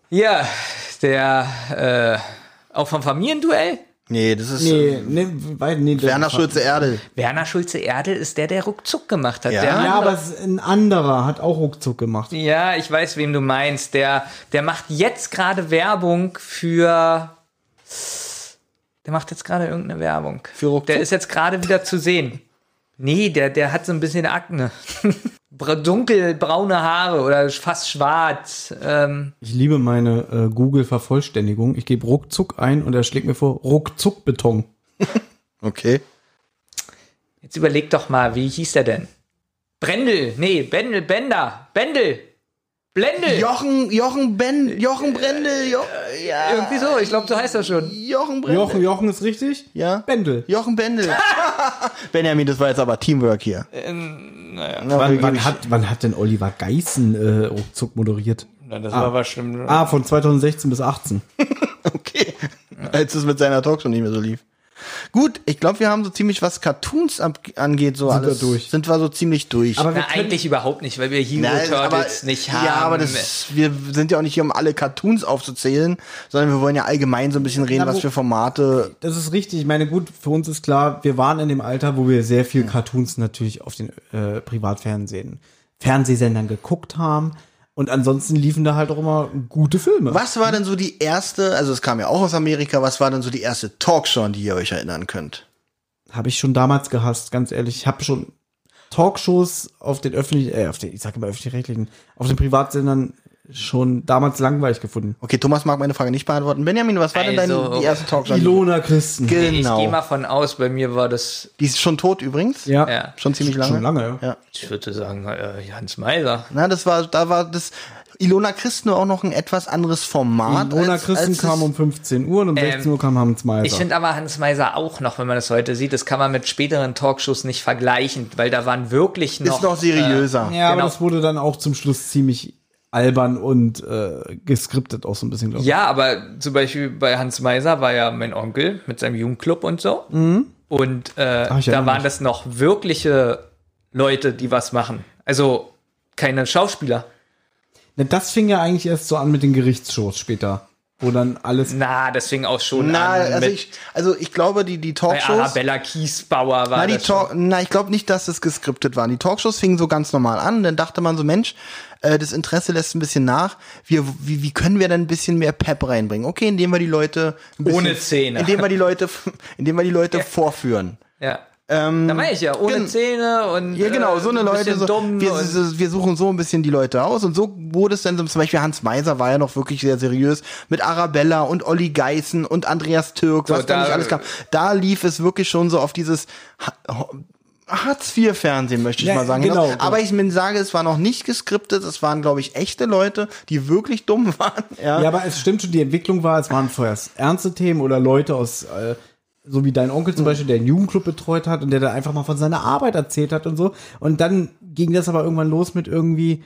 ja, der äh, auch vom Familienduell. Nee, das ist äh, Nee, nee, nee, nee der- Werner Schulze Erdel. Werner Schulze Erdel ist der, der Ruckzuck gemacht hat. Ja. Der Ja, andere- aber es ist ein anderer hat auch Ruckzuck gemacht. ja, ich weiß, wem du meinst. Der, der macht jetzt gerade Werbung für. Der macht jetzt gerade irgendeine Werbung. Für Ruckzuck? Der ist jetzt gerade wieder zu sehen. Nee, der, der hat so ein bisschen Akne. Bra- Dunkelbraune Haare oder fast schwarz. Ähm, Ich liebe meine äh, Google-Vervollständigung. Ich gebe Ruckzuck ein und er schlägt mir vor Ruckzuck-Beton. Okay. Jetzt überleg doch mal, wie hieß der denn? Brendel, nee, Bendel, Bender, Bendel, Blendel. Jochen, Jochen Ben, Jochen Brendel, jo, ja, Irgendwie so, ich glaube, so heißt er schon. Jochen Brendel. Jochen, Jochen ist richtig? Ja? Bendel. Jochen Bendel. Benjamin, das war jetzt aber Teamwork hier. Äh, naja. Na, Wann, wann, wann, hat, wann hat denn Oliver Geißen äh, Ruckzuck moderiert? das war bestimmt. Ah, von 2016 bis 18. Okay. Als es mit seiner Talkshow nicht mehr so lief. Gut, ich glaube, wir haben so ziemlich, was Cartoons ab, angeht, so Sind wir alles. durch. Sind wir so ziemlich durch. Aber wir Na, können, eigentlich überhaupt nicht, weil wir Hero Na, Turtles nicht haben. Ja, aber das, wir sind ja auch nicht hier, um alle Cartoons aufzuzählen, sondern wir wollen ja allgemein so ein bisschen reden, Na, was wo- für Formate. das ist richtig. Ich meine, gut, für uns ist klar, wir waren in dem Alter, wo wir sehr viel Cartoons natürlich auf den äh, Privatfernsehen, Fernsehsendern geguckt haben. Und ansonsten liefen da halt auch immer gute Filme. Was war denn so die erste, also es kam ja auch aus Amerika, was war denn so die erste Talkshow, an die ihr euch erinnern könnt? Habe ich schon damals gehasst, ganz ehrlich. Ich habe schon Talkshows auf den öffentlichen, äh, auf den, ich sage immer öffentlich-rechtlichen, auf den Privatsendern schon damals langweilig gefunden. Okay, Thomas mag meine Frage nicht beantworten. Benjamin, was war denn Also, deine die erste Talkshow? an die- Ilona Christen. ich Genau. gehe mal von aus, bei mir war das, die ist schon tot übrigens. ja. ja, Schon ziemlich lange. Schon lange, ja. ich würde sagen, äh, Hans Meiser. Na, das war, da war das. Ilona Christen war auch noch ein etwas anderes Format. Ilona als- Christen als es- kam um 15 Uhr und um 16 Uhr kam Hans Meiser. Ähm, Ich finde aber Hans Meiser auch noch, wenn man das heute sieht, das kann man mit späteren Talkshows nicht vergleichen, weil da waren wirklich noch. Ist noch seriöser. Ja, aber Genau. das wurde dann auch zum Schluss ziemlich albern und äh, geskriptet auch so ein bisschen, glaube ich. Ja, aber zum Beispiel bei Hans Meiser war ja mein Onkel mit seinem Jugendclub und so. Mhm. Und äh, ich erinnere da waren mich. das noch wirkliche Leute, die was machen. Also keine Schauspieler. Na, Ne, Das fing ja eigentlich erst so an mit den Gerichtsshows später, wo dann alles... Na, deswegen auch schon Na, an also mit, ich, also ich glaube, die, die bei Talkshows. Arabella Kiesbauer war Na, die das schon. Talk, na, ich glaube nicht, dass es geskriptet waren. Die Talkshows fingen so ganz normal an. Dann dachte man so, Mensch, äh, das Interesse lässt ein bisschen nach. Wir, wie, wie können wir denn ein bisschen mehr Pep reinbringen? Okay, indem wir die Leute ein bisschen, Ohne Zähne. indem wir die Leute, indem wir die Leute vorführen. Ja. da meine ich ja, ohne Ähm, gen- Zähne und Ja, genau, äh, so eine ein Leute. bisschen So, dumm wir, und- so- wir suchen so ein bisschen die Leute aus. Und so wurde es dann so- zum Beispiel Hans Meiser war ja noch wirklich sehr seriös mit Arabella und Olli Geißen und Andreas Türk, was da da- nicht alles kam. Da lief es wirklich schon so auf dieses Ha- Hartz-IV-Fernsehen, möchte ich Ja, mal sagen. genau, hinaus. Aber ich min- sage, es war noch nicht geskriptet. Es waren, glaube ich, echte Leute, die wirklich dumm waren. Ja. Ja, aber es stimmt schon, die Entwicklung war, es waren vorher ernste Themen oder Leute aus, äh, so wie dein Mhm. Onkel zum Beispiel, der einen Jugendclub betreut hat und der da einfach mal von seiner Arbeit erzählt hat und so. Und dann ging das aber irgendwann los mit irgendwie...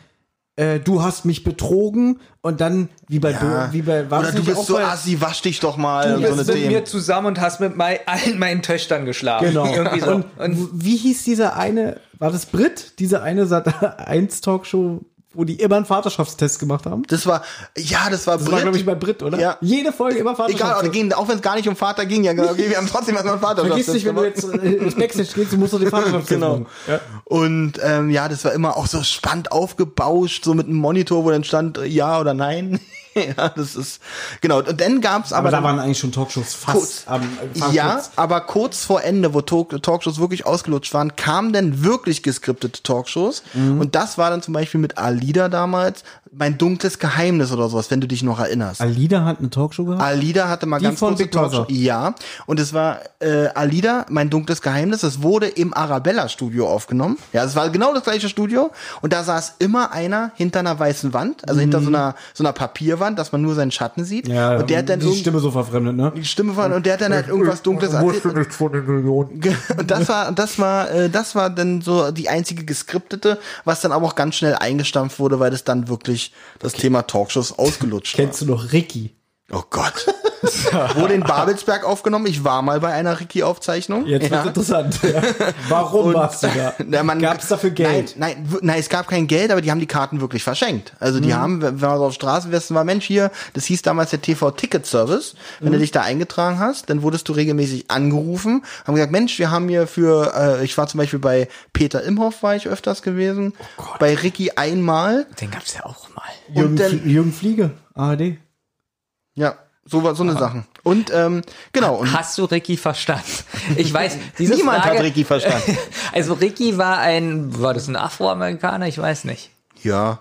Äh, du hast mich betrogen und dann wie bei Do, wie bei war Oder das du nicht bist auch so bei- assi, wasch dich doch mal. Du und so bist eine mit Themen. mir zusammen und hast mit mei allen meinen Töchtern geschlafen. Genau. Irgendwie so. Und, und w- wie hieß dieser eine, war das Brit, diese eine Sat 1 Talkshow, wo die immer einen Vaterschaftstest gemacht haben? das war, ja, das war Das war, glaube ich, bei Brit, oder? Ja. Jede Folge immer Egal, auch, Vaterschaftstest. ging, auch wenn es gar nicht um Vater ging, ja, okay, wir haben trotzdem erstmal Vater. Vergiss nicht, wenn du jetzt äh, ins Backstage gehst, du musst doch den Vaterschaftstest Genau. machen. Ja. Und ähm, ja, das war immer auch so spannend aufgebauscht, so mit einem Monitor, wo dann stand äh, ja oder nein. ja, das ist genau. Und dann gab's Aber aber, da dann- waren eigentlich schon Talkshows fast kurz, am am ja, Fast- aber kurz vor Ende, wo Talk Talkshows wirklich ausgelutscht waren, Mhm. kamen dann wirklich geskriptete Talkshows. Und das war dann zum Beispiel mit Alida damals, mein dunkles Geheimnis oder sowas, wenn du dich noch erinnerst. Alida hat eine Talkshow gehabt? Alida hatte mal Die ganz von kurze Big Brother. Talkshow. Ja, und es war äh, Alida, mein dunkles Geheimnis. Es wurde im Arabella Studio aufgenommen. Ja, es war genau das gleiche Studio und da saß immer einer hinter einer weißen Wand, also hinter so Mhm. einer so einer Papierwand, dass man nur seinen Schatten sieht. und der hat dann die irgend- Stimme so verfremdet, ne? die Stimme von und der hat dann halt irgendwas Dunkles erzählt. nichts von den Millionen. Und das war, und das war, äh, das war dann so die einzige geskriptete, was dann aber auch ganz schnell eingestampft wurde, weil das dann wirklich das Thema Talkshows ausgelutscht war. Kennst du noch Ricky? Oh Gott. Wurde in Babelsberg aufgenommen. Ich war mal bei einer Ricky-Aufzeichnung. Jetzt wird's interessant. Warum warst du da? Na, man- Gab's dafür Geld? Nein, nein, w- nein, es gab kein Geld, aber die haben die Karten wirklich verschenkt. Also Mhm. die haben, wenn man so auf Straßenwesten war, Mensch, hier, das hieß damals der TV-Ticket-Service. Wenn Mhm. du dich da eingetragen hast, dann wurdest du regelmäßig angerufen, haben gesagt, Mensch, wir haben hier für, äh, ich war zum Beispiel bei Peter Imhoff war ich öfters gewesen, bei Ricky einmal. Den gab's Oh ja auch mal. Jürgen, Und dann- Flie- Jürgen Fliege, ARD. Ja, so, war- so eine Sachen. Und ähm, genau, und Ah. Hast du Ricky verstanden? Ich weiß, diese niemand Frage, hat Ricky verstanden. Also Ricky war ein, war das ein Afroamerikaner? Ich weiß nicht. ja.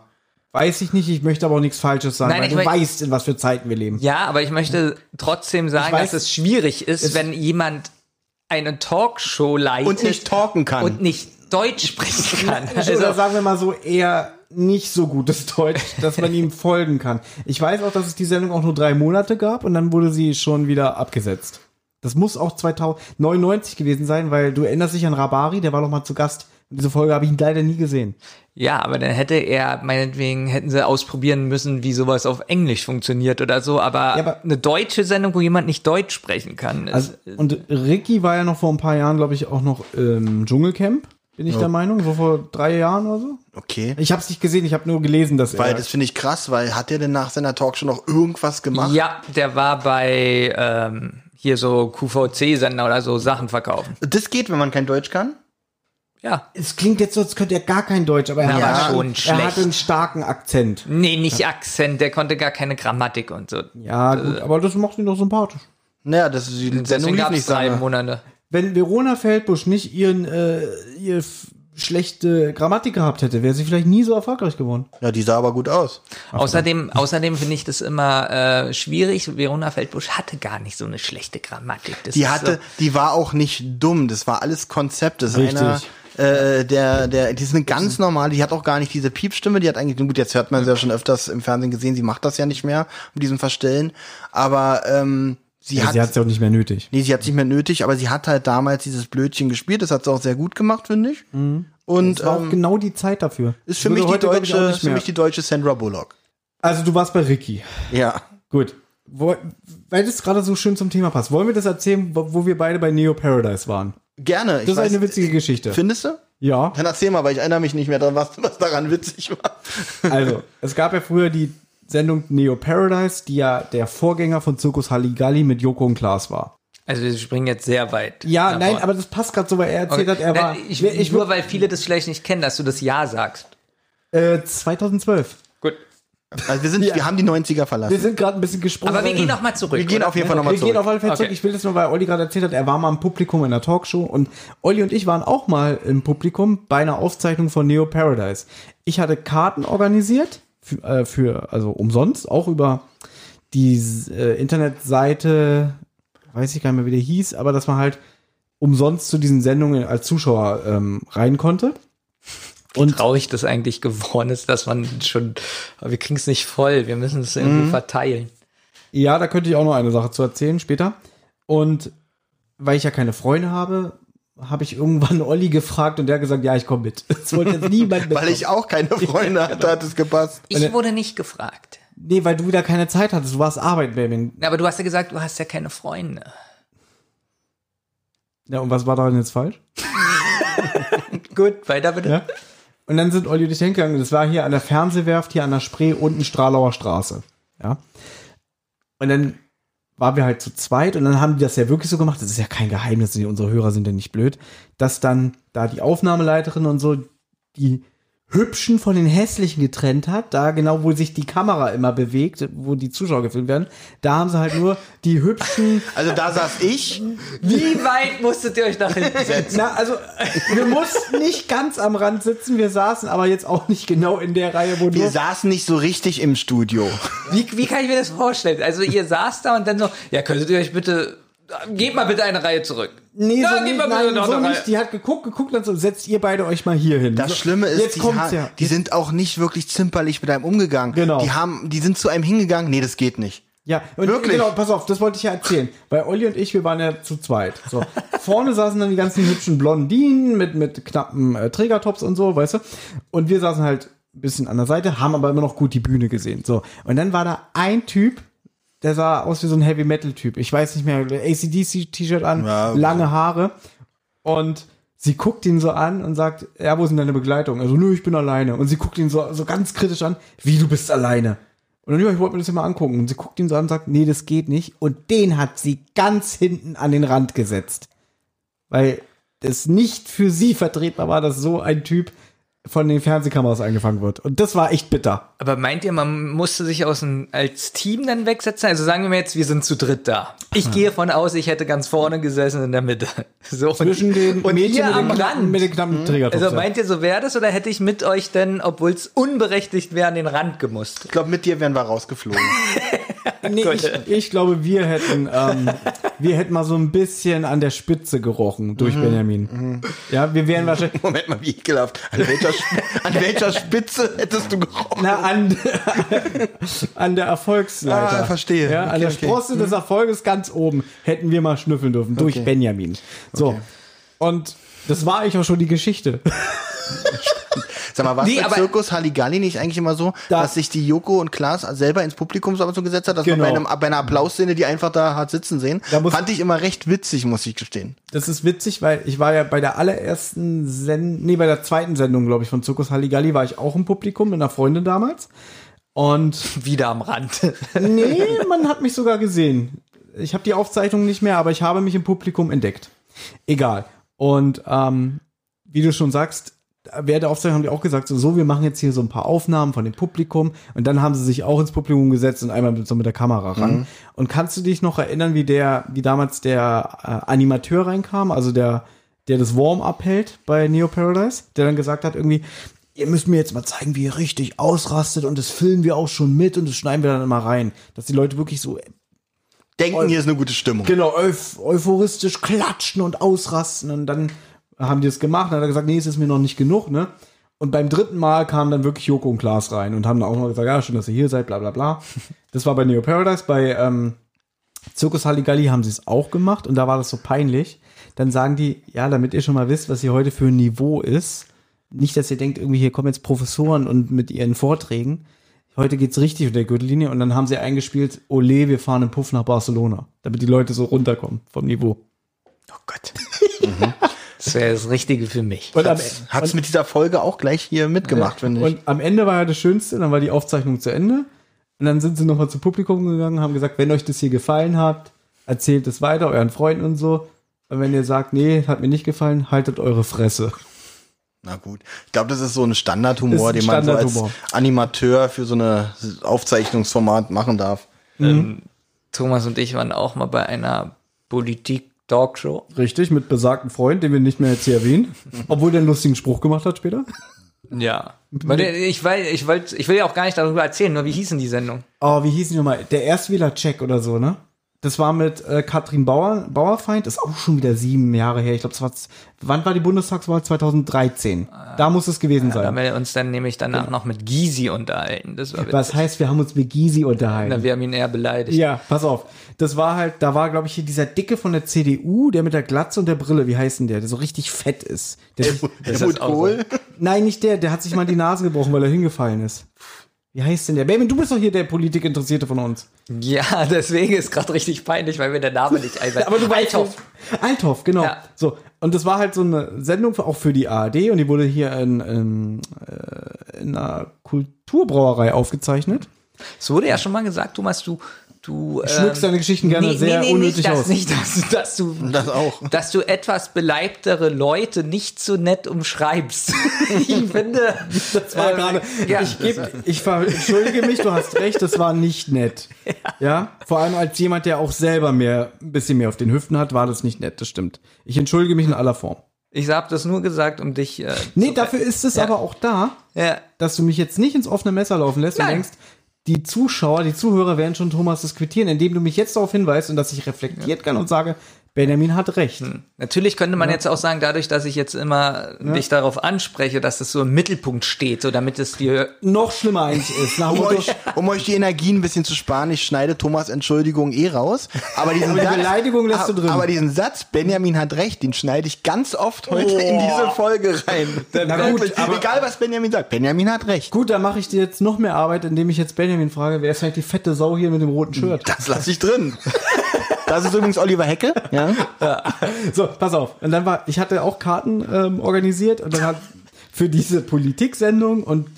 Weiß ich nicht, ich möchte aber auch nichts Falsches sagen, Nein, weil ich du mein- weißt, in was für Zeiten wir leben. Ja, aber ich möchte trotzdem sagen, Ich weiß, dass es schwierig ist, wenn jemand eine Talkshow leitet Und nicht talken kann. und nicht Deutsch sprechen kann. Oder Also, sagen wir mal so, eher nicht so gutes Deutsch, dass man ihm folgen kann. Ich weiß auch, dass es die Sendung auch nur drei Monate gab und dann wurde sie schon wieder abgesetzt. Das muss auch 2099 gewesen sein, weil du erinnerst dich an Rabari, der war noch mal zu Gast. Und diese Folge habe ich leider nie gesehen. ja, aber dann hätte er, meinetwegen hätten sie ausprobieren müssen, wie sowas auf Englisch funktioniert oder so, aber, Ja, aber- eine deutsche Sendung, wo jemand nicht Deutsch sprechen kann, ist, Also, und Ricky war ja noch vor ein paar Jahren, glaube ich, auch noch im Dschungelcamp, bin ich der Meinung, so vor drei Jahren oder so. Okay. Ich habe es nicht gesehen, ich habe nur gelesen, dass Weil er das finde ich krass, weil hat er denn nach seiner Talkshow noch irgendwas gemacht? ja, der war bei ähm, hier so QVC-Sender oder so Sachen verkaufen. Das geht, wenn man kein Deutsch kann. Ja. Es klingt jetzt so, als könnte er gar kein Deutsch, aber er, Na, hat, aber einen, schon er hat schlecht. einen starken Akzent. Nee, nicht Akzent, der konnte gar keine Grammatik und so. Ja, gut, Äh, aber das macht ihn doch sympathisch. Naja, das ist die Sendung Deswegen lief gab's nicht drei lange. Monate. Wenn Verona Feldbusch nicht ihren, äh, ihr f- schlechte Grammatik gehabt hätte, wäre sie vielleicht nie so erfolgreich geworden. Ja, die sah aber gut aus. Außerdem, außerdem finde ich das immer äh, schwierig. Verona Feldbusch hatte gar nicht so eine schlechte Grammatik. Das Die ist hatte, die war auch nicht dumm. Das war alles Konzept. Das ist Richtig. einer, äh, der, der, die ist eine ganz normale, die hat auch gar nicht diese Piepstimme, die hat eigentlich, gut, jetzt hört man sie ja schon öfters im Fernsehen gesehen, sie macht das ja nicht mehr mit diesem Verstellen. Aber ähm, sie Ja, hat. sie hat es ja auch nicht mehr nötig. Nee, sie hat nicht mehr nötig, aber sie hat halt damals dieses Blödchen gespielt. Das hat sie auch sehr gut gemacht, finde ich. Und Mhm. Das war auch ähm, genau die Zeit dafür. ist für Würde mich die heute, glaub ich, auch deutsche, nicht ist für mehr. mich die deutsche Sandra Bullock. also du warst bei Ricky. Ja. Gut. Wo, weil das gerade so schön zum Thema passt. Wollen wir das erzählen, wo, wo wir beide bei Neo Paradise waren? Gerne. Das ist eine witzige Geschichte. Findest du? ja. Dann erzähl mal, weil ich erinnere mich nicht mehr daran, was, was daran witzig war. Also, es gab ja früher die Sendung Neo Paradise, die ja der Vorgänger von Zirkus Halligalli mit Joko und Klaas war. also wir springen jetzt sehr weit. Ja, nach nein, vorne. aber das passt gerade so, weil er erzählt hat, er war Nein, Äh, ich, ich, nur weil viele das vielleicht nicht kennen, dass du das Ja sagst. äh, 2012. Gut. Also wir, sind, wir haben die 90er Wir verlassen. sind gerade ein bisschen gesprungen. Aber wir gehen nochmal zurück. Wir gehen oder? auf jeden Fall nochmal Äh, Wir gehen auf zurück. alle Fälle zurück. Okay. Ich will das nur, weil Olli gerade erzählt hat, er war mal im Publikum in einer Talkshow und Olli und ich waren auch mal im Publikum bei einer Aufzeichnung von Neo Paradise. Ich hatte Karten organisiert, für, äh, für also umsonst, auch über die äh, Internetseite, weiß ich gar nicht mehr, wie die hieß, aber dass man halt umsonst zu diesen Sendungen als Zuschauer ähm, rein konnte. Und traurig das eigentlich geworden ist, dass man schon, aber wir kriegen es nicht voll, wir müssen es irgendwie verteilen. Ja, da könnte ich auch noch eine Sache zu erzählen später. Und weil ich ja keine Freunde habe, habe ich irgendwann Olli gefragt und der hat gesagt, ja, ich komme mit. Das wollte jetzt niemand mit. Weil ich auch keine genau. Freunde hatte, hat es gepasst. Ich wurde nicht gefragt. nee, weil du wieder keine Zeit hattest. Du warst arbeiten, Benjamin. Aber du hast ja gesagt, du hast ja keine Freunde. Ja, und was war daran jetzt falsch? Gut, weiter bitte. Ja. Und dann sind Olli und ich hingegangen. Das war hier an der Fernsehwerft, hier an der Spree, unten Stralauer Straße. Ja. Und dann waren wir halt zu zweit und dann haben die das ja wirklich so gemacht. Das ist ja kein Geheimnis, die- unsere Hörer sind ja nicht blöd, dass dann da die Aufnahmeleiterin und so die Hübschen von den Hässlichen getrennt hat, da genau, wo sich die Kamera immer bewegt, wo die Zuschauer gefilmt werden, da haben sie halt nur die Hübschen. Also da saß ich. Wie weit musstet ihr euch nach hinten setzen? Na, also, wir mussten nicht ganz am Rand sitzen, wir saßen aber jetzt auch nicht genau in der Reihe, wo Wir nur saßen nicht so richtig im Studio. Wie, wie kann ich mir das vorstellen? Also ihr saß da und dann so, ja, könntet ihr euch bitte, geht mal bitte eine Reihe zurück. Nee, ja, so, geht nicht, mal bitte nein, noch so eine nicht. Die hat geguckt, geguckt und so, setzt ihr beide euch mal hier hin. Das so, Schlimme ist, jetzt die, ha- kommt's ja. die sind auch nicht wirklich zimperlich mit einem umgegangen. Genau. Die haben, die sind zu einem hingegangen. Nee, das geht nicht. Ja, und Wirklich? genau, pass auf, das wollte ich ja erzählen. Weil Olli und ich, wir waren ja zu zweit. So. Vorne saßen dann die ganzen hübschen Blondinen mit, mit knappen äh, Trägertops und so, weißt du? Und wir saßen halt ein bisschen an der Seite, haben aber immer noch gut die Bühne gesehen. So. Und dann war da ein Typ, der sah aus wie so ein Heavy-Metal-Typ. Ich weiß nicht mehr, ACDC-T-Shirt an, also lange Haare. Und sie guckt ihn so an und sagt, ja, wo sind deine Begleitung? Also, nö, ich bin alleine. Und sie guckt ihn so, so ganz kritisch an, wie du bist alleine. Und dann, ja, ich wollte mir das ja mal angucken. Und sie guckt ihn so an und sagt, nee, das geht nicht. Und den hat sie ganz hinten an den Rand gesetzt. Weil es nicht für sie vertretbar war, dass so ein Typ von den Fernsehkameras eingefangen wird. Und das war echt bitter. Aber meint ihr, man musste sich aus dem, als Team dann wegsetzen? Also sagen wir mal jetzt, wir sind zu dritt da. Ich gehe von aus, ich hätte ganz vorne gesessen in der Mitte. So, und- Zwischen den und Mädchen ihr mit den, am knappen, Rand. mit den knappen Trägertops. Also ja. meint ihr, so wäre das oder hätte ich mit euch denn, obwohl es unberechtigt wäre, an den Rand gemusst? Ich glaube, mit dir wären wir rausgeflogen. Nee, ich, ich glaube, wir hätten, ähm, wir hätten mal so ein bisschen an der Spitze gerochen durch Mhm. Benjamin. Ja, wir wären wahrscheinlich Moment mal, wie ekelhaft. An welcher, Sp- an welcher Spitze hättest du gerochen? na, an, an der Erfolgsleiter. Ah, verstehe. Ja, an Okay, der okay. Mhm. Sprosse des Erfolges ganz oben hätten wir mal schnüffeln dürfen durch Benjamin. So. Und das war ich auch schon die Geschichte. Sag mal, war Nee, nee, aber- Zirkus Halligalli nicht eigentlich immer so, Da- dass sich die Joko und Klaas selber ins Publikum so ab und zu gesetzt hat, dass Genau. man bei, einem, bei einer Applausszene die einfach da hat sitzen sehen? Da muss- Fand ich immer recht witzig, muss ich gestehen. Das ist witzig, weil ich war ja bei der allerersten Sendung, nee, bei der zweiten Sendung, glaube ich, von Zirkus Halligalli war ich auch im Publikum mit einer Freundin damals. Und Wieder am Rand. Nee, man hat mich sogar gesehen. Ich habe die Aufzeichnung nicht mehr, aber ich habe mich im Publikum entdeckt. Egal. Und ähm, wie du schon sagst, während der Aufzeichnung haben die auch gesagt, so, so, wir machen jetzt hier so ein paar Aufnahmen von dem Publikum. Und dann haben sie sich auch ins Publikum gesetzt und einmal mit, so mit der Kamera ran. Und kannst du dich noch erinnern, wie der, wie damals der äh, Animateur reinkam, also der, der das Warm-up hält bei Neo Paradise, der dann gesagt hat irgendwie, ihr müsst mir jetzt mal zeigen, wie ihr richtig ausrastet und das filmen wir auch schon mit und das schneiden wir dann immer rein, dass die Leute wirklich so Denken, hier ist eine gute Stimmung. Genau, euph euphoristisch klatschen und ausrasten. Und dann haben die es gemacht. Dann hat er gesagt, nee, es ist mir noch nicht genug, ne? Und beim dritten Mal kamen dann wirklich Joko und Klaas rein und haben dann auch noch gesagt, ja, schön, dass ihr hier seid, bla bla bla. Das war bei Neo Paradise. Bei ähm, Zirkus Halligalli haben sie es auch gemacht und da war das so peinlich. Dann sagen die, ja, damit ihr schon mal wisst, was hier heute für ein Niveau ist. Nicht, dass ihr denkt, irgendwie hier kommen jetzt Professoren und mit ihren Vorträgen. Heute geht's richtig unter der Gürtellinie und dann haben sie eingespielt, ole, wir fahren im Puff nach Barcelona, damit die Leute so runterkommen vom Niveau. Oh Gott. Das wäre das Richtige für mich. Und am, Hat's mit dieser Folge auch gleich hier mitgemacht, finde ich. und am Ende war ja das Schönste, dann war die Aufzeichnung zu Ende und dann sind sie nochmal zu Publikum gegangen, haben gesagt, wenn euch das hier gefallen hat, erzählt es weiter euren Freunden und so. Und wenn ihr sagt, nee, hat mir nicht gefallen, haltet eure Fresse. Na gut. Ich glaube, das ist so ein Standardhumor, Ist ein den man so als Standardhumor. Animateur für so eine Aufzeichnungsformat machen darf. Thomas und ich waren auch mal bei einer Politik-Talkshow. Richtig, mit besagten Freund, den wir nicht mehr jetzt hier erwähnen, obwohl der einen lustigen Spruch gemacht hat später. Ja. Weil der- ich, weil, ich, wollt, ich will ja auch gar nicht darüber erzählen, nur wie hieß denn die Sendung? Oh, wie hieß die nochmal? Der Erstwähler-Check oder so, ne? Das war mit äh, Katrin Bauer, Bauerfeind, ist auch schon wieder sieben Jahre her. Ich glaube, wann war die Bundestagswahl? 2013. Da muss es gewesen Da haben sein. wir uns dann nämlich danach noch mit Gysi unterhalten. Das war Genau. Was heißt, wir haben uns mit Gysi Na, unterhalten? wir haben ihn eher beleidigt. Ja, pass auf. Das war halt, da war, glaube ich, hier dieser Dicke von der CDU, der mit der Glatze und der Brille, wie heißt denn der, der so richtig fett ist. Der Äh, sich, Helmut auch so. Kohl? nein, nicht der, der hat sich mal die Nase gebrochen, weil er hingefallen ist. Wie heißt denn der? Benjamin, du bist doch hier der Politikinteressierte von uns. Ja, deswegen ist gerade richtig peinlich, weil mir der Name nicht einfällt. Aber du Althoff. Althoff, genau. Ja. So. Und das war halt so eine Sendung für, auch für die ARD und die wurde hier in, in, äh, in einer Kulturbrauerei aufgezeichnet. Es wurde ja schon mal gesagt, Thomas, du du. ähm, schmückst deine Geschichten gerne sehr unnötig nicht das, aus. Nicht das, dass du, Das auch. Dass du etwas beleibtere Leute nicht so nett umschreibst. ich finde. ähm, Das war gerade. ja. Ich, geb, ich ver- entschuldige mich, du hast recht, das war nicht nett. Ja. Vor allem als jemand, der auch selber mehr, ein bisschen mehr auf den Hüften hat, war das nicht nett, das stimmt. Ich entschuldige mich in aller Form. Ich habe das nur gesagt, um dich. Äh, Nee, dafür ist es Ja. aber auch da, ja. dass du mich jetzt nicht ins offene Messer laufen lässt Nein. und denkst, die Zuschauer, die Zuhörer werden schon Thomas diskutieren, indem du mich jetzt darauf hinweist und dass ich reflektiert kann und sage, Benjamin hat recht. Natürlich könnte man jetzt auch sagen, dadurch, dass ich jetzt immer dich darauf anspreche, dass es so im Mittelpunkt steht, so damit es dir. Noch schlimmer eigentlich ist. Nach dem Um Motto, euch, um euch die Energie ein bisschen zu sparen, ich schneide Thomas Entschuldigung eh raus. Aber diesen die Satz, Beleidigung lässt du aber- drin. Aber diesen Satz, Benjamin hat recht, den schneide ich ganz oft heute in diese Folge rein. Oh. Na gut, Wirklich, aber- egal was Benjamin sagt, Benjamin hat recht. Gut, dann mache ich dir jetzt noch mehr Arbeit, indem ich jetzt Benjamin frage, wer ist eigentlich die fette Sau hier mit dem roten Shirt? Das lasse ich drin. Das ist übrigens Oliver Hecke. Ja. So, pass auf. Und dann war, ich hatte auch Karten ähm, organisiert und dann hat für diese Politiksendung und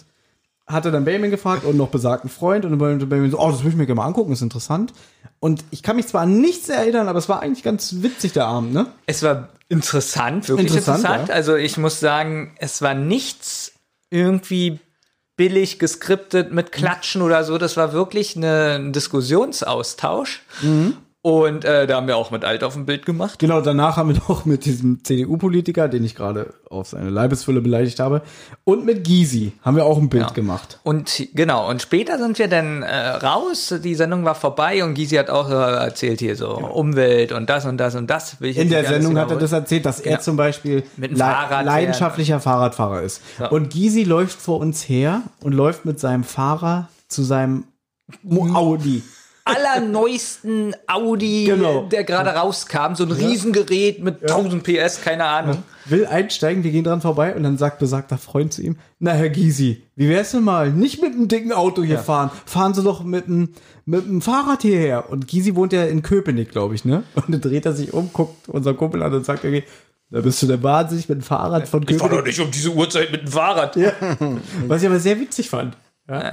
hatte dann Benjamin gefragt und noch besagten Freund und dann meinte Benjamin so, oh, das will ich mir gerne mal angucken, ist interessant. Und ich kann mich zwar an nichts erinnern, aber es war eigentlich ganz witzig der Abend, ne? Es war interessant, wirklich Interessant, interessant. ja. Also ich muss sagen, es war nichts irgendwie billig geskriptet mit Klatschen oder so. Das war wirklich eine, ein Diskussionsaustausch. Mhm. Und äh, da haben wir auch mit Alt auf dem Bild gemacht. Genau, danach haben wir noch mit diesem CDU-Politiker, den ich gerade auf seine Leibesfülle beleidigt habe, und mit Gysi haben wir auch ein Bild gemacht. Und genau, und später sind wir dann äh, raus, die Sendung war vorbei und Gysi hat auch äh, erzählt hier so Umwelt und das und das und das. Will ich In jetzt der nicht alles Sendung hat er wiederholen. das erzählt, dass er Genau. zum Beispiel Mit dem le- Fahrrad genau. leidenschaftlicher Fahrradfahrer ist. Ja. Und Gysi läuft vor uns her und läuft mit seinem Fahrer zu seinem Hm. Mo- Audi. allerneuesten Audi, Genau. der gerade rauskam, so ein Riesengerät mit 1000 PS, keine Ahnung. Will einsteigen, wir gehen dran vorbei und dann sagt besagter Freund zu ihm, na Herr Gysi, wie wär's denn mal, nicht mit einem dicken Auto hier fahren, fahren Sie doch mit einem mit einem Fahrrad hierher. Und Gysi wohnt ja in Köpenick, glaube ich, ne? Und dann dreht er sich um, guckt unseren Kumpel an und sagt, okay, da bist du der wahnsinnig mit dem Fahrrad von Köpenick. nicht um diese Uhrzeit mit dem Fahrrad. Was ich aber sehr witzig fand. Ja.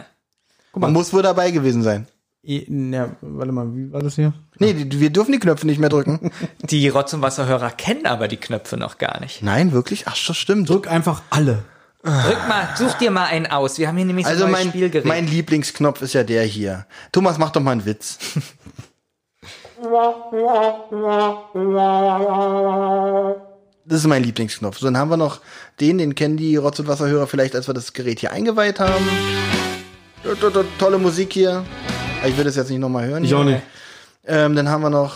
Guck Man mal, muss wohl dabei gewesen sein. E, eh, na, warte mal, wie war das hier? Nee, die- wir dürfen die Knöpfe nicht mehr drücken. Die Rotz- und Wasserhörer kennen aber die Knöpfe noch gar nicht. Nein, wirklich? Ach, das stimmt. Drück einfach alle. Drück mal, such dir mal einen aus. Wir haben hier nämlich so Also ein neues mein, Spielgerät. mein Lieblingsknopf ist ja der hier. Thomas, mach doch mal einen Witz. Das ist mein Lieblingsknopf. So, dann haben wir noch den, den kennen die Rotz- und Wasserhörer vielleicht, als wir das Gerät hier eingeweiht haben. To- to- to- Tolle Musik hier. Ich will das jetzt nicht nochmal hören. hier. Ähm, dann haben wir noch.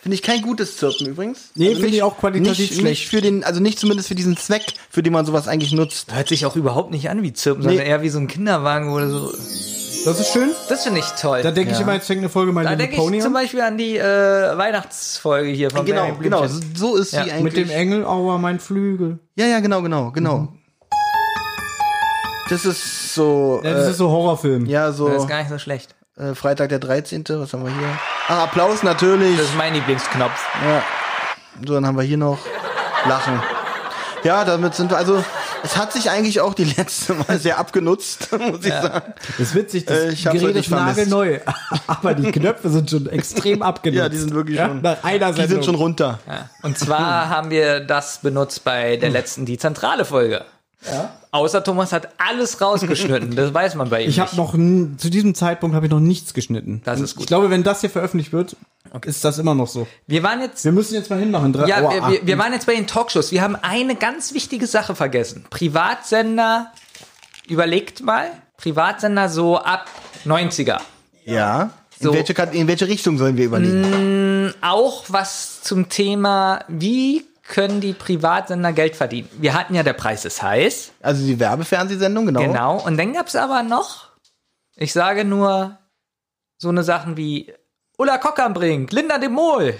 Finde ich kein gutes Zirpen übrigens. Also Nee, finde ich nicht- auch qualitativ nicht, schlecht. Nicht für den, also nicht zumindest für diesen Zweck, für den man sowas eigentlich nutzt. Hört sich auch überhaupt nicht an wie Zirpen, sondern eher wie so ein Kinderwagen oder so. Das ist schön. Das finde ich toll. Da denke ich Ja. immer, jetzt fängt eine Folge Da mal denke Little ich Pony zum an. Beispiel an die äh, Weihnachtsfolge hier von Genau, Benjamin genau. So Blümchen. so ist sie Ja, mit eigentlich. Mit dem Engel, aua, mein Flügel. Ja, ja, genau, genau, genau. Mhm. Das ist so. Ja, das äh, ist so Horrorfilm. Ja, Das so ist gar nicht so schlecht. äh, Freitag der 13. Was haben wir hier? Ah, Applaus natürlich. Das ist mein Lieblingsknopf. So, dann haben wir hier noch Lachen. Ja, damit sind wir. Also, es hat sich eigentlich auch die letzte Mal sehr abgenutzt, muss ich sagen. Das ist witzig, das Äh, ich hab's Gerät heute ist nicht vermisst. nagelneu. Aber die Knöpfe sind schon extrem abgenutzt. Ja, die sind wirklich schon- Nach einer Die Sendung. sind schon runter. Und zwar haben wir das benutzt bei Hm. der letzten, die zentrale Folge. Außer Thomas hat alles rausgeschnitten, das weiß man bei ihm ich habe nicht. noch n- zu diesem Zeitpunkt habe ich noch nichts geschnitten. Das Und ist gut. Ich glaube, wenn das hier veröffentlicht wird, ist das immer noch so. wir waren jetzt, Wir müssen jetzt mal hinmachen. Drei, Oh, ah. ja, aua, hm. wir, wir, wir acht. waren jetzt bei den Talkshows. Wir haben eine ganz wichtige Sache vergessen. Privatsender, überlegt mal, Privatsender so ab 90er. Ja. In, So. Mm. welche, Kat- in welche Richtung sollen wir überlegen? Auch was zum Thema, wie können die Privatsender Geld verdienen? Wir hatten ja, der Preis ist heiß. Also die Werbefernsehsendung, genau. Genau. Und dann gab es aber noch, ich sage nur, so eine Sachen wie Ulla Kockernbrink, Linda de Mol.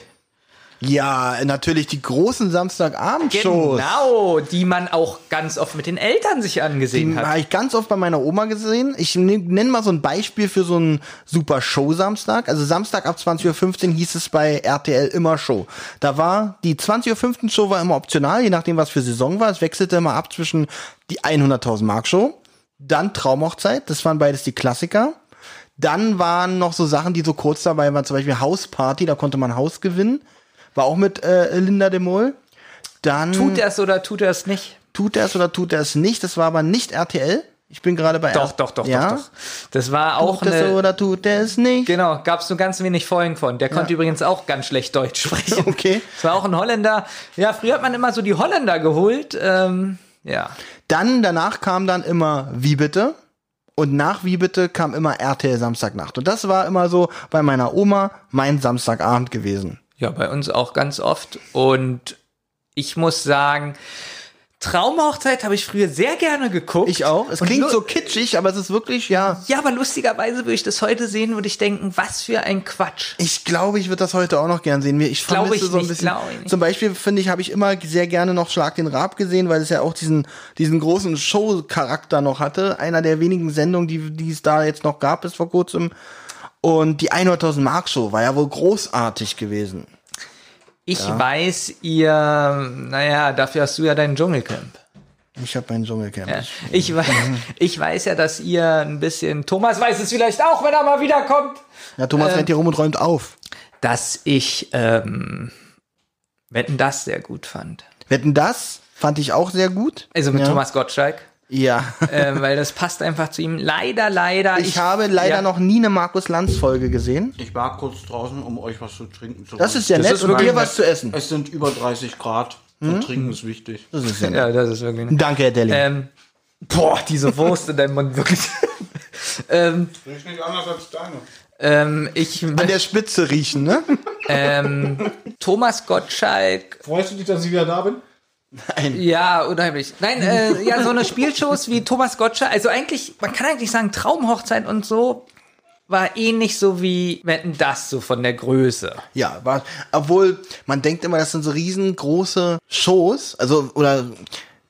Ja, natürlich die großen Samstagabendshows. Genau, die man auch ganz oft mit den Eltern sich angesehen Die hat. habe ich ganz oft bei meiner Oma gesehen. Ich nenne mal so ein Beispiel für so einen super Show-Samstag. Also Samstag ab 20.15 Uhr hieß es bei RTL immer Show. Da war die 20.15 Uhr Show war immer optional, je nachdem, was für Saison war. Es wechselte immer ab zwischen die 100.000 Mark Show, dann Traumhochzeit, das waren beides die Klassiker. Dann waren noch so Sachen, die so kurz dabei waren, zum Beispiel Hausparty, da konnte man Haus gewinnen. War auch mit äh, Linda de Mol. Dann Tut er es oder tut er es nicht? tut er es oder tut er es nicht. Das war aber nicht RTL. Ich bin gerade bei Doch, R- doch, doch, ja? doch, doch. Das war auch Tut er es eine. oder tut er es nicht? Genau, gab es nur ganz wenig Folgen von. Der konnte übrigens auch ganz schlecht Deutsch sprechen. Okay. Es war auch ein Holländer. Ja, früher hat man immer so die Holländer geholt. Ähm, ja. Dann danach kam dann immer Wie bitte? Und nach Wie bitte kam immer RTL Samstagnacht. Und das war immer so bei meiner Oma mein Samstagabend gewesen. Ja, bei uns auch ganz oft. Und ich muss sagen, Traumhochzeit habe ich früher sehr gerne geguckt. Ich auch. Es Und klingt lu- so kitschig, aber es ist wirklich, ja. Ja, aber lustigerweise würde ich das heute sehen, würde ich denken, was für ein Quatsch. Ich glaube, ich würde das heute auch noch gern sehen. Ich Glaube vermisse ich so ein nicht, bisschen. glaube ich nicht. Zum Beispiel finde ich, habe ich immer sehr gerne noch Schlag den Raab gesehen, weil es ja auch diesen diesen großen Show-Charakter noch hatte. Einer der wenigen Sendungen, die die es da jetzt noch gab bis vor kurzem. Und die 100.000 Mark Show war ja wohl großartig gewesen. Ich weiß, ihr, naja, dafür hast du ja deinen Dschungelcamp. Ich habe meinen Dschungelcamp. Ja. Ich, wei- Mhm. ich weiß ja, dass ihr ein bisschen, Thomas weiß es vielleicht auch, wenn er mal wiederkommt, ja, Thomas Ähm. rennt hier rum und räumt auf. dass ich, ähm, Wetten, das sehr gut fand. Wetten das fand ich auch sehr gut. Also mit ja. Thomas Gottschalk. Ja. ähm, weil das passt einfach zu ihm. Leider, leider. Ich, habe leider ja. noch nie eine Markus Lanz Folge gesehen. Ich war kurz draußen, um euch was zu trinken zu Das holen. ist ja nett. ist und wirklich dir was zu essen. Es sind über Hm? 30 Grad und Trinken ist wichtig. Das ist ja nett. Ja, das ist wirklich. Nett. Danke, Herr Delling. Ähm, boah, diese Wurst in deinem Mund wirklich. ähm, Riecht nicht anders als deine. ähm, ich, An der Spitze riechen, ne? Thomas Gottschalk, Freust du dich, dass ich wieder da bin? ja, unheimlich. Nein, äh, ja, so eine Spielshows wie Thomas Gottschalk, also eigentlich, man kann eigentlich sagen, Traumhochzeit und so war ähnlich so wie Wetten das so von der Größe. Ja, war, obwohl man denkt immer, das sind so riesengroße Shows, also oder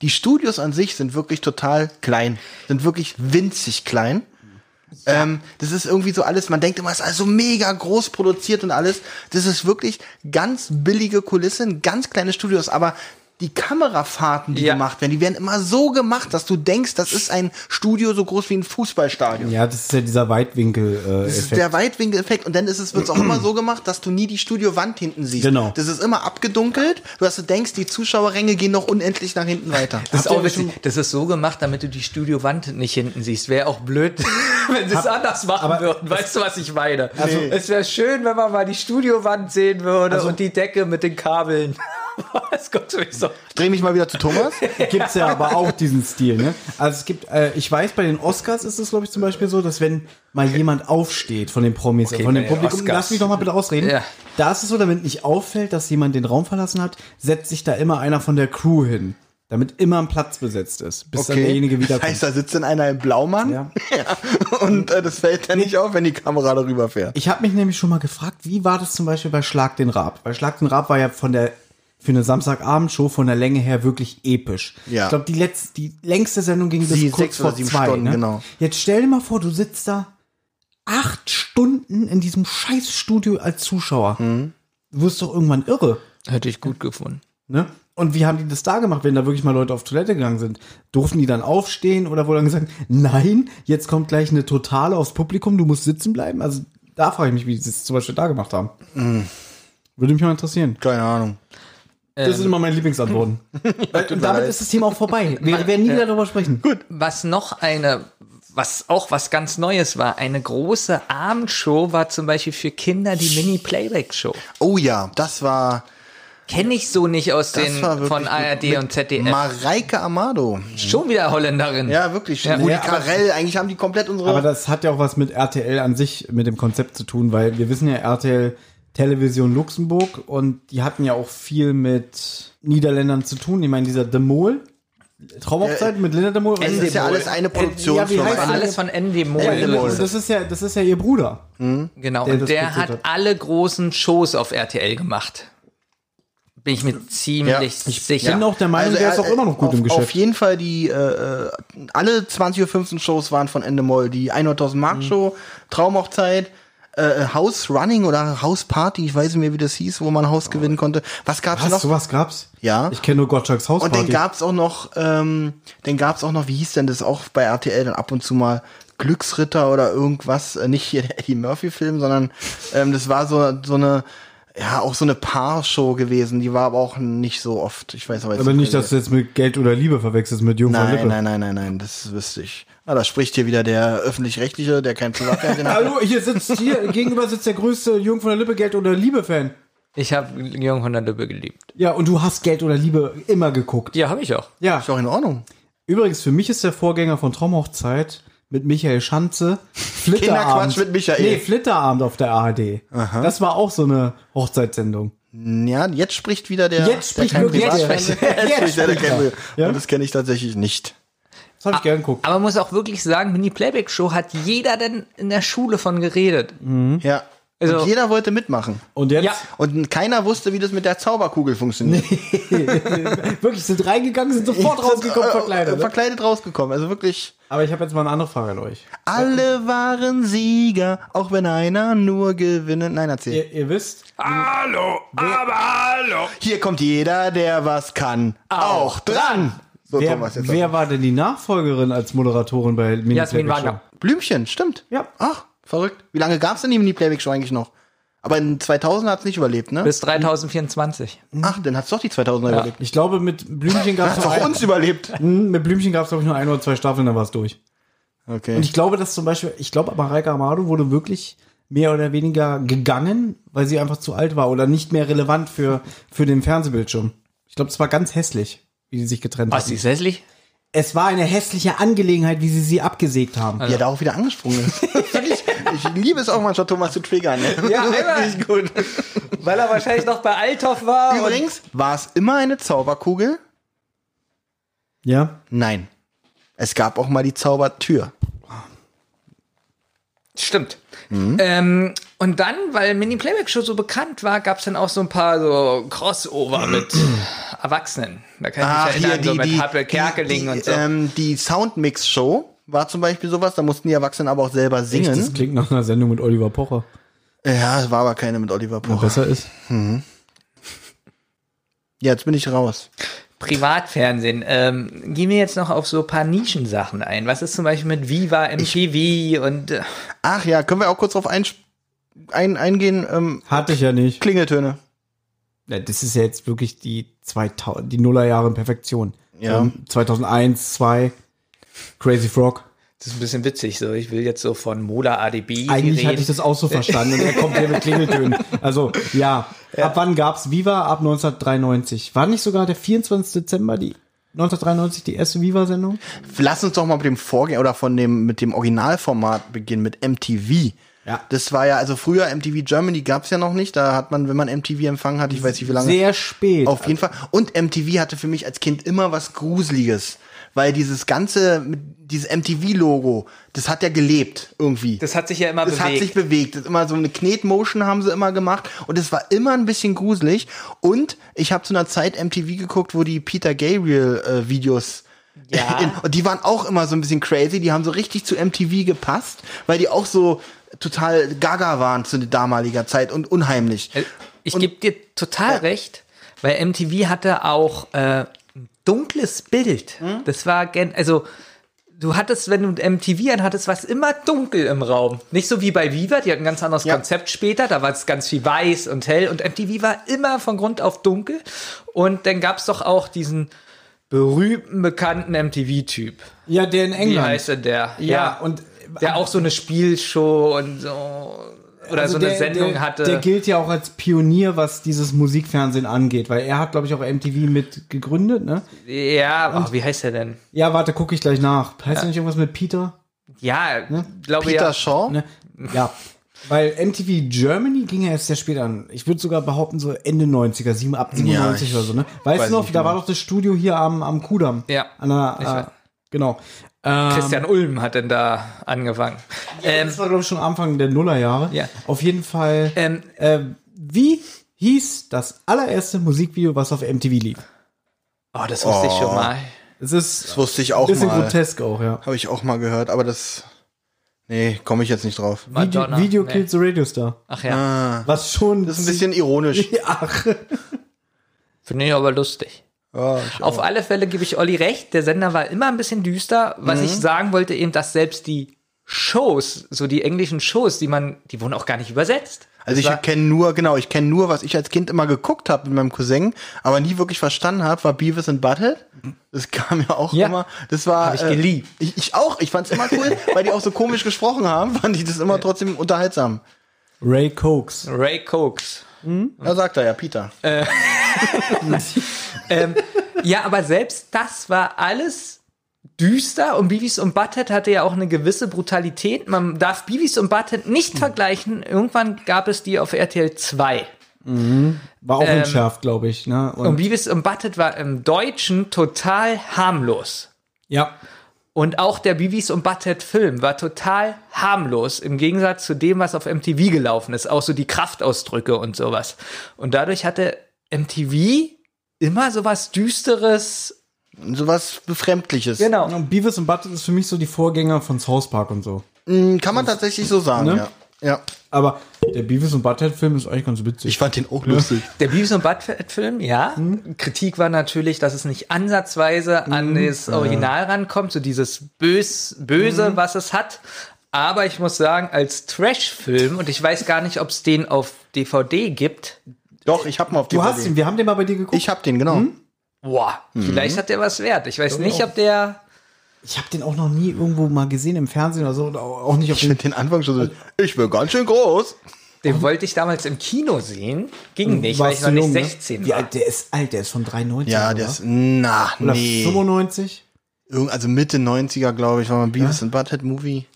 die Studios an sich sind wirklich total klein, sind wirklich winzig klein. Ähm, das ist irgendwie so alles, man denkt immer, es ist also mega groß produziert und alles. Das ist wirklich ganz billige Kulissen, ganz kleine Studios, aber die Kamerafahrten, die Ja. gemacht werden, die werden immer so gemacht, dass du denkst, das ist ein Studio so groß wie ein Fußballstadion. Ja, das ist ja dieser äh, Das ist Weitwinkel-Effekt. der Weitwinkeleffekt. Und dann ist es, wird es auch immer so gemacht, dass du nie die Studiowand hinten siehst. Genau. Das ist immer abgedunkelt. Du hast, du denkst, die Zuschauerränge gehen noch unendlich nach hinten weiter. Das ist, auch witzig. das ist so gemacht, damit du die Studiowand nicht hinten siehst. Wäre auch blöd, wenn sie es anders machen würden. Weißt du, was ich meine? es wäre schön, wenn man mal die Studiowand sehen würde und die Decke mit den Kabeln. Was Gott sei Dank so. Dreh mich mal wieder zu Thomas. gibt's ja aber auch diesen Stil, ne? Also es gibt, äh, ich weiß, bei den Oscars ist es, glaube ich, zum Beispiel so, dass wenn mal jemand aufsteht von den Promis, Okay, von dem bei Publikum, Oscars. lass mich doch mal bitte ausreden. Ja. Da ist es so, damit nicht auffällt, dass jemand den Raum verlassen hat, setzt sich da immer einer von der Crew hin, damit immer ein Platz besetzt ist, bis dann derjenige Das wiederkommt. heißt, da sitzt dann einer im Blaumann. Ja. Und äh, das fällt dann nicht auf, wenn die Kamera darüber fährt. Ich habe mich nämlich schon mal gefragt, wie war das zum Beispiel bei Schlag den Raab? Weil Schlag den Raab war ja von der für eine Samstagabendshow von der Länge her wirklich episch. Ja. Ich glaube, die, letzte, die längste Sendung ging bis Die kurz sechs vor oder sieben zwei. Stunden, ne? genau. Jetzt stell dir mal vor, du sitzt da acht Stunden in diesem Scheißstudio als Zuschauer. Mhm. Du wirst doch irgendwann irre. Hätte ich gut gefunden. Ne? Und wie haben die das da gemacht, wenn da wirklich mal Leute auf Toilette gegangen sind? Durften die dann aufstehen oder wurde dann gesagt, nein, jetzt kommt gleich eine Totale aufs Publikum, du musst sitzen bleiben? Also da frage ich mich, wie sie es zum Beispiel da gemacht haben. Würde mich mal interessieren. Keine Ahnung. Das ist immer mein Lieblingsantworten. Weil- Und damit ist das Thema auch vorbei. Wir werden nie wieder darüber sprechen. Gut. Was noch eine, was auch was ganz Neues war, eine große Abendshow war zum Beispiel für Kinder die Mini-Playback-Show. Oh ja, das war, Kenne ich so nicht aus das den war wirklich von mit- ARD mit und ZDF. Mareike Amado. Schon wieder Holländerin. Ja, wirklich. Ja, Rudi ja, aber- Carell, eigentlich haben die komplett unsere. Aber das hat ja auch was mit RTL an sich, mit dem Konzept zu tun, weil wir wissen ja, RTL Television Luxemburg und die hatten ja auch viel mit Niederländern zu tun. Ich meine, dieser De Mol, Traumhochzeit mit Linda De Mol. es ist ja alles eine Ja, Produktionsfirma. wie heißt War die? alles von Andy Ja, Mohl. das ist ja, das ist ja ihr Bruder. Genau, der und das der produziert hat, hat. alle großen Shows auf RTL gemacht. Bin ich mir ziemlich Ich sicher. bin auch der Meinung, der ist auch äh, immer noch gut auf, im Geschäft. Auf jeden Fall, die äh, äh, alle 20.15 Shows waren von Ende Moll. Die 100.000 Mark Show, Traumhochzeit, äh, House Running oder House Party, ich weiß nicht mehr, wie das hieß, wo man Haus gewinnen konnte. Was gab's Oh. Was, noch? sowas gab's? Ja. Ich kenne nur Gottschalks Hausparty. Und den gab's auch noch, ähm, den gab's auch noch, wie hieß denn das auch bei RTL dann ab und zu mal? Glücksritter oder irgendwas, äh, nicht hier der Eddie Murphy-Film, sondern ähm, das war so, so eine, ja, auch so eine Paar-Show gewesen, die war aber auch nicht so oft. Ich weiß aber jetzt Aber nicht, dass du jetzt mit Geld oder Liebe verwechselst, mit Jungfrau Lippe. Nein, nein, nein, nein, nein, das wüsste ich. Ah, da spricht hier wieder der öffentlich-rechtliche, der kein Privatfernsehen hat. Hallo, hier sitzt hier, gegenüber sitzt der größte Jung von der Lippe Geld oder Liebe-Fan. Ich habe Jung von der Lippe geliebt. Ja, und du hast Geld oder Liebe immer geguckt. Ja, habe ich auch. Ja. Ist auch in Ordnung. Übrigens, für mich ist der Vorgänger von Traumhochzeit mit Michael Schanze Flitterabend. Kinderquatsch mit Michael. Nee, Flitterabend auf der ARD. Das war auch so eine Hochzeitssendung. Ja, jetzt spricht wieder der. Jetzt spricht der kein wirklich- jetzt Privatfernsehen- spricht- Jetzt jetzt spricht der, der spricht kein er. Privat- Ja. Und das kenne ich tatsächlich nicht. Das habe ich gern geguckt. Aber man muss auch wirklich sagen, Mini-Playback-Show hat jeder denn in der Schule von geredet. Hm? Ja. Also- und jeder wollte mitmachen. Und jetzt? Ja. Und keiner wusste, wie das mit der Zauberkugel funktioniert. Wirklich, sind reingegangen, sind sofort rausgekommen, Äh, verkleidet. ne? äh, Verkleidet rausgekommen. Also wirklich. Aber ich habe jetzt mal eine andere Frage an euch. Alle waren Sieger, auch wenn einer nur gewinnen. Nein, erzähl. Ihr, ihr wisst, Hier kommt jeder, der was kann. Auch dran. So, wer, Thomas, jetzt wer war denn die Nachfolgerin als Moderatorin bei Mini Jasmin Playback Show? Wagner. Blümchen, stimmt. Ja. Ach, verrückt. Wie lange gab's denn die Mini-Playback-Show eigentlich noch? Aber in 2000 hat's nicht überlebt, ne? Bis 3024. Ach, dann hat's doch die 2000er überlebt. Ich glaube, mit Blümchen gab es Hat's auch uns überlebt. Hm, mit Blümchen gab es glaube ich nur ein oder zwei Staffeln, dann war es durch. Okay. Und ich glaube, dass zum Beispiel, ich glaube, aber Reika Amado wurde wirklich mehr oder weniger gegangen, weil sie einfach zu alt war oder nicht mehr relevant für, für den Fernsehbildschirm. Ich glaube, es war ganz hässlich, wie die sich getrennt Was, haben. die ist hässlich? Es war eine hässliche Angelegenheit, wie sie sie abgesägt haben. Wie er da auch wieder angesprungen ist. ich, ich liebe es auch manchmal, Thomas zu triggern. Ja, einmal, Nicht gut. weil er wahrscheinlich noch bei Althoff war. Übrigens, war es immer eine Zauberkugel? Ja. Nein. Es gab auch mal die Zaubertür. Stimmt. Ähm, und dann, weil Mini-Playback-Show so bekannt war, gab es dann auch so ein paar so Crossover mit Erwachsenen. Da kann ich mich erinnern, so mit Happe Kerkeling die, die, und so. Ähm, die Soundmix-Show war zum Beispiel sowas, da mussten die Erwachsenen aber auch selber Das singen. klingt nach einer Sendung mit Oliver Pocher. Ja, es war aber keine mit Oliver Oh. Pocher. Besser ist. Ja, jetzt bin ich raus. Privatfernsehen. Ähm, gehen wir jetzt noch auf so ein paar Nischensachen ein. Was ist zum Beispiel mit Viva MTV und äh, Ach ja, können wir auch kurz drauf ein, ein, eingehen? Ähm, Hatte ich ja nicht. Klingeltöne. Ja, das ist ja jetzt wirklich die 2000, die Nullerjahre in Perfektion. Ja. Ähm, 2001, 2, Crazy Frog. das ist ein bisschen witzig. So, ich will jetzt so von Mola ADB Eigentlich reden. hatte ich das auch so verstanden und er kommt hier mit Klingeltönen. Also, ja. Ab wann gab's Viva? Ab 1993. War nicht sogar der 24. Dezember die 1993 die erste Viva-Sendung? Lass uns doch mal mit dem Vorgänger oder von dem, mit dem Originalformat beginnen, mit MTV. Ja. Das war ja, also früher MTV Germany gab's ja noch nicht. Da hat man, wenn man MTV empfangen hat, ich weiß nicht wie lange. Sehr spät. Auf jeden Fall. Und MTV hatte für mich als Kind immer was Gruseliges. Weil dieses ganze, dieses MTV-Logo, das hat ja gelebt irgendwie. das hat sich ja immer Das bewegt. hat sich bewegt. Das ist immer so eine Knetmotion haben sie immer gemacht und es war immer ein bisschen gruselig. Und ich habe zu einer Zeit MTV geguckt, wo die Peter Gabriel äh, Videos Ja. in, und die waren auch immer so ein bisschen crazy. Die haben so richtig zu MTV gepasst, weil die auch so total Gaga waren zu damaliger Zeit und unheimlich. Äh, Ich gebe dir total recht, weil MTV hatte auch äh, ein dunkles Bild. Hm? Das war gen also du hattest, wenn du MTV an hattest, war es immer dunkel im Raum. Nicht so wie bei Viva, die hatten ein ganz anderes Ja. Konzept später, da war es ganz viel weiß und hell und MTV war immer von Grund auf dunkel und dann gab es doch auch diesen berühmten, bekannten MTV-Typ. ja, der in Wie England. heißt denn der? Ja, und der auch so eine Spielshow und so oder also so eine der- Sendung der, hatte. Der gilt ja auch als Pionier, was dieses Musikfernsehen angeht, weil er hat, glaube ich, auch MTV mit gegründet, ne? ja, oh, wie heißt der denn? Ja, warte, gucke ich gleich nach. Heißt ja. nicht irgendwas mit Peter? Ja, glaube Hm? Peter ja. Shaw? Ne? Ja. Weil MTV Germany ging ja erst sehr spät an. Ich würde sogar behaupten, so Ende 90er, 7, ab 97 ich oder so, ne? Weißt weiß du noch, nicht da mehr. war doch das Studio hier am, am Kudamm. genau. Ja. An Ich der, weiß. äh, genau. Ähm, Christian Ulm hat denn da angefangen. Ähm, das war, glaube ich, schon Anfang der Nullerjahre. Ja. Auf jeden Fall. ähm, ähm, wie hieß das allererste Musikvideo, was auf MTV lief? oh, das wusste ich schon mal. Es ist Das wusste ich auch bisschen mal. grotesk auch, ja. Habe ich auch mal gehört, aber das nee, komme ich jetzt nicht drauf. Madonna. Video, Video Nee. Kills the Radio Star. Ach ja. Ah. Was schon. Das ist ein bisschen ironisch. Ach. Finde ich aber lustig. Ja, ich Auf Mhm. alle Fälle gebe ich Olli recht, der Sender war immer ein bisschen düster. Was ich sagen wollte, eben, dass selbst die Shows, so die englischen Shows, die man, die wurden auch gar nicht übersetzt. Also ich kenne nur, genau, ich kenne nur, was ich als Kind immer geguckt habe mit meinem Cousin, aber nie wirklich verstanden habe, war Beavis and Butthead. Das kam ja auch Ja. immer. Das war. Hab ich geliebt. Äh, ich, ich auch. Ich fand's immer cool, weil die auch so komisch gesprochen haben, fand ich das immer trotzdem unterhaltsam. Ray Cokes. Ray Cokes. Da sagt er ja, Peter. Ja, aber selbst das war alles düster und Beavis und Butthead hatte ja auch eine gewisse Brutalität. Man darf Beavis und Butthead nicht vergleichen. Irgendwann gab es die auf RTL 2. War auch Ähm, entschärft, glaube ich. Ne? Und, Und Beavis und Butthead war im Deutschen total harmlos. ja. Und auch der Beavis und Butthead Film war total harmlos im Gegensatz zu dem, was auf MTV gelaufen ist. Auch so die Kraftausdrücke und sowas. Und dadurch hatte MTV immer sowas Düsteres. Sowas Befremdliches. Genau. Und Beavis und Butthead ist für mich so die Vorgänger von South Park und so. Mm, Kann man tatsächlich so sagen, Ne? ja. Ja. Aber der Beavis und Butthead-Film ist eigentlich ganz witzig. Ich fand den auch lustig. Der Beavis und Butthead Film, ja. Mhm. Kritik war natürlich, dass es nicht ansatzweise an das Original rankommt. So dieses Bös, Mhm. Böse, was es hat. Aber ich muss sagen, als Trash-Film, und ich weiß gar nicht, ob es den auf DVD gibt, Doch, ich hab mal auf die du hast ihn, wir haben den mal bei dir geguckt. Ich hab den, genau. Boah, Mhm. vielleicht hat der was wert. Ich weiß nicht, ob der. Ich habe den auch noch nie irgendwo mal gesehen im Fernsehen oder so. Und auch auch nicht auf Ich finde den Anfang schon so, ich bin ganz schön groß. Den wollte ich damals im Kino sehen. Ging nicht, weil Warst ich noch du nicht jung, ne? 16 Wie war. alt, der ist alt, der ist von 93. Ja, oder? der ist, na, Oder nee. 95. Irgend- Also Mitte 90er, glaube ich, war mal Beavis and Butthead Movie.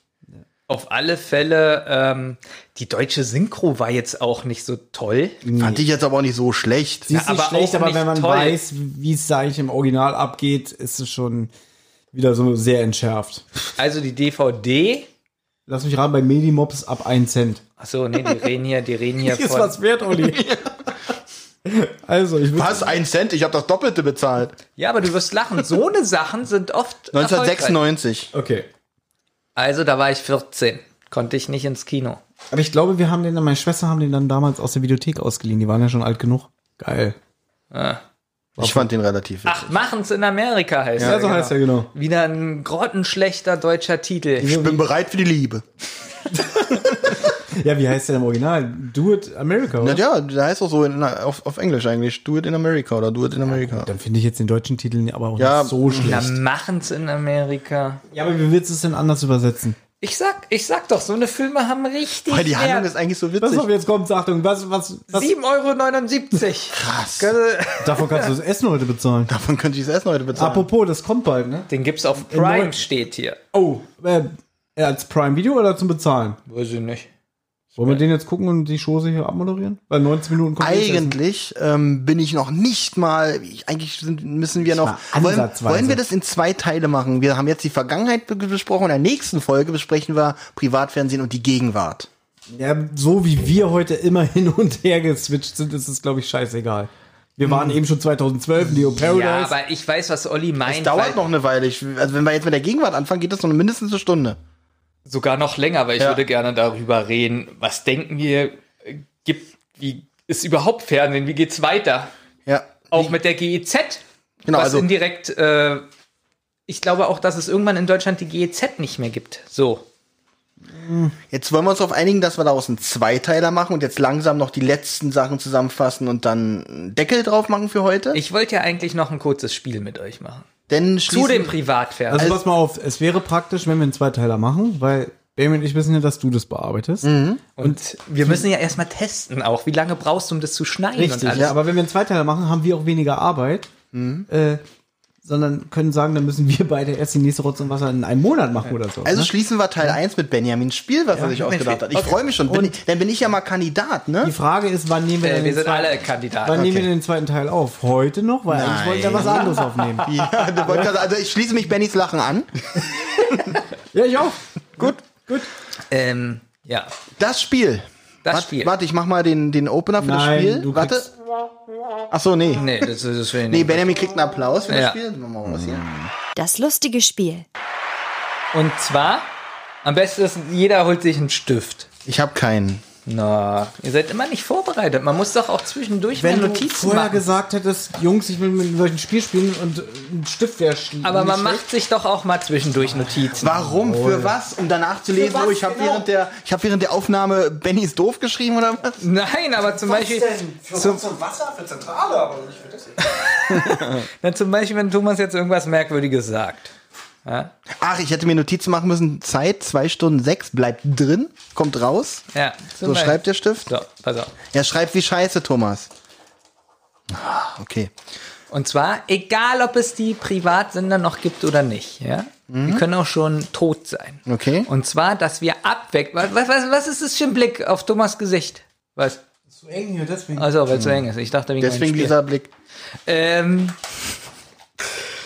Auf alle Fälle, ähm, die deutsche Synchro war jetzt auch nicht so toll. Mhm. Fand ich jetzt aber auch nicht so schlecht. Die ist Ja, nicht aber schlecht, auch aber nicht wenn man toll. weiß, wie es eigentlich im Original abgeht, ist es schon wieder so sehr entschärft. Also die DVD. Lass mich raten, bei Medimobs ab 1 Cent. Achso, nee, die reden hier, die reden hier Ist von. was wert, Olli. also, ich würde Was? Ein Cent? Ich habe das Doppelte bezahlt. Ja, aber du wirst lachen. So eine Sachen sind oft. erfolgreich. 1996. Okay. Also da war ich 14. Konnte ich nicht ins Kino. Aber ich glaube, wir haben den dann, meine Schwester haben den dann damals aus der Videothek ausgeliehen. Die waren ja schon alt genug. Geil. Ich fand den relativ. Ach, machen's in Amerika heißt Ja, er. so heißt er genau. Wieder ein grottenschlechter deutscher Titel. ich bin bereit für die Liebe. Ja, wie heißt der im Original? Do It America. Na Oder? ja, der heißt auch so in, na, auf, auf Englisch eigentlich. Do it in America oder do it in America. Dann finde ich jetzt den deutschen Titel aber auch Ja, nicht so Na, schlecht. machen's in Amerika. Ja, aber wie willst du es denn anders übersetzen? Ich sag, ich sag doch, so eine Filme haben richtig Weil die Wert. Handlung ist eigentlich so Was witzig. auf jetzt kommt, Achtung, was, was, was? 7,79 Euro. Krass. Davon kannst du das Essen heute bezahlen. Davon könnte ich das Essen heute bezahlen. Apropos, das kommt bald, ne? Den gibt's auf Prime, Neu- steht hier. Oh, äh, als Prime Video oder zum Bezahlen? Weiß ich nicht. Wollen wir den jetzt gucken und die Chose hier abmoderieren? Weil 19 Minuten kommt jetzt Essen. eigentlich ähm, bin ich noch nicht mal. Ich, eigentlich sind, müssen wir noch. mal Wollen, ansatzweise. wollen wir das in zwei Teile machen? Wir haben jetzt die Vergangenheit be- besprochen. In der nächsten Folge besprechen wir Privatfernsehen und die Gegenwart. Ja, so wie wir heute immer hin und her geswitcht sind, ist es, glaube ich, scheißegal. Wir waren eben schon 2012, Neo Paradise. Hm. Ja, aber ich weiß, was Olli meint. Es weil- dauert noch eine Weile. Ich, also wenn wir jetzt mit der Gegenwart anfangen, geht das noch mindestens eine Stunde. Sogar noch länger, weil ich Ja. würde gerne darüber reden. Was denken wir, äh, gibt, wie ist überhaupt Fernsehen? Wie geht's weiter? Ja. Auch mit der GEZ. Genau, was also- indirekt, äh, ich glaube auch, dass es irgendwann in Deutschland die GEZ nicht mehr gibt. So. Jetzt wollen wir uns darauf einigen, dass wir daraus einen Zweiteiler machen und jetzt langsam noch die letzten Sachen zusammenfassen und dann einen Deckel drauf machen für heute. Ich wollte ja eigentlich noch ein kurzes Spiel mit euch machen. Denn Zu dem schließen, Privatfernsehen. Also pass mal auf, es wäre praktisch, wenn wir einen Zweiteiler machen, weil Bam und ich wissen ja, dass du das bearbeitest. Mhm. Und wir müssen ja erstmal testen auch, wie lange brauchst du, um das zu schneiden und Richtig, alles. Mhm. ja, aber wenn wir einen Zweiteiler machen, haben wir auch weniger Arbeit, äh, sondern können sagen, dann müssen wir beide erst die nächste Rotz und Wasser in einem Monat machen oder so. also schließen wir Teil 1 mit Benjamins Spiel, was er sich ausgedacht hat. Ich freue mich schon. Bin ich, dann bin ich ja mal Kandidat, die ne? Frage ist, wann nehmen wir, Äh, denn wir den sind alle zweiten- wann Kandidaten. nehmen wir denn den zweiten Teil auf? Heute noch? Weil eigentlich wollten wir was anderes aufnehmen. Ja, du wolltest also- also ich schließe mich Bennys Lachen an. ja, ich auch. Gut, gut. Ähm, ja. Das Spiel. Das Warte- Spiel. Warte, ich mach mal den, den Opener für Nein, das Spiel. du Warte. kriegst- Ach so, nee. Nee, das ist das will ich Nee, nicht. Benjamin kriegt einen Applaus für das Ja. Spiel. Machen wir was hier. Das lustige Spiel. Und zwar, am besten ist, jeder holt sich einen Stift. Ich habe keinen. Na, ihr seid immer nicht vorbereitet. Man muss doch auch zwischendurch Wenn mal du Notizen vorher machen. gesagt hättest, Jungs, ich will mit solchen Spiel spielen und ein Stift wäre schlimm. Aber man macht sich doch auch mal zwischendurch Notizen. Warum? Für was? Um danach zu lesen, was? oh, ich habe Genau. während, der, ich hab während der Aufnahme Bennys doof geschrieben oder was? Nein, aber zum Beispiel, Für zum Wasser, für Zentrale, aber nicht für das. na, zum Beispiel, wenn Thomas jetzt irgendwas Merkwürdiges sagt. Ja? Ach, ich hätte mir Notizen machen müssen. Zeit, zwei Stunden sechs, bleibt drin, kommt raus. ja zum So Beispiel. schreibt der Stift. So, pass auf. Er schreibt wie scheiße, Thomas. Ah, Okay. Und zwar, egal ob es die Privatsender noch gibt oder nicht, ja? Die können auch schon tot sein. Mhm. Okay. Und zwar, dass wir abwechseln. Was, was, was ist das für ein Blick auf Thomas Gesicht? Was? Zu eng hier, deswegen. Also, weil es so eng ist. Ich dachte, wegen Mhm. Deswegen meinem Spiel. dieser Blick. Ähm,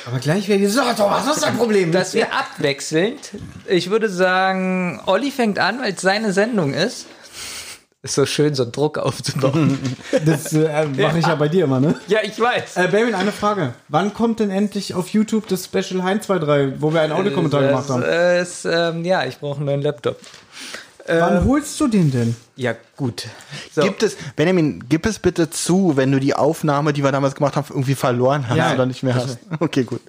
Aber gleich wäre gesagt, oh, was ist dein Problem? dass wir abwechselnd, ich würde sagen, Olli fängt an, weil es seine Sendung ist. Ist so schön, so einen Druck aufzubauen. das äh, mache ich ja bei dir immer, ne? ja, ich weiß. Äh, Benjamin, eine Frage. Wann kommt denn endlich auf YouTube das Special Hein 23, wo wir einen Audiokommentar Äh, gemacht haben? Das, äh, ist, ähm, ja, ich brauche einen neuen Laptop. Wann holst du den denn? Ja, gut. So. Gibt es, Benjamin, gib es bitte zu, wenn du die Aufnahme, die wir damals gemacht haben, irgendwie verloren hast Ja. oder nicht mehr Also, hast. Okay, gut.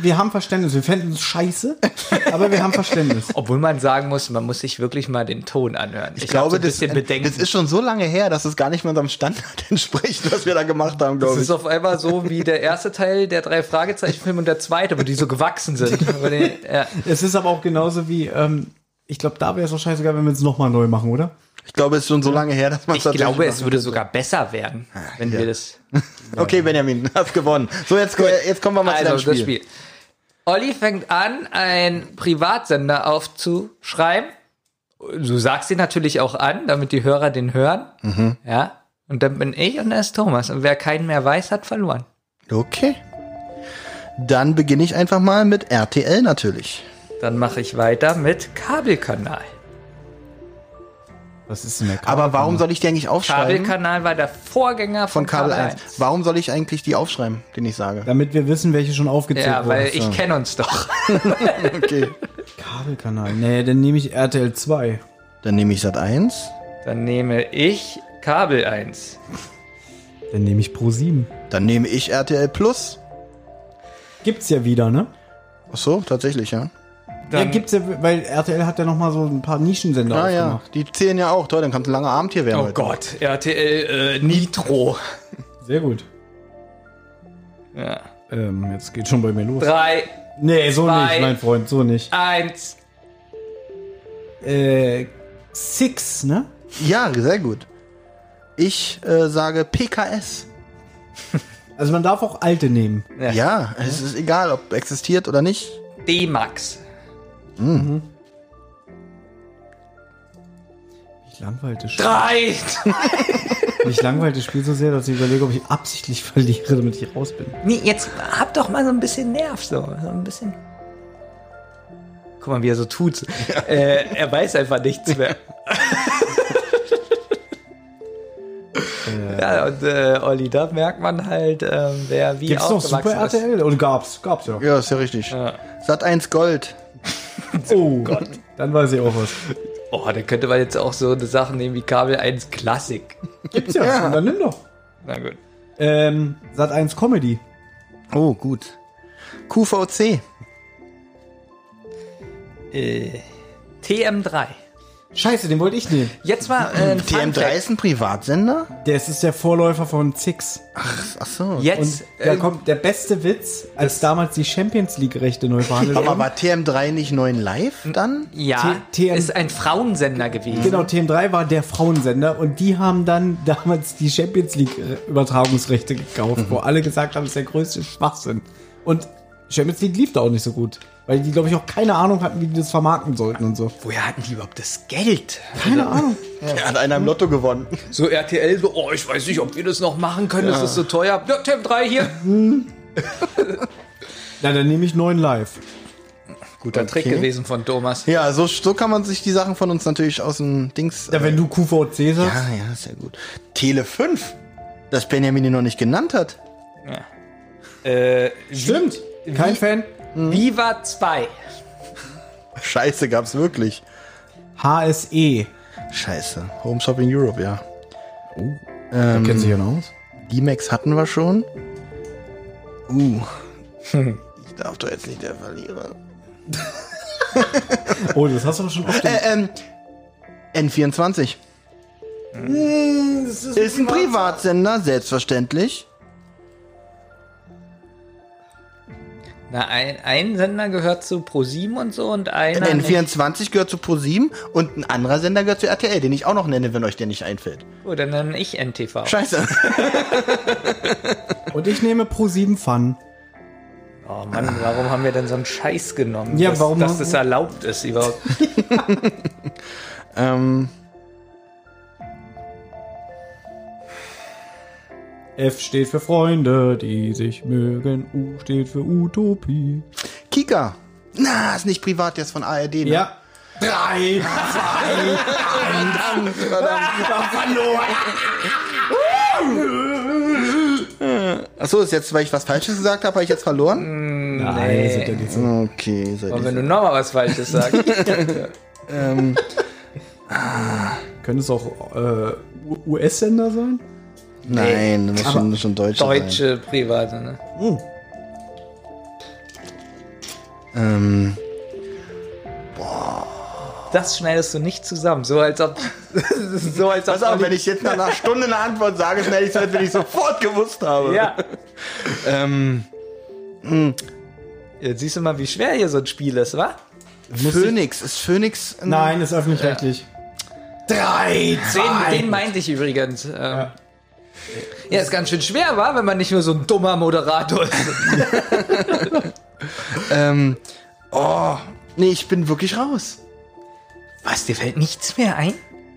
Wir haben Verständnis. Wir fänden es scheiße, aber wir haben Verständnis. Obwohl man sagen muss, man muss sich wirklich mal den Ton anhören. Ich, hab so ein bisschen Bedenken. das ist schon so lange her, dass es gar nicht mehr unserem Standard entspricht, was wir da gemacht haben, Das glaube ich. ist auf einmal so wie der erste Teil der drei Fragezeichen-Filme und der zweite, wo die so gewachsen sind. Wo die- ja. Es ist aber auch genauso wie, ähm, ich glaube, da wäre es auch scheißegal, wenn wir es nochmal neu machen, oder? Ich glaube, es ist schon so lange her, dass man Ich glaube, es würde sogar besser werden, Ah, wenn wir das Okay, Benjamin, hast gewonnen. So, jetzt, jetzt kommen wir mal Also, zu deinem das Spiel. Spiel. Olli fängt an, einen Privatsender aufzuschreiben. Du sagst ihn natürlich auch an, damit die Hörer den hören. Mhm. Ja. Und dann bin ich und dann ist Thomas. Und wer keinen mehr weiß, hat verloren. Okay. Dann beginne ich einfach mal mit RTL natürlich. Dann mache ich weiter mit Kabelkanal. Was ist denn der Kabel? Aber Hm. warum soll ich die eigentlich aufschreiben? Kabelkanal war der Vorgänger von von, Kabel 1. Warum soll ich eigentlich die aufschreiben, den ich sage? Damit wir wissen, welche schon aufgezählt Ja, wurden. weil ich kenne uns doch. Okay. Kabelkanal. Nee, dann nehme ich RTL 2. Dann nehme ich Sat 1, Dann nehme ich Kabel 1. Dann nehme ich Pro 7. dann nehme ich RTL Plus. Gibt's ja wieder, ne? Ach so, tatsächlich, ja. Ja, Dann gibt's ja, weil RTL hat ja nochmal so ein paar Nischensender Ah ja, aufgemacht. die zählen ja auch. Toll, dann kann es ein langer Abend hier werden Oh heute. Gott, RTL äh, Nitro. Sehr gut. Ja. Ähm, jetzt geht schon bei mir los. Drei, Nee, so Zwei. nicht, mein Freund, so nicht. eins, Äh, Six, ne? Ja, sehr gut. Ich äh, sage PKS. Also man darf auch alte nehmen. Ja. es ist egal, ob existiert oder nicht. D-Max. Mich langweilt das Spiel. Drei. Mich langweilt das Spiel so sehr, dass ich überlege, ob ich absichtlich verliere, damit ich raus bin. Nee, jetzt hab doch mal so ein bisschen Nerv, so, so ein bisschen. Guck mal, wie er so tut. Äh, er weiß einfach nichts mehr. ja, und äh, Olli, da merkt man halt, ähm, wer wie Gibt's noch Super aufgewachsen ist. RTL? Oder gab's? Gab's ja. Ja, ist ja richtig. Sat 1 Gold. Oh Gott. Dann weiß ich auch was. Oh, da könnte man jetzt auch so eine Sache nehmen wie Kabel 1 Klassik. Gibt's ja. Dann nimm doch. Na gut. Ähm, Sat 1 Comedy. Oh, gut. QVC. Äh, TM3. Scheiße, den wollte ich nehmen. Jetzt mal äh, ein Fun TM3 Fact. ist ein Privatsender? Das ist der Vorläufer von Six. Ach so. Jetzt, Da äh, kommt der beste Witz, als damals die Champions League-Rechte neu verhandelt Aber wurden. war TM3 nicht 9 Live dann? ja, T- TM ist ein Frauensender gewesen. Genau, TM3 war der Frauensender und die haben dann damals die Champions League-Übertragungsrechte gekauft, wo alle gesagt haben, das ist der größte Schwachsinn. Und Champions League lief da auch nicht so gut, weil die, glaube ich, auch keine Ahnung hatten, wie die das vermarkten sollten und so. Woher hatten die überhaupt das Geld? Keine Ahnung. Er hat einer im Lotto gewonnen. So RTL, so, oh, ich weiß nicht, ob wir das noch machen können, das ist so teuer. Ja, Temp 3 hier. Na, dann nehme ich neuen live. Guter Trick gewesen von Thomas. Ja, so, so kann man sich die Sachen von uns natürlich aus dem Dings. Ja, wenn du QVC sagst. Ah ja, ist ja gut. Tele 5. Das Benjamin ihn noch nicht genannt hat. Äh, Mhm. Stimmt. Kein Fan. Viva 2. Scheiße, gab's wirklich. HSE. Scheiße. Home Shopping Europe, ja. Ähm, Kennt sich ja noch aus. D-Max hatten wir schon. Uh. ich darf doch jetzt nicht der Verlierer. Oh, das hast du aber schon oft. Äh, ähm, N24. das Ist ein Privatsender, selbstverständlich. Na, ein, ein Sender gehört zu ProSieben und so und einer. nicht. N24 gehört zu ProSieben und ein anderer Sender gehört zu RTL, den ich auch noch nenne, wenn euch der nicht einfällt. Gut, dann nenne ich NTV. Scheiße. Und ich nehme Pro7 Fun. Oh Mann, warum haben wir denn so einen Scheiß genommen? Ja, dass, warum- Dass das erlaubt ist überhaupt. ähm, F steht für Freunde, die sich mögen. U steht für Utopie. Kika. Na, ist nicht privat, der ist von ARD. Ne? Ja. Drei. Verdammt, verdammt. verloren. Achso, ist jetzt, weil ich was Falsches gesagt habe, habe ich jetzt verloren? Nein, das sind ja nicht so. Okay, seid Und ihr. wenn du nochmal was Falsches sagst. Können es auch äh, U- US-Sender sein? Nein, das muss schon, schon Deutsche. Sein. Deutsche Private, ne? Ähm, Das schneidest du nicht zusammen. So als ob. so als ob. pass auf, wenn ich jetzt nach einer Stunde eine Antwort sage, schnell ich es, als wenn ich sofort gewusst habe. Ja. Ähm, Jetzt siehst du mal, wie schwer hier so ein Spiel ist, wa? Phoenix, ist Phoenix ein Nein, ist öffentlich-rechtlich. Drei. Den, den meinte ich übrigens. Ähm, ja. ist ganz schön schwer, wa? Wenn man nicht nur so ein dummer Moderator ist. Ähm, oh, nee, ich bin wirklich raus. Was, dir fällt nichts mehr ein?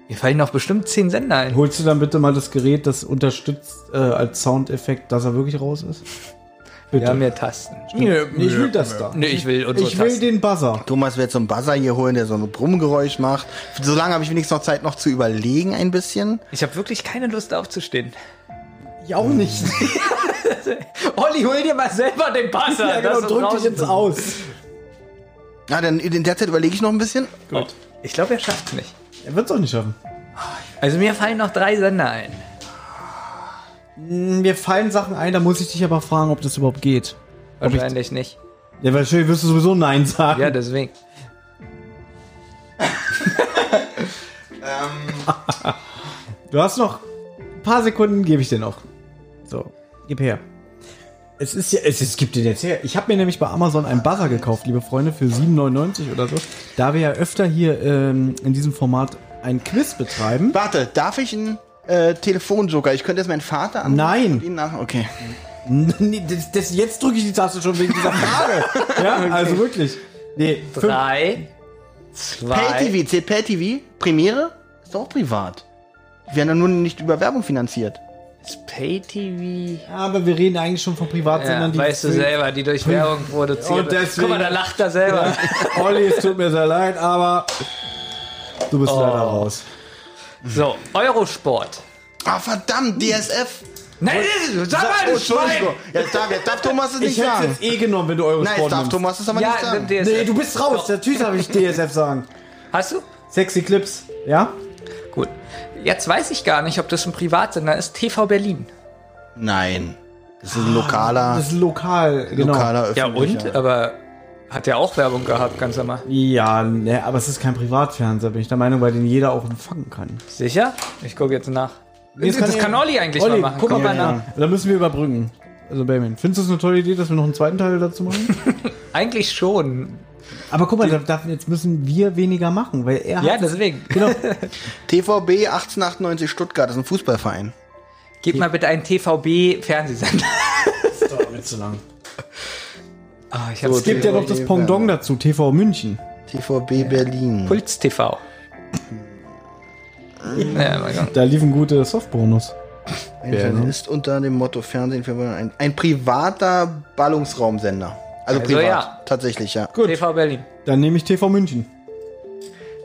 Mir fallen noch bestimmt zehn Sender ein. Holst du dann bitte mal das Gerät, das unterstützt äh, als Soundeffekt, dass er wirklich raus ist? Bitte. Wir haben hier Tasten. Nee, ich will das da. Nee, ich will unsere ich will Tasten. den Buzzer. Thomas wird so einen Buzzer hier holen, der so ein Brummgeräusch macht. So lange habe ich wenigstens noch Zeit, noch zu überlegen ein bisschen. Ich habe wirklich keine Lust aufzustehen. Ja, auch nicht. Olli, hol dir mal selber den Passer. ja, genau, dass du drück dich draußen jetzt aus. Na, Ah, dann in der Zeit überlege ich noch ein bisschen. bist. Ich glaube, er schafft's nicht. Er wird es auch nicht schaffen. Also mir fallen noch drei Sender ein. Mir fallen Sachen ein, da muss ich dich aber fragen, ob das überhaupt geht. Ob ich, Wahrscheinlich nicht. ja, wahrscheinlich wirst du sowieso Nein sagen. Ja, deswegen. Du hast noch ein paar Sekunden, gebe ich dir noch. So, gib her. Es ist ja, es, es gibt den jetzt her. Ich habe mir nämlich bei Amazon einen Buzzer gekauft, liebe Freunde, für 7,99 oder so. Da wir ja öfter hier ähm, in diesem Format ein Quiz betreiben. Warte, darf ich einen äh, Telefonjoker? Ich könnte jetzt meinen Vater anrufen. Nein. und Ihn nach okay. Nee, das, das, jetzt drücke ich die Taste schon wegen dieser Frage. ja, also wirklich. Nee, fünf, Drei, zwei. Pay-TV, zählt Pay-TV? Premiere? Ist doch auch privat. Die werden ja nur nicht über Werbung finanziert. Ist Pay-TV. aber wir reden eigentlich schon von Privatsendern, Ja, weißt du selber, die durch Werbung produziert. Und Oh, deswegen- Guck mal, da lacht er selber. Olli, es tut mir sehr leid, aber du bist leider raus. So, Eurosport. Ah, verdammt, DSF. Nein, sag mal, oh, du Schwein! Entschuldigung. Jetzt darf, jetzt darf Thomas es nicht Ich hätte es sagen. jetzt eh genommen, wenn du Nein, jetzt Eurosport darf nimmst. Thomas es aber Ja, nicht sagen. DSF. Nee, du bist raus. Natürlich darf ich DSF sagen. Hast du? Sexy Clips. Ja? Gut. Jetzt weiß ich gar nicht, ob das ein Privatsender ist. TV Berlin. Nein. Das ist ein lokaler, Das ist lokal, genau. lokaler Ja, öffentlicher. und? Aber hat ja auch Werbung gehabt, ganz normal. Ja, ne, aber es ist kein Privatfernseher, bin ich der Meinung, weil den jeder auch empfangen kann. Sicher? Ich gucke jetzt nach. das kann kann, ja- Olli eigentlich mal machen. guck mal, Guck mal nach. Da müssen wir überbrücken. Also, Benjamin, findest du es eine tolle Idee, dass wir noch einen zweiten Teil dazu machen? Eigentlich schon. aber guck mal, da, da, jetzt müssen wir weniger machen, weil er Ja, hat- deswegen. TVB 1898 Stuttgart, das ist ein Fußballverein. Gib mal bitte einen TVB-Fernsehsender. Das dauert mir zu lang. Ah, ich hab's Es gibt ja noch das E Pendant dazu, TV München. TVB Berlin. Puls TV. ja, mal gucken. Da liefen gute Softbonus. Ein Journalist unter dem Motto Fernsehen für Wollen ein, ein privater Ballungsraumsender. Also, privat, ja. tatsächlich, ja. Gut. TV Berlin. Dann nehme ich TV München.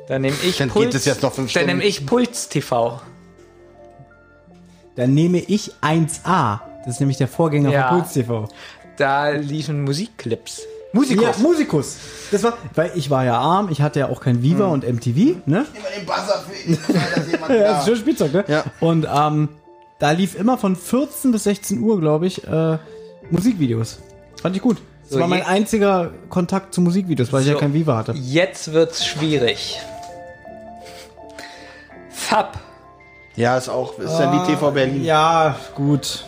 Dann nehme ich Dann geht Puls. es jetzt noch fünf Dann Stunden. nehme ich Puls TV. Dann nehme ich 1A. Das ist nämlich der Vorgänger Ja. von Puls TV. Da liefen Musikclips. Musikus. Ja, Hm. Musikus. Das war, weil ich war ja arm, ich hatte ja auch kein Viva und MTV, ne? Immer den Buzzer für ich sei, dass jemand Ja, ist da. schon Spielzeug, ne? Ja. Und ähm, da lief immer von 14 bis 16 Uhr, glaube ich, äh, Musikvideos. Fand ich gut. Das So, war mein je- einziger Kontakt zu Musikvideos, weil ich ja So. kein Viva hatte. Jetzt wird's schwierig. Fab. Ja, ist auch, ist ja wie TV Berlin. Ja, gut.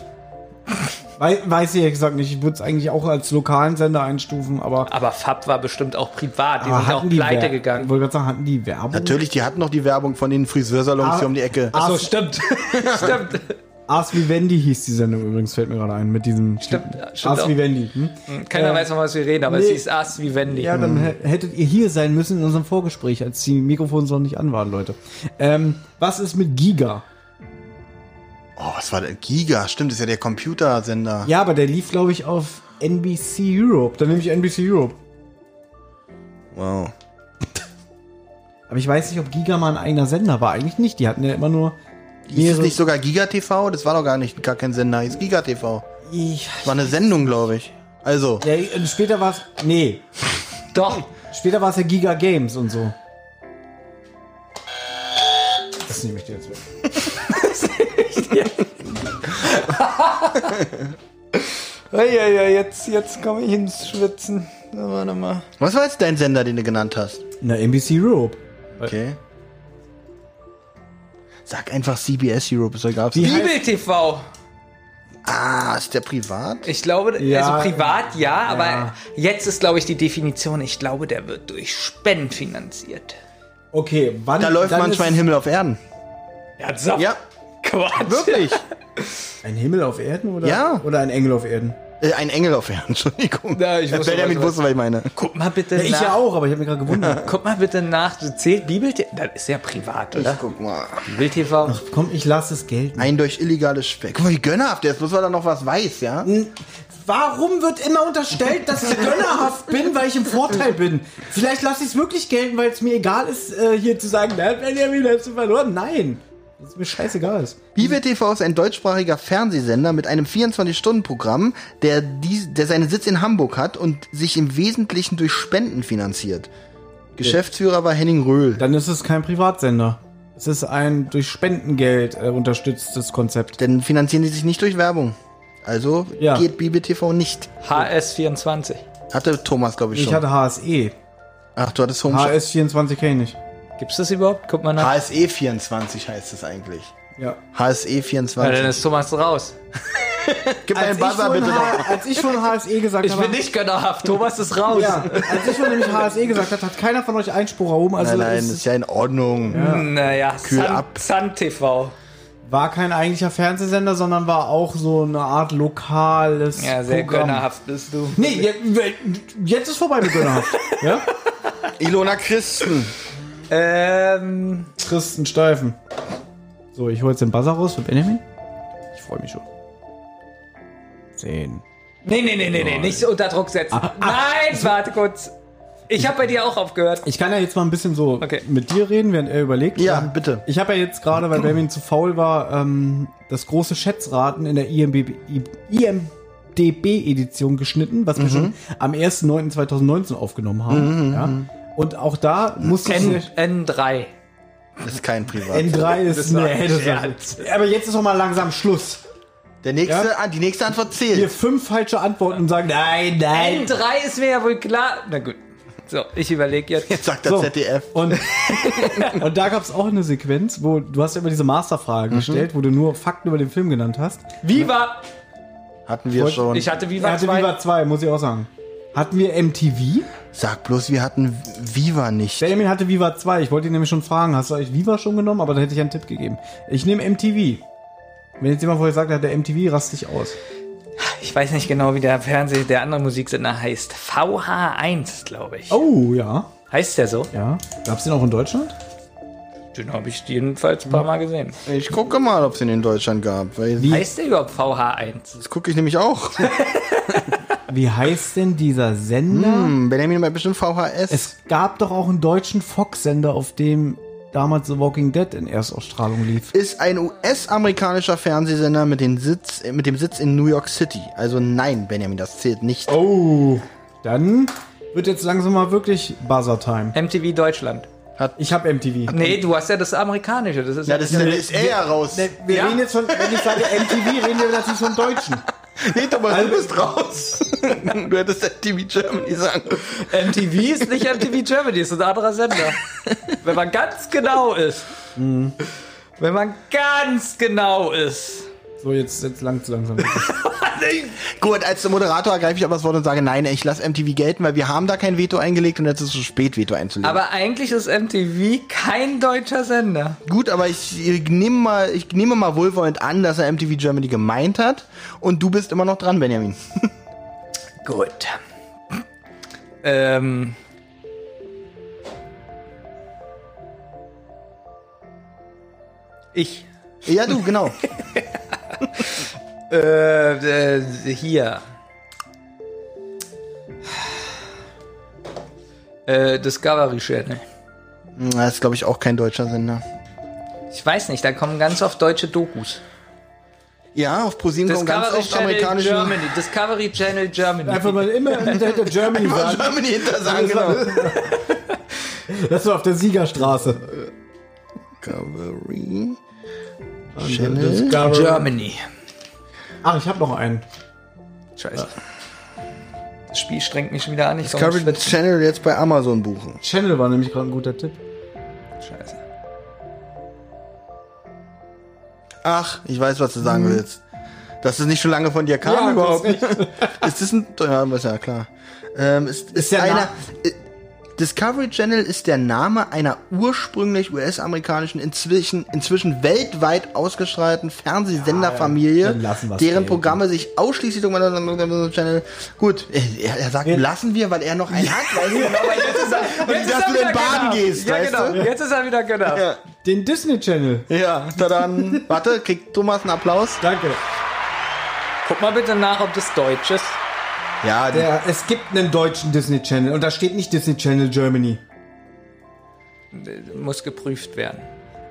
Weiß, weiß ich ehrlich gesagt nicht. Ich würde es eigentlich auch als lokalen Sender einstufen, aber. Aber Fab war bestimmt auch privat. Ah, Die aber sind auch Wer- pleite Ich gegangen. wollte gerade sagen, hatten die Werbung? Natürlich, die hatten noch die Werbung von den Ah, Friseursalons hier um die Ecke. Achso, stimmt. stimmt. Ars wie Wendy hieß die Sendung übrigens, fällt mir gerade ein, mit diesem. Stimmt, Typen. stimmt Ars auch. Mhm. wie Wendy. Hm? Keiner weiß noch, was wir reden, aber es nee. hieß Ass wie Wendy. Ja, dann hä- hättet ihr hier sein müssen in unserem Vorgespräch, als die Mikrofone noch nicht an waren, Leute. Ähm, was ist mit Giga? Oh, was war denn? Giga, stimmt, ist ja der Computersender. Ja, aber der lief, glaube ich, auf NBC Europe. Dann nehme ich NBC Europe. Wow. Aber ich weiß nicht, ob Giga mal ein eigener Sender war. Eigentlich nicht. Die hatten ja immer nur. Hieß es mehrere- nicht sogar Giga TV? Das war doch gar nicht, gar kein Sender, hieß Giga TV. Ich, Das war eine Sendung, glaube ich. Also, ja, und später war es. Nee. Doch. Später war es ja Giga Games und so. Das nehme ich dir jetzt weg. Ja, ja, ja, jetzt, jetzt komme ich ins Schwitzen. Na, warte mal. was war jetzt dein Sender, den du genannt hast? Na, NBC Europe. Okay. Sag einfach CBS Europe, ist egal. ob's- Die- Bibel TV. Ah, ist der privat? Ich glaube, Ja, also privat ja, aber jetzt ist, glaube ich, die Definition. Ich glaube, der wird durch Spenden finanziert. Okay, wann. Da läuft dann manchmal ist- ein Himmel auf Erden. Ernsthaft? Ja, Quatsch. wirklich. Ein Himmel auf Erden oder? Ja. Oder ein Engel auf Erden? Äh, ein Engel auf Erden, Entschuldigung. Ja, ich wusste, Benjamin was- wusste, was ich meine. Guck mal bitte Ja, nach. ich ja auch, aber ich habe mich gerade gewundert. Guck mal bitte nach. Du zählt Bibel TV. Das ist ja privat, oder? Guck mal. Bibel TV. Komm, ich lasse es gelten. Ein durch illegales Speck. Guck mal, wie gönnerhaft der ist, bloß weil er noch was weiß, ja? Warum wird immer unterstellt, dass ich gönnerhaft bin, weil ich im Vorteil bin? Vielleicht lasse ich es wirklich gelten, weil es mir egal ist, äh, hier zu sagen, na, Benjamin, hast du verloren? Nein. Das ist mir scheißegal. Ist. Bibe TV ist ein deutschsprachiger Fernsehsender mit einem 24-Stunden-Programm, der, dies- der seinen Sitz in Hamburg hat und sich im Wesentlichen durch Spenden finanziert. Geschäftsführer war Henning Röhl. Dann ist es kein Privatsender. Es ist ein durch Spendengeld äh, unterstütztes Konzept. Denn finanzieren die sich nicht durch Werbung. Also Ja. geht Bibe TV nicht. HS24. Hatte Thomas, glaube ich, Ich schon. hatte E. HSE. Ach, du hattest Home E HS24 kenne ich. Gibt's das überhaupt? Guck mal nach. HSE 24 E heißt es eigentlich. Ja. HSE Ja, dann 24. ist Thomas raus. Gib mir Als, einen ich Buzzer schon, bitte noch. H- als ich schon HSE gesagt Ich habe, bin nicht gönnerhaft. Thomas ist raus. Ja, als ich schon nämlich HSE gesagt habe, hat keiner von euch Einspruch erhoben. Also Nein, nein, es ist ja in Ordnung. Naja, Sun, ab. Sun TV. war kein eigentlicher Fernsehsender, sondern war auch so eine Art lokales Ja, sehr Programm. gönnerhaft bist du. Nee, je- jetzt ist vorbei mit gönnerhaft. ja? Ilona Christen. Ähm, Christen Steifen. So, ich hole jetzt den Buzzer raus für Benjamin. Ich freue mich schon. Zehn. nee, nee, nee, nee, nee, nicht so unter Druck setzen. Nein, warte kurz. Ich habe bei dir auch aufgehört. Ich kann ja jetzt mal ein bisschen so Okay. mit dir reden, während er überlegt. Ja, Ähm, bitte. Ich habe ja jetzt gerade, weil Benjamin zu faul war, ähm, das große Schätzraten in der IMB, IMDB-Edition geschnitten, was Mhm. wir schon am 1.9.2019 aufgenommen haben. Ja? mhm. Und auch da musste ich... N, N3. Ist kein Privat. N3 ist... war Nee, ein das Scherz. war, aber jetzt ist doch mal langsam Schluss. Der nächste, Ja? ah, die nächste Antwort Hier zählt. fünf falsche Antworten und sagen, nein, nein. N3 ist mir ja wohl klar. Na gut. So, ich überlege jetzt. Jetzt sagt der So. ZDF. Und, und da gab es auch eine Sequenz, wo du hast ja immer diese Masterfrage Mhm. gestellt, wo du nur Fakten über den Film genannt hast. Viva! Hatten wir schon. Ich hatte Er Viva hatte 2. Viva 2, muss ich auch sagen. Hatten wir MTV? Sag bloß, wir hatten Viva nicht. Benjamin hatte Viva 2. Ich wollte ihn nämlich schon fragen, hast du euch Viva schon genommen? Aber da hätte ich einen Tipp gegeben. Ich nehme MTV. Wenn jetzt jemand vorher sagt, er hat der MTV, raste ich aus. Ich weiß nicht genau, wie der Fernseh, der andere Musiksender heißt. VH1, glaube ich. Oh, ja. Heißt der so? Ja. Gab's den auch in Deutschland? Den habe ich jedenfalls ein paar Mal gesehen. Ich gucke mal, ob es den in Deutschland gab. Weil Heißt der überhaupt VH1? Das gucke ich nämlich auch. Wie heißt denn dieser Sender? Hm, Benjamin meint bestimmt VHS. Es gab doch auch einen deutschen Fox-Sender, auf dem damals The Walking Dead in Erstausstrahlung lief. ist ein US-amerikanischer Fernsehsender mit, den Sitz, mit dem Sitz in New York City. Also nein, Benjamin, das zählt nicht. Oh. Dann wird jetzt langsam mal wirklich Buzzer-Time. MTV Deutschland. Ich habe MTV. Nee, du hast ja das amerikanische. Das ist Ja, das ist, da ist er ja raus. Ne, wir Ja. reden jetzt von, wenn ich sage MTV, reden wir natürlich vom Deutschen. Nee, Thomas, Also- du bist raus. du hättest ja TV Germany sagen. müssen. MTV ist nicht MTV Germany, ist ein anderer Sender. Wenn man ganz genau ist. Mhm. Wenn man ganz genau ist. So, jetzt, jetzt langt langsam. Gut, als Moderator ergreife ich aber das Wort und sage, nein, ich lasse MTV gelten, weil wir haben da kein Veto eingelegt und jetzt ist es zu spät, Veto einzulegen. Aber eigentlich ist MTV kein deutscher Sender. Gut, aber ich, ich nehme mal, ich nehme mal wohlwollend an, dass er MTV Germany gemeint hat. Und du bist immer noch dran, Benjamin. Gut. Ähm. Ich. Ja, du, genau. Äh, äh, hier. Äh, Discovery Channel. Das ist, glaube ich, auch kein deutscher Sender. Ich weiß nicht, da kommen ganz oft deutsche Dokus. Ja, auf ProSieben kommen ganz oft amerikanische Germany. Discovery Channel Germany. Einfach mal immer hinter Germany sagen. Germany hinter sagen, genau. Das war auf der Siegerstraße. Discovery. Germany. Ach, ich habe noch einen. Scheiße. Das Spiel strengt mich schon wieder an. Ich komm Discovery ins Schwitzen. Channel jetzt bei Amazon buchen. Channel war nämlich gerade ein guter Tipp. Scheiße. Ach, ich weiß, was du sagen willst. Dass es nicht schon lange von dir kam Ja, überhaupt. das Nicht. ist das ein. Ja, ist ja klar. Ähm, ist, ist, der einer. Na- äh, Discovery Channel ist der Name einer ursprünglich US-amerikanischen, inzwischen, inzwischen weltweit ausgestrahlten Ja, Fernsehsenderfamilie, dann lassen wir's deren gelten. Programme sich ausschließlich um Discovery Channel. Gut, er, er sagt, lassen wir, weil er noch einen hat. Weißt du, Aber jetzt ist er, Und dass du wieder in Baden genau. gehst, Ja, weißt genau. du? Jetzt ist er wieder genau. Ja. Den Disney Channel. Ja, dann. Warte, kriegt Thomas einen Applaus? Danke. Guck mal bitte nach, ob das deutsch ist. Ja, der. Der, es gibt einen deutschen Disney Channel und da steht nicht Disney Channel Germany. Muss geprüft werden.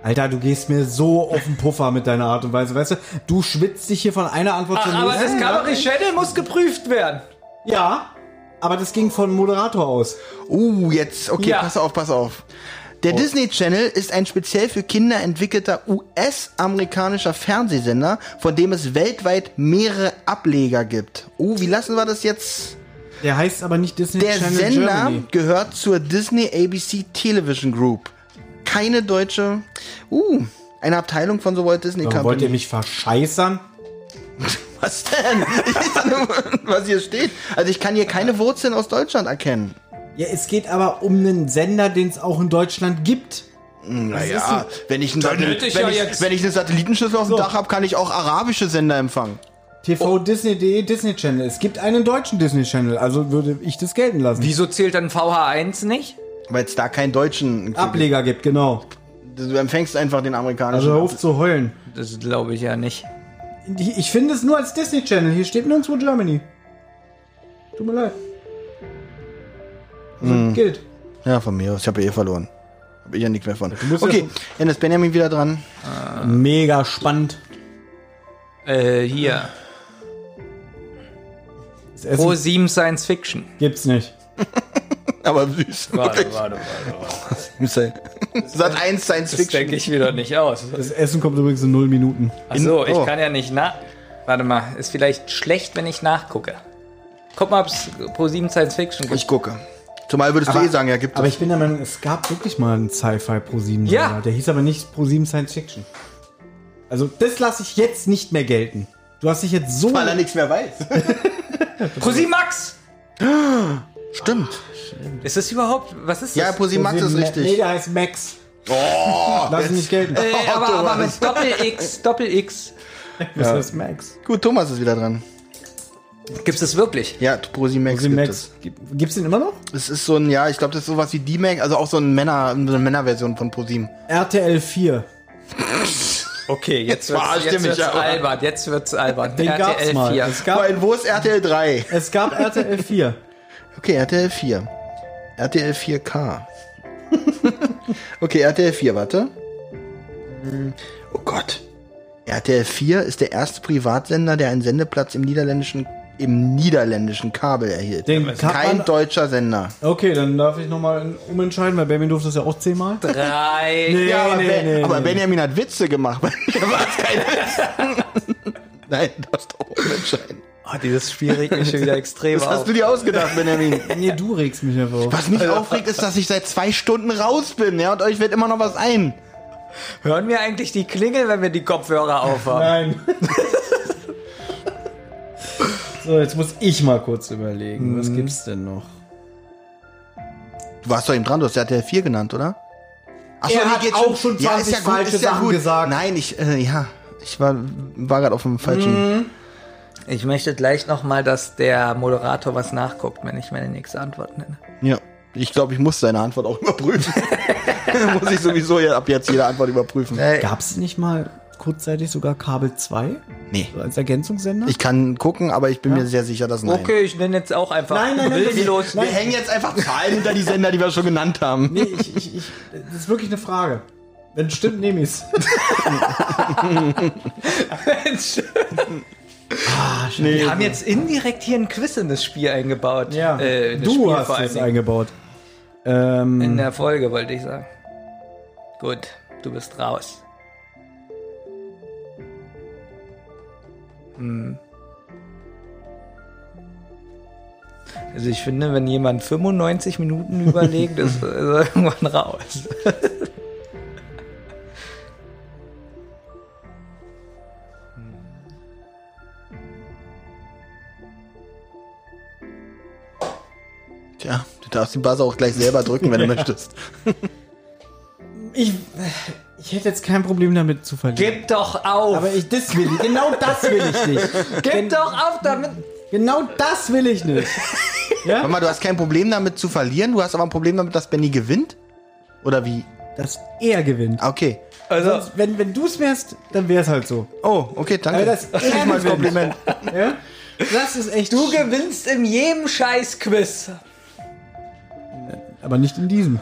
Alter, du gehst mir so auf den Puffer mit deiner Art und Weise, weißt du? Du schwitzt dich hier von einer Antwort Ah, zur Ach, Ah, aber nächsten. Discovery Channel muss geprüft werden. ja, aber das ging von Moderator aus. Uh, jetzt. Okay, Ja. pass auf, pass auf. Oh. Der Disney Channel ist ein speziell für Kinder entwickelter US-amerikanischer Fernsehsender, von dem es weltweit mehrere Ableger gibt. Oh, wie lassen wir das jetzt? Der heißt aber nicht Disney Der Channel Sender Germany. gehört zur Disney ABC Television Group. Keine deutsche. Uh, eine Abteilung von The Walt Disney Warum wollt ihr Company. mich verscheißern? Was denn? Ich lese nur, was hier steht. Also ich kann hier keine Wurzeln aus Deutschland erkennen. Ja, es geht aber um einen Sender, den es auch in Deutschland gibt. Hm, Naja, wenn ich, einen Satellit, nötig wenn, ja ich, jetzt. wenn ich eine Satellitenschüssel auf dem Dach habe, kann ich auch arabische Sender empfangen. TV Disney.de Disney Channel. Es gibt einen deutschen Disney Channel, also würde ich das gelten lassen. Wieso zählt dann VH1 nicht? Weil es da keinen deutschen Ableger gibt, genau. Du empfängst einfach den amerikanischen. Also hör auf zu heulen. Das glaube ich ja nicht. Ich ich finde es nur als Disney Channel. Hier steht nirgendwo Germany. Tut mir leid. Also, Gilt. ja, von mir aus. Ich habe eh verloren. Habe ich ja nichts mehr von. musst ja Okay, schon- dann ist Benjamin wieder dran. Mega spannend. Äh, hier. Das Essen Pro 7 Science Fiction. gibt's nicht. Aber süß. Warte, warte, warte. Sat 1 Science Das Fiction. denke ich wieder nicht aus. Das Essen kommt übrigens in null Minuten. Achso, oh. ich kann ja nicht nach. Warte mal, ist vielleicht schlecht, wenn ich nachgucke. Guck mal, ob es Pro 7 Science Fiction gibt. Ich gucke. Zumal würdest du eh sagen, ja, gibt Aber es. ich bin der Meinung, es gab wirklich mal einen Sci-Fi Pro 7. Ja. Der hieß aber nicht Pro 7 Science Fiction. Also, das lasse ich jetzt nicht mehr gelten. Du hast dich jetzt so. Weil er nichts mehr weiß. Pro 7 Max! Stimmt. Ist das überhaupt. Was ist Ja, das? Posi Max ist Ma- Nee, richtig. Oh, der heißt Max. Lass ihn nicht gelten. Äh, aber, aber Thomas. mit Doppel-X, Doppel-X. Das heißt Max. Gut, Thomas ist wieder dran. Gibt's das wirklich? Ja, Prosimax Posi gibt es. Max. Gibt- Gibt's den immer noch? Es ist so ein, ja, ich glaube, das ist sowas wie D-Mac, also auch so ein Männer, so eine Männerversion von ProSieben. RTL 4. Okay, jetzt, wird's, verarscht ihr jetzt mich wird's ja, oder? albern. Jetzt wird's albern. Den gab's mal. Es Vor gab, allem, wo ist RTL 3? es gab RTL 4. Okay, RTL 4. RTL 4K. okay, RTL 4, warte. Hm, Oh Gott. RTL 4 ist der erste Privatsender, der einen Sendeplatz im niederländischen im niederländischen Kabel erhielt. Den kann Kein man- deutscher Sender. Okay, dann darf ich nochmal umentscheiden, weil Benjamin durfte das ja auch zehnmal. Drei. ja, aber, nee, Ben- nee, aber nee. Benjamin hat Witze gemacht. Bei mir war es kein Witz. Nein, du hast doch unentscheiden. Oh, dieses Spiel regt mich schon wieder extrem Das hast du dir ausgedacht, Benjamin. Nee, du regst mich einfach auf. Was mich aufregt, ist, dass ich seit zwei Stunden raus bin, ja, und euch wird immer noch was ein. Hören wir eigentlich die Klingel, wenn wir die Kopfhörer aufhaben? Nein. so, jetzt muss ich mal kurz überlegen. Mhm. Was gibt's denn noch? Du warst doch eben dran, du hast RTL 4 genannt, oder? Ach so, um- Er wie hat auch schon 20 falsche Sachen gesagt. Nein, ich, äh, ja, ich war, war gerade auf dem falschen. Mhm. Ich möchte gleich nochmal, dass der Moderator was nachguckt, wenn ich meine nächste Antwort nenne. Ja. Ich glaube, ich muss deine Antwort auch überprüfen. muss ich sowieso ja ab jetzt jede Antwort überprüfen. Gab's nicht mal kurzzeitig sogar Kabel 2? Nee. So als Ergänzungssender? Ich kann gucken, aber ich bin mir sehr sicher, dass nein. Okay, ich nenne jetzt auch einfach Nein, nein, nein, willenlos. Wir hängen jetzt einfach Zahlen hinter die Sender, die wir schon genannt haben. nee, ich, ich, ich, das ist wirklich eine Frage. Wenn es stimmt, nehme ich's. Ah, Wir haben jetzt indirekt hier ein Quiz in das Spiel eingebaut. Ja. Äh, in das du Spiel hast vor allen es Dingen. eingebaut. Ähm, In der Folge, wollte ich sagen. Gut, du bist raus. Hm. Also ich finde, wenn jemand 95 Minuten überlegt, ist, ist er irgendwann raus. Tja, du darfst den Buzzer auch gleich selber drücken, wenn du möchtest. ich, ich hätte jetzt kein Problem damit zu verlieren. Gib doch auf! aber ich, das will ich, genau das will ich nicht. Gib doch auf damit! Genau das will ich nicht. Warte mal, du hast kein Problem damit zu verlieren, du hast aber ein Problem damit, dass Benny gewinnt? Oder wie? Dass er gewinnt. Ah, Okay. Also, Sonst, wenn wenn du es wärst, dann wäre es halt so. Oh, okay, danke. Aber das ist nicht mal ein Ehrenwind. Kompliment. Ja? Das ist echt. du gewinnst in jedem scheiß Quiz. aber nicht in diesem.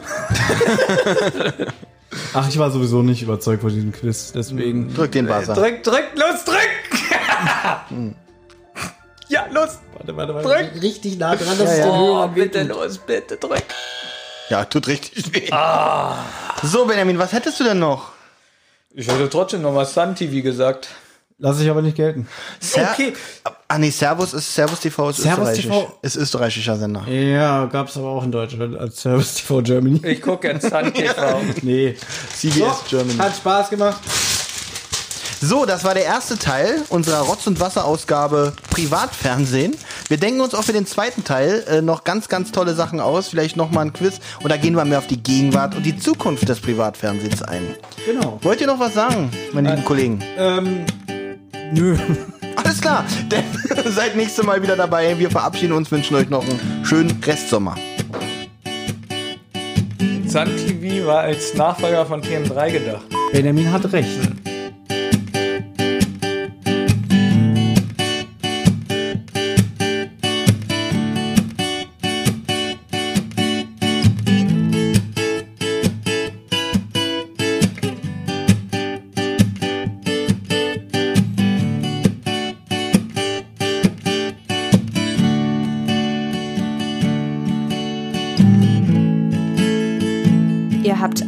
Ach, ich war sowieso nicht überzeugt von diesem Quiz, deswegen. Drück den Buzzer. Drück, drück, los, drück! Hm. ja, los! Warte, warte, warte. Drück. Richtig nah dran, dass Oh, bitte los, bitte drück! Ja, tut richtig weh. Ah. So, Benjamin, was hättest du denn noch? Ich hätte trotzdem nochmal Sun TV gesagt. Lass ich aber nicht gelten. Ser Okay. Ah, nee, Servus ist Servus TV ist Servus österreichisch. TV. Ist österreichischer Sender. Ja, gab's aber auch in Deutschland als Service TV Germany. Ich gucke jetzt Sun TV. Nee. CBS Germany. Hat Spaß gemacht. So, das war der erste Teil unserer Rotz- und Wasser-Ausgabe Privatfernsehen. Wir denken uns auch für den zweiten Teil äh, noch ganz, ganz tolle Sachen aus. Vielleicht nochmal ein Quiz. Und da gehen wir mehr auf die Gegenwart und die Zukunft des Privatfernsehens ein. Genau. Wollt ihr noch was sagen, meine lieben Kollegen? Ähm. Nö. Alles klar, denn seid nächstes Mal wieder dabei. Wir verabschieden uns, wünschen euch noch einen schönen Restsommer. Sun TV war als Nachfolger von TM3 gedacht. Benjamin hat recht. Ihr habt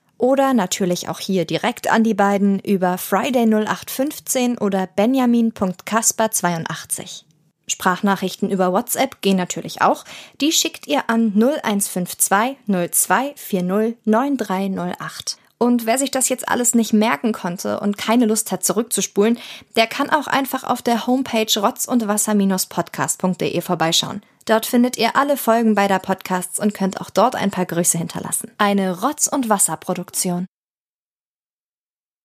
Oder natürlich auch hier direkt an die beiden über Friday0815 oder benjamin.kasper82. Sprachnachrichten über WhatsApp gehen natürlich auch. Die schickt ihr an 0152 0240 9308. Und wer sich das jetzt alles nicht merken konnte und keine Lust hat zurückzuspulen, der kann auch einfach auf der Homepage rotzundwasser-podcast.de vorbeischauen. Dort findet ihr alle Folgen beider Podcasts und könnt auch dort ein paar Grüße hinterlassen. Eine Rotz- und Wasser-Produktion.